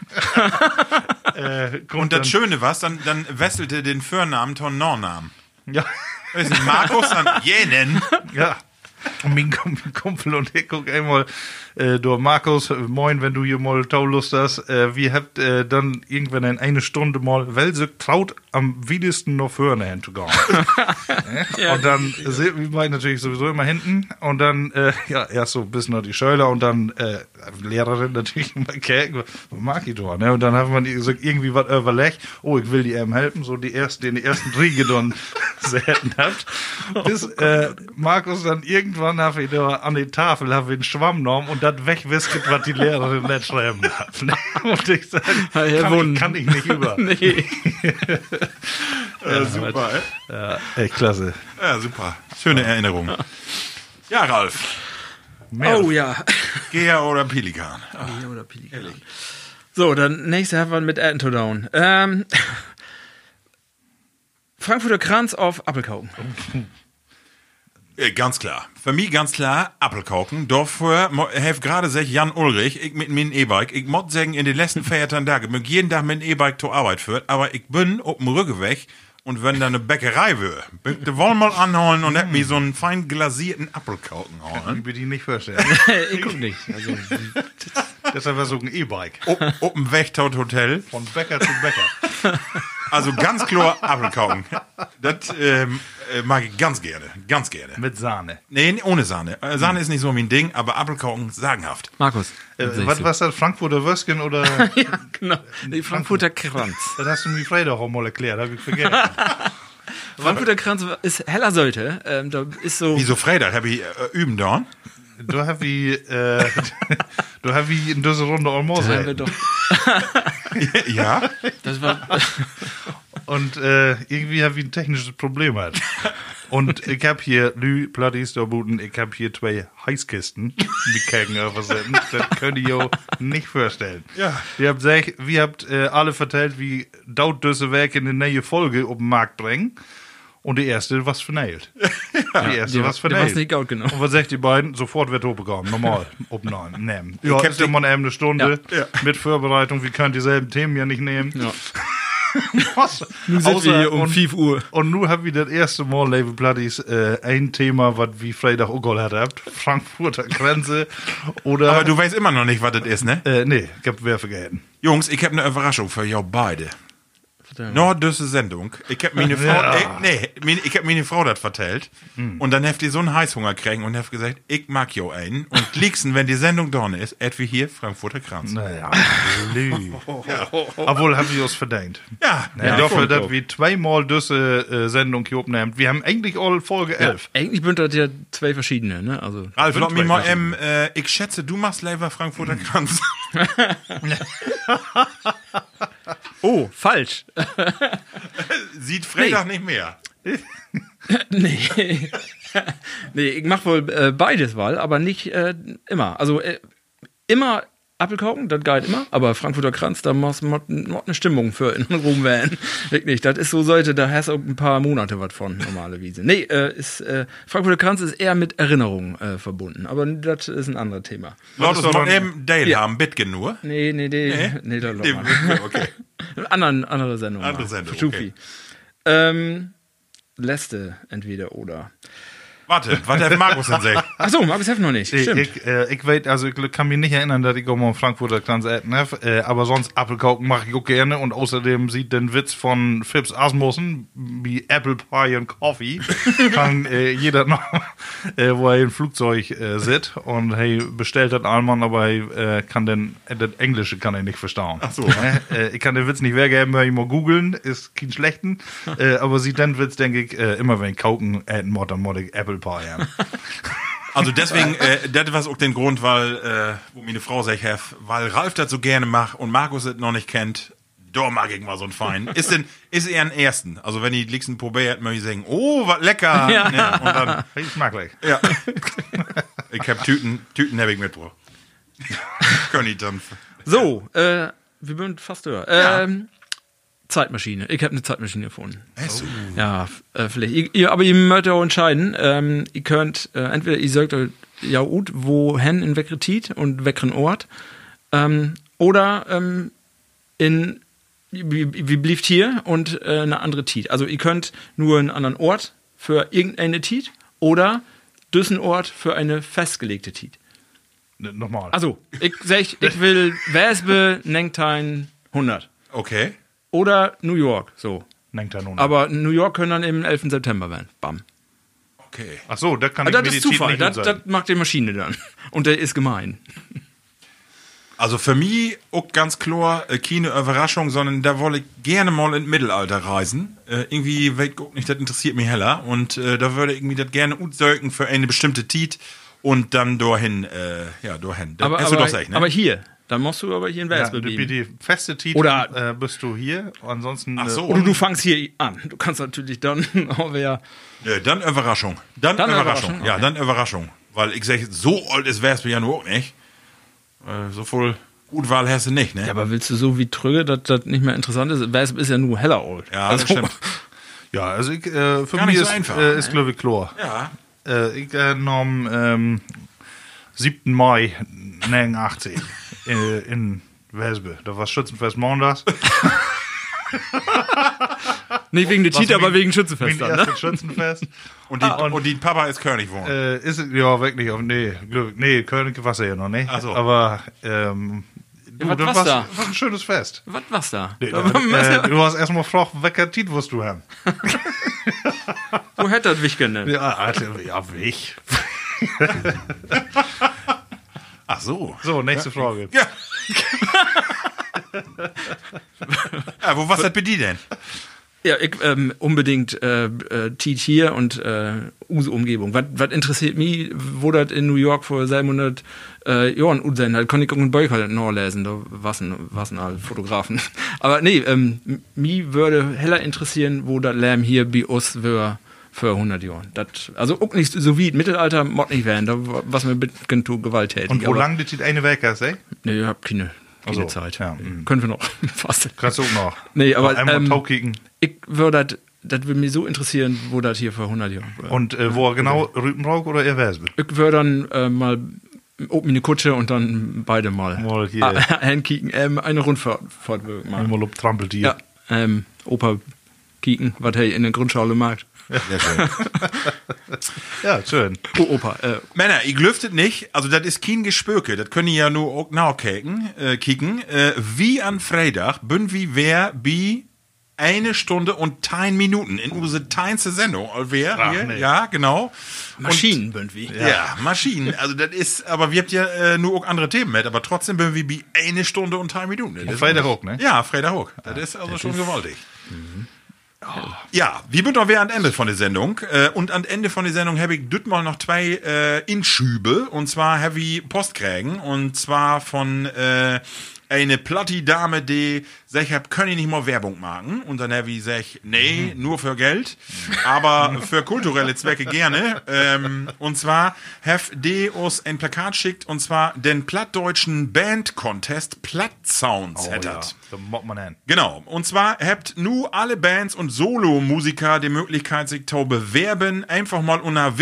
Speaker 3: äh, kommt
Speaker 2: Und das Schöne war's, dann, dann wechselte den Vornamen zum Nornamen.
Speaker 3: dann, ja,
Speaker 2: Das ist Markus, dann jenen.
Speaker 3: ja. Und mein Kum- mein Kumpel und ich guck einmal äh, do Markus, äh, moin, wenn du hier mal Taulust hast. Äh, wir habt äh, dann irgendwann in eine Stunde mal Welsöck traut am widesten noch vorne hin zu gehen. und dann sind wir beide natürlich sowieso immer hinten und dann äh, ja erst so ein bisschen noch die Schöler und dann äh, Lehrerin natürlich [LAUGHS] immer Kerken, mag ich doch, ne? Und dann haben wir die gesagt, irgendwie was überlegt, oh, ich will die eben helfen, so die ersten, den ersten Riege dann [LAUGHS] selten habt. Bis äh, Markus dann irgendwann hab ich da an die Tafel hab ich einen Schwamm genommen und das wegwisket, was die Lehrerin nicht schreiben hat. Ne? Und ich sage,
Speaker 4: Ja, ja,
Speaker 3: kann,
Speaker 4: Wunden.
Speaker 3: ich- kann ich nicht über.
Speaker 4: Nee.
Speaker 2: Äh, super, ey.
Speaker 3: Ja, echt klasse.
Speaker 2: Ja, super. Schöne Erinnerung. [LAUGHS] Ja, Ralf.
Speaker 4: Oh ja.
Speaker 2: Gea oder Pelikan? Ach,
Speaker 4: Ja, oder Pelikan. So, dann nächste haben wir mit Down. Ähm, [LAUGHS] Frankfurter Kranz auf Appelkauken.
Speaker 2: äh, Ganz klar. Für mich ganz klar, Appelkauken. Doch für, mo- hef gerade sech Jan Ulrich, ich mit meinem E-Bike, ich mod sagen, in den letzten Feiertagen Tage, mög jeden Tag mit dem E-Bike zur Arbeit führt, aber ich bin auf dem Rückweg und wenn da eine Bäckerei wär, möchte wollen mal anholen und hätt mir so einen fein glasierten Appelkauken holen.
Speaker 3: Ich will die nicht vorstellen.
Speaker 4: ich guck nicht. Also,
Speaker 3: Deshalb war so ein E-Bike.
Speaker 2: Auf dem Weg tot Hotel.
Speaker 3: Von Bäcker zu Bäcker.
Speaker 2: Also ganz klar [LAUGHS] Appelkauken. Das ähm, äh, mag ich ganz gerne. Ganz gerne.
Speaker 3: Mit Sahne.
Speaker 2: Nee, nee, ohne Sahne. Äh, Sahne ist nicht so mein Ding, aber Apfelkuchen sagenhaft.
Speaker 4: Markus.
Speaker 3: Äh,
Speaker 4: dann seh ich
Speaker 3: was
Speaker 4: so.
Speaker 3: was das? Frankfurter Würstchen oder.
Speaker 4: Ja, genau. Die Frankfurter Kranz.
Speaker 3: das hast du mir Freitag auch mal erklärt, habe ich vergessen.
Speaker 4: Frankfurter Kranz ist heller sollte. Ähm, da ist so.
Speaker 2: Wieso Freitag? Hab ich äh, üben da.
Speaker 3: du hast wie. Äh, [LAUGHS] du hast wie in dieser Runde
Speaker 4: Da haben wir
Speaker 3: Almosen.
Speaker 4: doch,
Speaker 2: ja.
Speaker 4: das war,
Speaker 3: Und äh, irgendwie habe ich ein technisches
Speaker 2: [LAUGHS]
Speaker 3: Problem halt. Und ich habe hier Lü Plattis da buten, ich habe hier zwei Heißkisten mit Kägen übersetzen. Das könnt ihr euch nicht vorstellen.
Speaker 2: Ja.
Speaker 3: Ihr habt, sech, wir habt äh, alle verteilt, wie Daudöse Werke eine neue Folge auf den Markt bringen. Und die erste
Speaker 2: [LAUGHS]
Speaker 3: was vernäht. Die erste
Speaker 4: die-
Speaker 3: was
Speaker 4: die
Speaker 3: vernäht.
Speaker 4: was nicht genau. gut genug.
Speaker 3: Und was sagt die beiden? Sofort wird hochbekommen.
Speaker 2: [LAUGHS]
Speaker 3: Normal. Ob nein. Nehmen. Ja,
Speaker 2: kennt
Speaker 3: ist immer eine halbe Stunde
Speaker 2: Ja. Ja.
Speaker 3: mit Vorbereitung. Wir können dieselben Themen ja nicht nehmen.
Speaker 4: ja.
Speaker 3: Was?
Speaker 4: Nun sind wir hier um
Speaker 3: und,
Speaker 4: 5 Uhr.
Speaker 3: Und nun haben wir das erste Mal, Label Platties, äh, ein Thema, was wie Freitag Ugol hat habt. Frankfurter Grenze. Oder.
Speaker 2: Aber du weißt immer noch nicht, was das ist, ne?
Speaker 3: Äh, nee, ich hab wer vergessen.
Speaker 2: Jungs, ich hab eine Überraschung für euch beide. Norddüsse Sendung. Ich hab meine Frau,
Speaker 3: Ja.
Speaker 2: äh, nee, meine, ich hab meine Frau das vertellt. Und dann habt ihr so einen Heißhunger kriegen und habt gesagt, ich mag jo einen. Und liegsten, wenn die Sendung dorne ist, etwa hier Frankfurter Kranz.
Speaker 3: [LAUGHS] Naja, Lü. Obwohl, hab ich uns verdient.
Speaker 2: Ja,
Speaker 3: ich
Speaker 2: ja.
Speaker 3: hoffe, dass wir zweimal diese äh, Sendung hier oben Wir haben eigentlich all Folge 11.
Speaker 4: Eigentlich sind das ja zwei verschiedene, ne? Also,
Speaker 2: Ralf, lass mich
Speaker 3: Fünf,
Speaker 2: mal,
Speaker 3: drei,
Speaker 2: ähm, äh, ich schätze, du machst lieber Frankfurter Kranz. [LAUGHS]
Speaker 4: oh, falsch.
Speaker 2: Sieht Freitag nicht mehr.
Speaker 4: [LAUGHS] Nee. nee, ich mache wohl äh, beides mal, aber nicht äh, immer. Also äh, immer Apfelkauken, das geht immer, aber Frankfurter Kranz, da muss man eine Stimmung für in
Speaker 2: [LAUGHS]
Speaker 4: Rom werden. Wirklich, das ist so sollte, da hast du auch ein paar Monate was von, normale Wiese. Nee, äh, ist, äh, Frankfurter Kranz ist eher mit Erinnerungen äh, verbunden, aber das ist ein anderes Thema.
Speaker 2: Lass uns
Speaker 3: ist doch
Speaker 2: mal
Speaker 3: dann-
Speaker 2: eben Dale
Speaker 4: Ja.
Speaker 2: haben, Bitgen nur.
Speaker 4: Nee, nee, nee, nee, nee da
Speaker 2: Dem-
Speaker 4: locker.
Speaker 2: Okay.
Speaker 4: Anderen, andere Sendung.
Speaker 2: Andere
Speaker 4: mal.
Speaker 2: Sendung,
Speaker 4: Tufi.
Speaker 2: okay.
Speaker 4: Ähm, letzte, entweder oder.
Speaker 2: Warte, was hat Markus denn gesagt?
Speaker 4: Achso, Markus Heff noch nicht.
Speaker 3: Ich,
Speaker 4: Stimmt.
Speaker 3: ich, äh, ich weiß, also ich kann mich nicht erinnern, dass ich auch mal Frankfurter Kranz essen hab, äh, aber sonst Apfelkauken mache ich auch gerne und außerdem sieht den Witz von Phipps Asmussen wie Apple Pie and Coffee kann äh, jeder noch, äh, wo er im Flugzeug äh, sitzt und hey bestellt hat Alman, aber hey, äh, kann den, äh, den Englische kann er nicht verstauen. Ach
Speaker 2: so.
Speaker 3: äh, ich kann den Witz nicht weggeben, weil ich mal googeln, ist kein schlechten, äh, aber sieht den Witz denke ich äh, immer wenn ich Kauken essen mod, dann mod ich Apple Pie. essen.
Speaker 2: Also
Speaker 4: [LAUGHS]
Speaker 2: deswegen, äh, das war auch den Grund, weil, äh, wo meine Frau sagt, Hef, weil Ralf das so gerne macht und Markus das noch nicht kennt, da mag ich mal so einen Fein.
Speaker 4: [LAUGHS]
Speaker 2: Ist denn, ist eher einen ersten. Also wenn die Lixen probiert, möchte ich sagen, oh, was lecker.
Speaker 4: [LAUGHS] Ja.
Speaker 2: Ne? Und dann,
Speaker 3: Ich mag gleich.
Speaker 4: [LAUGHS]
Speaker 2: ja. ich hab Tüten, Tüten hab ich mitgebracht. [LAUGHS] Können ich dann.
Speaker 4: So, äh, wir sind fast höher. Ähm, Zeitmaschine. Ich habe eine Zeitmaschine gefunden.
Speaker 2: Achso.
Speaker 4: Ja, f- äh, vielleicht. Ihr, ihr, aber ihr müsst ja auch entscheiden. Ähm, ihr könnt äh, entweder ihr sagt euch, ja gut, wohin in welcher Tiet und welchen Ort. Ähm, oder ähm, in wie, wie blieft hier und äh, eine andere Tiet. Also ihr könnt nur einen anderen Ort für irgendeine Tiet oder düssen Ort für eine festgelegte Tiet.
Speaker 3: Ne, Nochmal.
Speaker 4: Also, ich sag, ich will Wesbe, Nengtein 100.
Speaker 2: Okay.
Speaker 4: Oder New York, so.
Speaker 3: Nennt er nun.
Speaker 4: Aber New York können dann im 11. September werden. Bam.
Speaker 2: Okay.
Speaker 3: Ach so,
Speaker 2: Ah,
Speaker 3: da kann
Speaker 4: Aber
Speaker 3: ich
Speaker 4: das
Speaker 3: mir
Speaker 4: ist
Speaker 3: die Titel
Speaker 4: Zufall.
Speaker 3: nicht
Speaker 4: Das,
Speaker 3: gut sagen.
Speaker 4: das macht die Maschine dann. Und der ist gemein.
Speaker 2: Also für mich auch ganz klar äh, keine Überraschung, sondern da wolle ich gerne mal ins Mittelalter reisen. Äh, irgendwie, weiß ich auch nicht, das interessiert mich heller. Und äh, da würde ich irgendwie das gerne utsöken für eine bestimmte Tit und dann dorthin, äh, ja, dorthin. Das
Speaker 4: Aber,
Speaker 2: hast du
Speaker 4: aber,
Speaker 2: doch recht, ne?
Speaker 4: aber hier, dann musst du aber hier in
Speaker 3: Ja,
Speaker 4: Wels
Speaker 3: die,
Speaker 4: bleiben.
Speaker 3: die feste Titel
Speaker 4: Oder-
Speaker 3: äh, bist du hier, ansonsten... äh,
Speaker 2: Ach so.
Speaker 4: Oder du fangst hier an. Du kannst natürlich dann, [LAUGHS] aber ja,
Speaker 2: Äh, dann Überraschung. Dann,
Speaker 4: Dann
Speaker 2: Überraschung.
Speaker 4: Überraschung,
Speaker 2: Ja,
Speaker 4: okay.
Speaker 2: dann Überraschung. Weil ich sage, so alt ist wär's mir ja nur auch nicht. Äh, so voll gut Wahl hast du nicht, ne?
Speaker 4: Ja, aber willst du so wie Trügge, dass das nicht mehr interessant ist? Weil es ist ja nur heller old. Also,
Speaker 2: Ja, das stimmt.
Speaker 4: [LAUGHS]
Speaker 3: Äh, ja, also ich, äh, für
Speaker 2: Gar
Speaker 3: mich
Speaker 2: nicht so
Speaker 3: ist,
Speaker 2: einfach, ne?
Speaker 3: äh, ist glaube ich klar.
Speaker 2: Ja.
Speaker 3: Äh, ich äh, nahm ähm, 7. Mai 89 äh, in Wesbe. Da war Schützenfest
Speaker 2: [LAUGHS]
Speaker 3: Montags.
Speaker 4: Nicht wegen der Cheat,
Speaker 3: Was
Speaker 4: aber
Speaker 3: mein-
Speaker 4: wegen Schützenfest
Speaker 3: Mein
Speaker 4: dann, ne?
Speaker 3: erstes Schützenfest.
Speaker 2: [LAUGHS] Und die,
Speaker 3: Ah,
Speaker 2: und, die Papa ist König geworden.
Speaker 3: Äh, ist, es- ja, wirklich. Auf, nee, Glück, nee, König war sie ja noch nicht.
Speaker 2: Ach so.
Speaker 3: Aber ähm, du,
Speaker 4: was
Speaker 3: das
Speaker 4: war's
Speaker 3: war,
Speaker 4: da?
Speaker 3: war ein schönes Fest.
Speaker 4: Was was da?
Speaker 3: Nee, [LAUGHS] äh, du hast erstmal gefragt, welcher Titel wirst du haben?
Speaker 4: Wo hätte das Wichken denn?
Speaker 3: Ja, Alter, ja, ich.
Speaker 2: Ach so.
Speaker 3: So, nächste Frage.
Speaker 2: Ja. ja, wo was hat bei dir denn?
Speaker 4: Ja, ich ähm, unbedingt äh, äh, Tiet hier und äh, Use Umgebung. Was was interessiert mich, wo das in New York vor 700 äh, Jahren gut sein hat? Konnte ich irgendeinen Beuch halt noch lesen, da wassen, wassen halt Fotografen. [LAUGHS] Aber nee, ähm, m- mich würde heller interessieren, wo das Lärm hier bei uns wär für 100 Jahren. Dat, also auch nicht so wie im Mittelalter, mod nicht werden, da, wa- was mir mit genug gewalttätig.
Speaker 3: Und wo
Speaker 4: aber-
Speaker 3: lang die Titel eine weg hast, ey?
Speaker 4: Nee, ich hab keine, keine
Speaker 3: so,
Speaker 4: Zeit.
Speaker 3: ja, mm.
Speaker 4: Können wir noch. [LAUGHS] Fast.
Speaker 3: Kannst du auch noch.
Speaker 4: Nee, aber,
Speaker 3: Noch Einmal
Speaker 4: ähm,
Speaker 3: Tau kicken.
Speaker 4: Ich würde das, das würde mich so interessieren, wo das hier vor 100 Jahren war.
Speaker 3: Und äh, wo er genau, Rübenbrauch oder ihr Wesbe?
Speaker 4: Ich würde dann äh, mal oben in die Kutsche und dann beide mal [LAUGHS]
Speaker 3: Mal hier.
Speaker 4: Ah, hinkicken, ähm, eine Rundfahrt Fahrt wir machen.
Speaker 3: Einmal ob trampelt
Speaker 4: Ah. Ja,
Speaker 3: hier.
Speaker 4: ähm, Opa kicken, was hey in der Grundschule macht.
Speaker 2: Sehr schön.
Speaker 3: [LAUGHS] Ja, schön.
Speaker 4: Oh, Opa, äh,
Speaker 2: Männer, ihr lüftet nicht, also das ist kein Gespöke, das können ihr ja nur auch nachkicken, äh, kicken. Äh, wie an Freitag, bin wie wer, wie eine Stunde und 10 Minuten in unsere teinste Sendung. Wer,
Speaker 3: Ach,
Speaker 2: hier,
Speaker 3: nee.
Speaker 2: Ja, genau.
Speaker 4: Maschinenbündwi.
Speaker 2: Ja. Maschinen. Also das ist, aber wir habt ja äh, nur auch andere Themen mit, aber trotzdem bin wir wie eine Stunde und drei Minuten. Das ist-
Speaker 3: Freitag auch, ne?
Speaker 2: Ja, Freitag auch. Das ist also schon gewaltig. Ja, wir sind noch wieder an Ende von der Sendung. Äh, und an Ende von der Sendung habe ich dort mal noch zwei äh, Inschübe. Und zwar habe ich Post kriegen. Und zwar von äh, eine Platti-Dame, die sagt, ich hab, kann ich nicht mal Werbung machen. Und dann habe ich gesagt, nee,
Speaker 3: Mhm.
Speaker 2: nur für Geld. Aber für kulturelle Zwecke gerne. Ähm, und zwar have die uns ein Plakat schickt. Und zwar den plattdeutschen Band-Contest Platt-Sounds
Speaker 3: Oh,
Speaker 2: hätte
Speaker 3: ja.
Speaker 2: das.
Speaker 3: Da mobbt man hin.
Speaker 2: Genau. Und zwar habt nu alle Bands und Solo-Musiker die Möglichkeit, sich zu bewerben. Einfach mal unter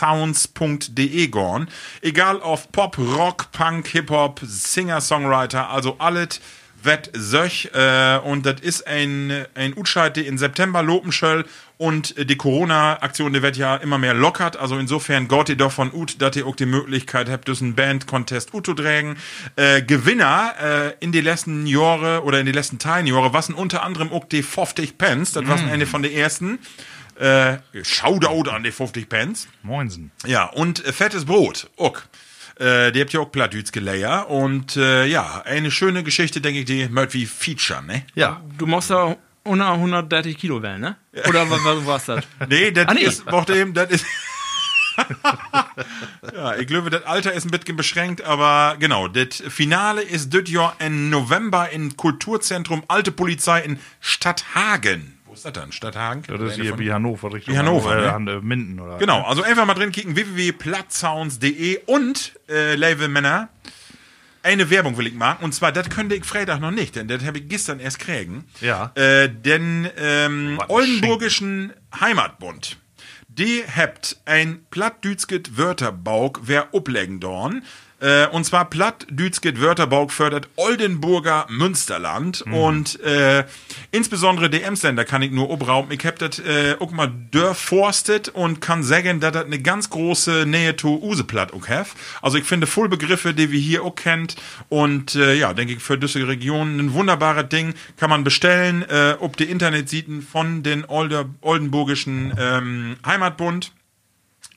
Speaker 2: www.plattsounds.de gorn. Egal ob Pop, Rock, Punk, Hip-Hop, Singer, Songwriter, also alles wett söch. Äh, und das ist ein, ein Utscheid, der in September Lopenschöll und äh, die Corona-Aktion, die wird ja immer mehr lockert. Also insofern Gott ihr doch von Ut, dass ihr auch die Möglichkeit habt, diesen Band-Contest Ut zu drägen. Äh, Gewinner äh, in die letzten Jahre oder in die letzten Teilen Jahre waren unter anderem auch die 50 Pence. Das war eine von den ersten. Äh, Shoutout an die 50 Pence.
Speaker 3: Moinsen.
Speaker 2: Ja, und äh, fettes Brot. Uck. Äh, die habt ja auch Plattdütske-Layer. Und äh, ja, eine schöne Geschichte, denke ich, die mögt wie Feature, ne?
Speaker 3: Ja.
Speaker 4: Du machst da unter 130 Kilo wählen, ne? Oder was, was war's das?
Speaker 2: Nee, das
Speaker 4: Ah, nee.
Speaker 2: ist, mochte eben, das ist. [LAUGHS] ja, ich glaube, das Alter ist ein bisschen beschränkt, aber genau, das Finale ist das Jahr im November im Kulturzentrum Alte Polizei in Stadthagen. Wo ist das dann? Stadthagen?
Speaker 3: Das ist
Speaker 2: Eine
Speaker 3: hier
Speaker 2: von-
Speaker 3: wie Hannover, richtig?
Speaker 2: Wie Hannover,
Speaker 3: Äh,
Speaker 2: ne?
Speaker 3: Hand- äh, Minden oder
Speaker 2: Genau, also einfach mal drin kicken, www.plattsounds.de und äh, Label Männer. Eine Werbung will ich machen. Und zwar, das könnte ich Freitag noch nicht, denn das habe ich gestern erst kriegen.
Speaker 3: Ja.
Speaker 2: Äh, denn ähm,
Speaker 3: Was ein
Speaker 2: Oldenburgischen Heimatbund. Die hebt ein plattdütskit Wörterbauk wer upläggen dorn. Äh, und zwar plattdütskit Wörterbauk fördert Oldenburger Münsterland.
Speaker 3: Hm.
Speaker 2: Und äh, insbesondere die Emsländer kann ich nur obrauben. Ich hab das äh, auch mal dörforstet und kann sagen, dass das eine ganz große Nähe zu Useplatt auch have. Also ich finde voll Begriffe, die wir hier auch kennt. Und äh, ja, denke ich, für diese Region ein wunderbares Ding. Kann man bestellen, äh, ob die Internetseiten von den Older, Oldenburgischen ähm, Heimatbund.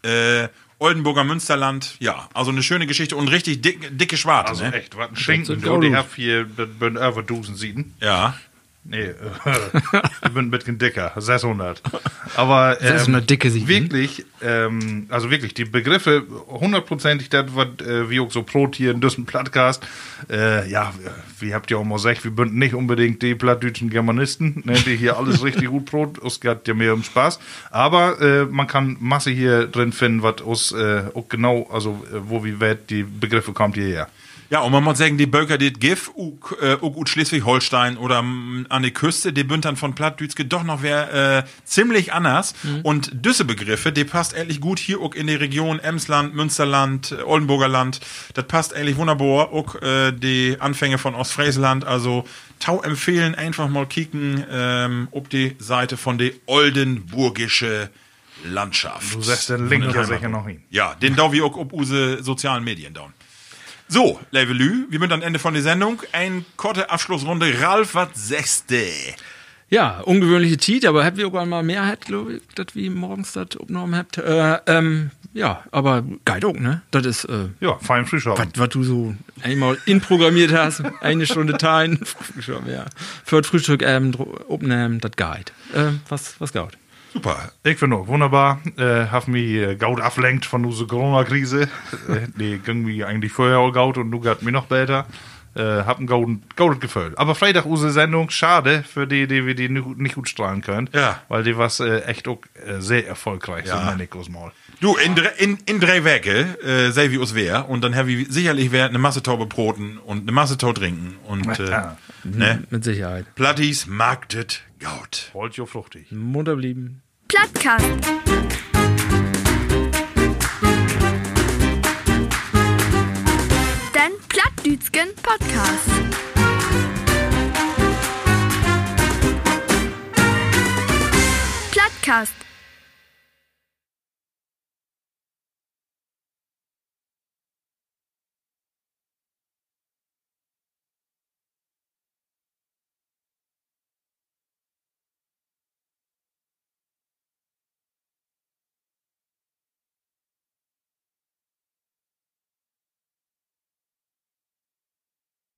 Speaker 2: Äh, Oldenburger Münsterland, ja, also eine schöne Geschichte und richtig dick, dicke Schwarte,
Speaker 3: Also
Speaker 2: ne?
Speaker 3: echt, was ein
Speaker 4: sind
Speaker 3: Schinken,
Speaker 4: auch
Speaker 3: du, die
Speaker 4: gut.
Speaker 3: hab hier, bin über 1007.
Speaker 2: Ja.
Speaker 3: Nee, äh, [LAUGHS] ich bin ein bisschen dicker, 600. Aber ähm,
Speaker 4: 600 dicke Sieben.
Speaker 3: Wirklich, ähm, also wirklich, die Begriffe, hundertprozentig das, was äh, wir auch so Brot hier in diesem Plattcast, äh, ja, wie habt ihr auch mal gesagt, wir sind nicht unbedingt die plattdütschen Germanisten, ne, die hier
Speaker 4: [LAUGHS]
Speaker 3: alles richtig gut Brot, es geht ja mehr um Spaß, aber äh, man kann Masse hier drin finden, was aus, äh, auch genau, also äh, wo wie weit die Begriffe kommt hierher.
Speaker 2: Ja, und man muss sagen, die Bölker, die GIF, auch äh, auch gut Schleswig-Holstein oder mm, an die Küste, die bündern von Plattdütske doch noch wer äh, ziemlich anders. Und düsse Begriffe, die passt ehrlich gut hier auch in die Region Emsland, Münsterland, äh, Oldenburger Land. Das passt ehrlich wunderbar. Auch äh, die Anfänge von Ostfriesland. Also tau empfehlen, einfach mal kicken ähm, ob die Seite von der oldenburgische Landschaft.
Speaker 3: Du sagst den Link ja
Speaker 2: Wunderbar.
Speaker 3: sicher noch hin.
Speaker 2: Ja, den dau wir auch ob use sozialen Medien down. So, Levelü, wir sind am Ende von der Sendung. Ein kurze Abschlussrunde. Ralf, was sechste?
Speaker 4: Ja, ungewöhnliche Tiet, aber habt ihr auch mal mehr habt, glaube ich, das wie morgens das abgenommen habt. Äh, ähm, ja, aber geil auch, ne? Das ist, äh,
Speaker 3: Ja, fein Frühschoppen.
Speaker 4: was du so einmal inprogrammiert hast, eine Stunde teilen, Frühstück, ja. Für das Frühstück ähm, dro- abnehmen, das geht. Äh, was, was geht?
Speaker 2: Super.
Speaker 3: Ich finde auch wunderbar. Äh, hab mich hier gaut ablenkt von unserer Corona-Krise. äh, nee, ging mir eigentlich vorher auch gaut und nu gaut mir noch besser. Äh, hab ein gauten, gautet Gefühl. Aber Freitag unsere Sendung, schade für die, die wir die nu- nicht gut strahlen können.
Speaker 2: Ja.
Speaker 3: Weil die was äh, echt auch äh, sehr erfolgreich,
Speaker 2: Ja.
Speaker 3: so nenne ich das mal.
Speaker 2: Du, in, dre- in, in drei Werke, äh, sei wie us wär, und dann haben wir sicherlich wär eine Masse Tau broten und eine Masse Tau trinken und, äh,
Speaker 3: Ja.
Speaker 2: ne?
Speaker 4: Mit Sicherheit.
Speaker 2: Plattis magtet Gaut.
Speaker 3: Wollt ihr fruchtig.
Speaker 4: Munter blieben.
Speaker 1: Plattkast. Den Plattdütschen Podcast. Plattkast.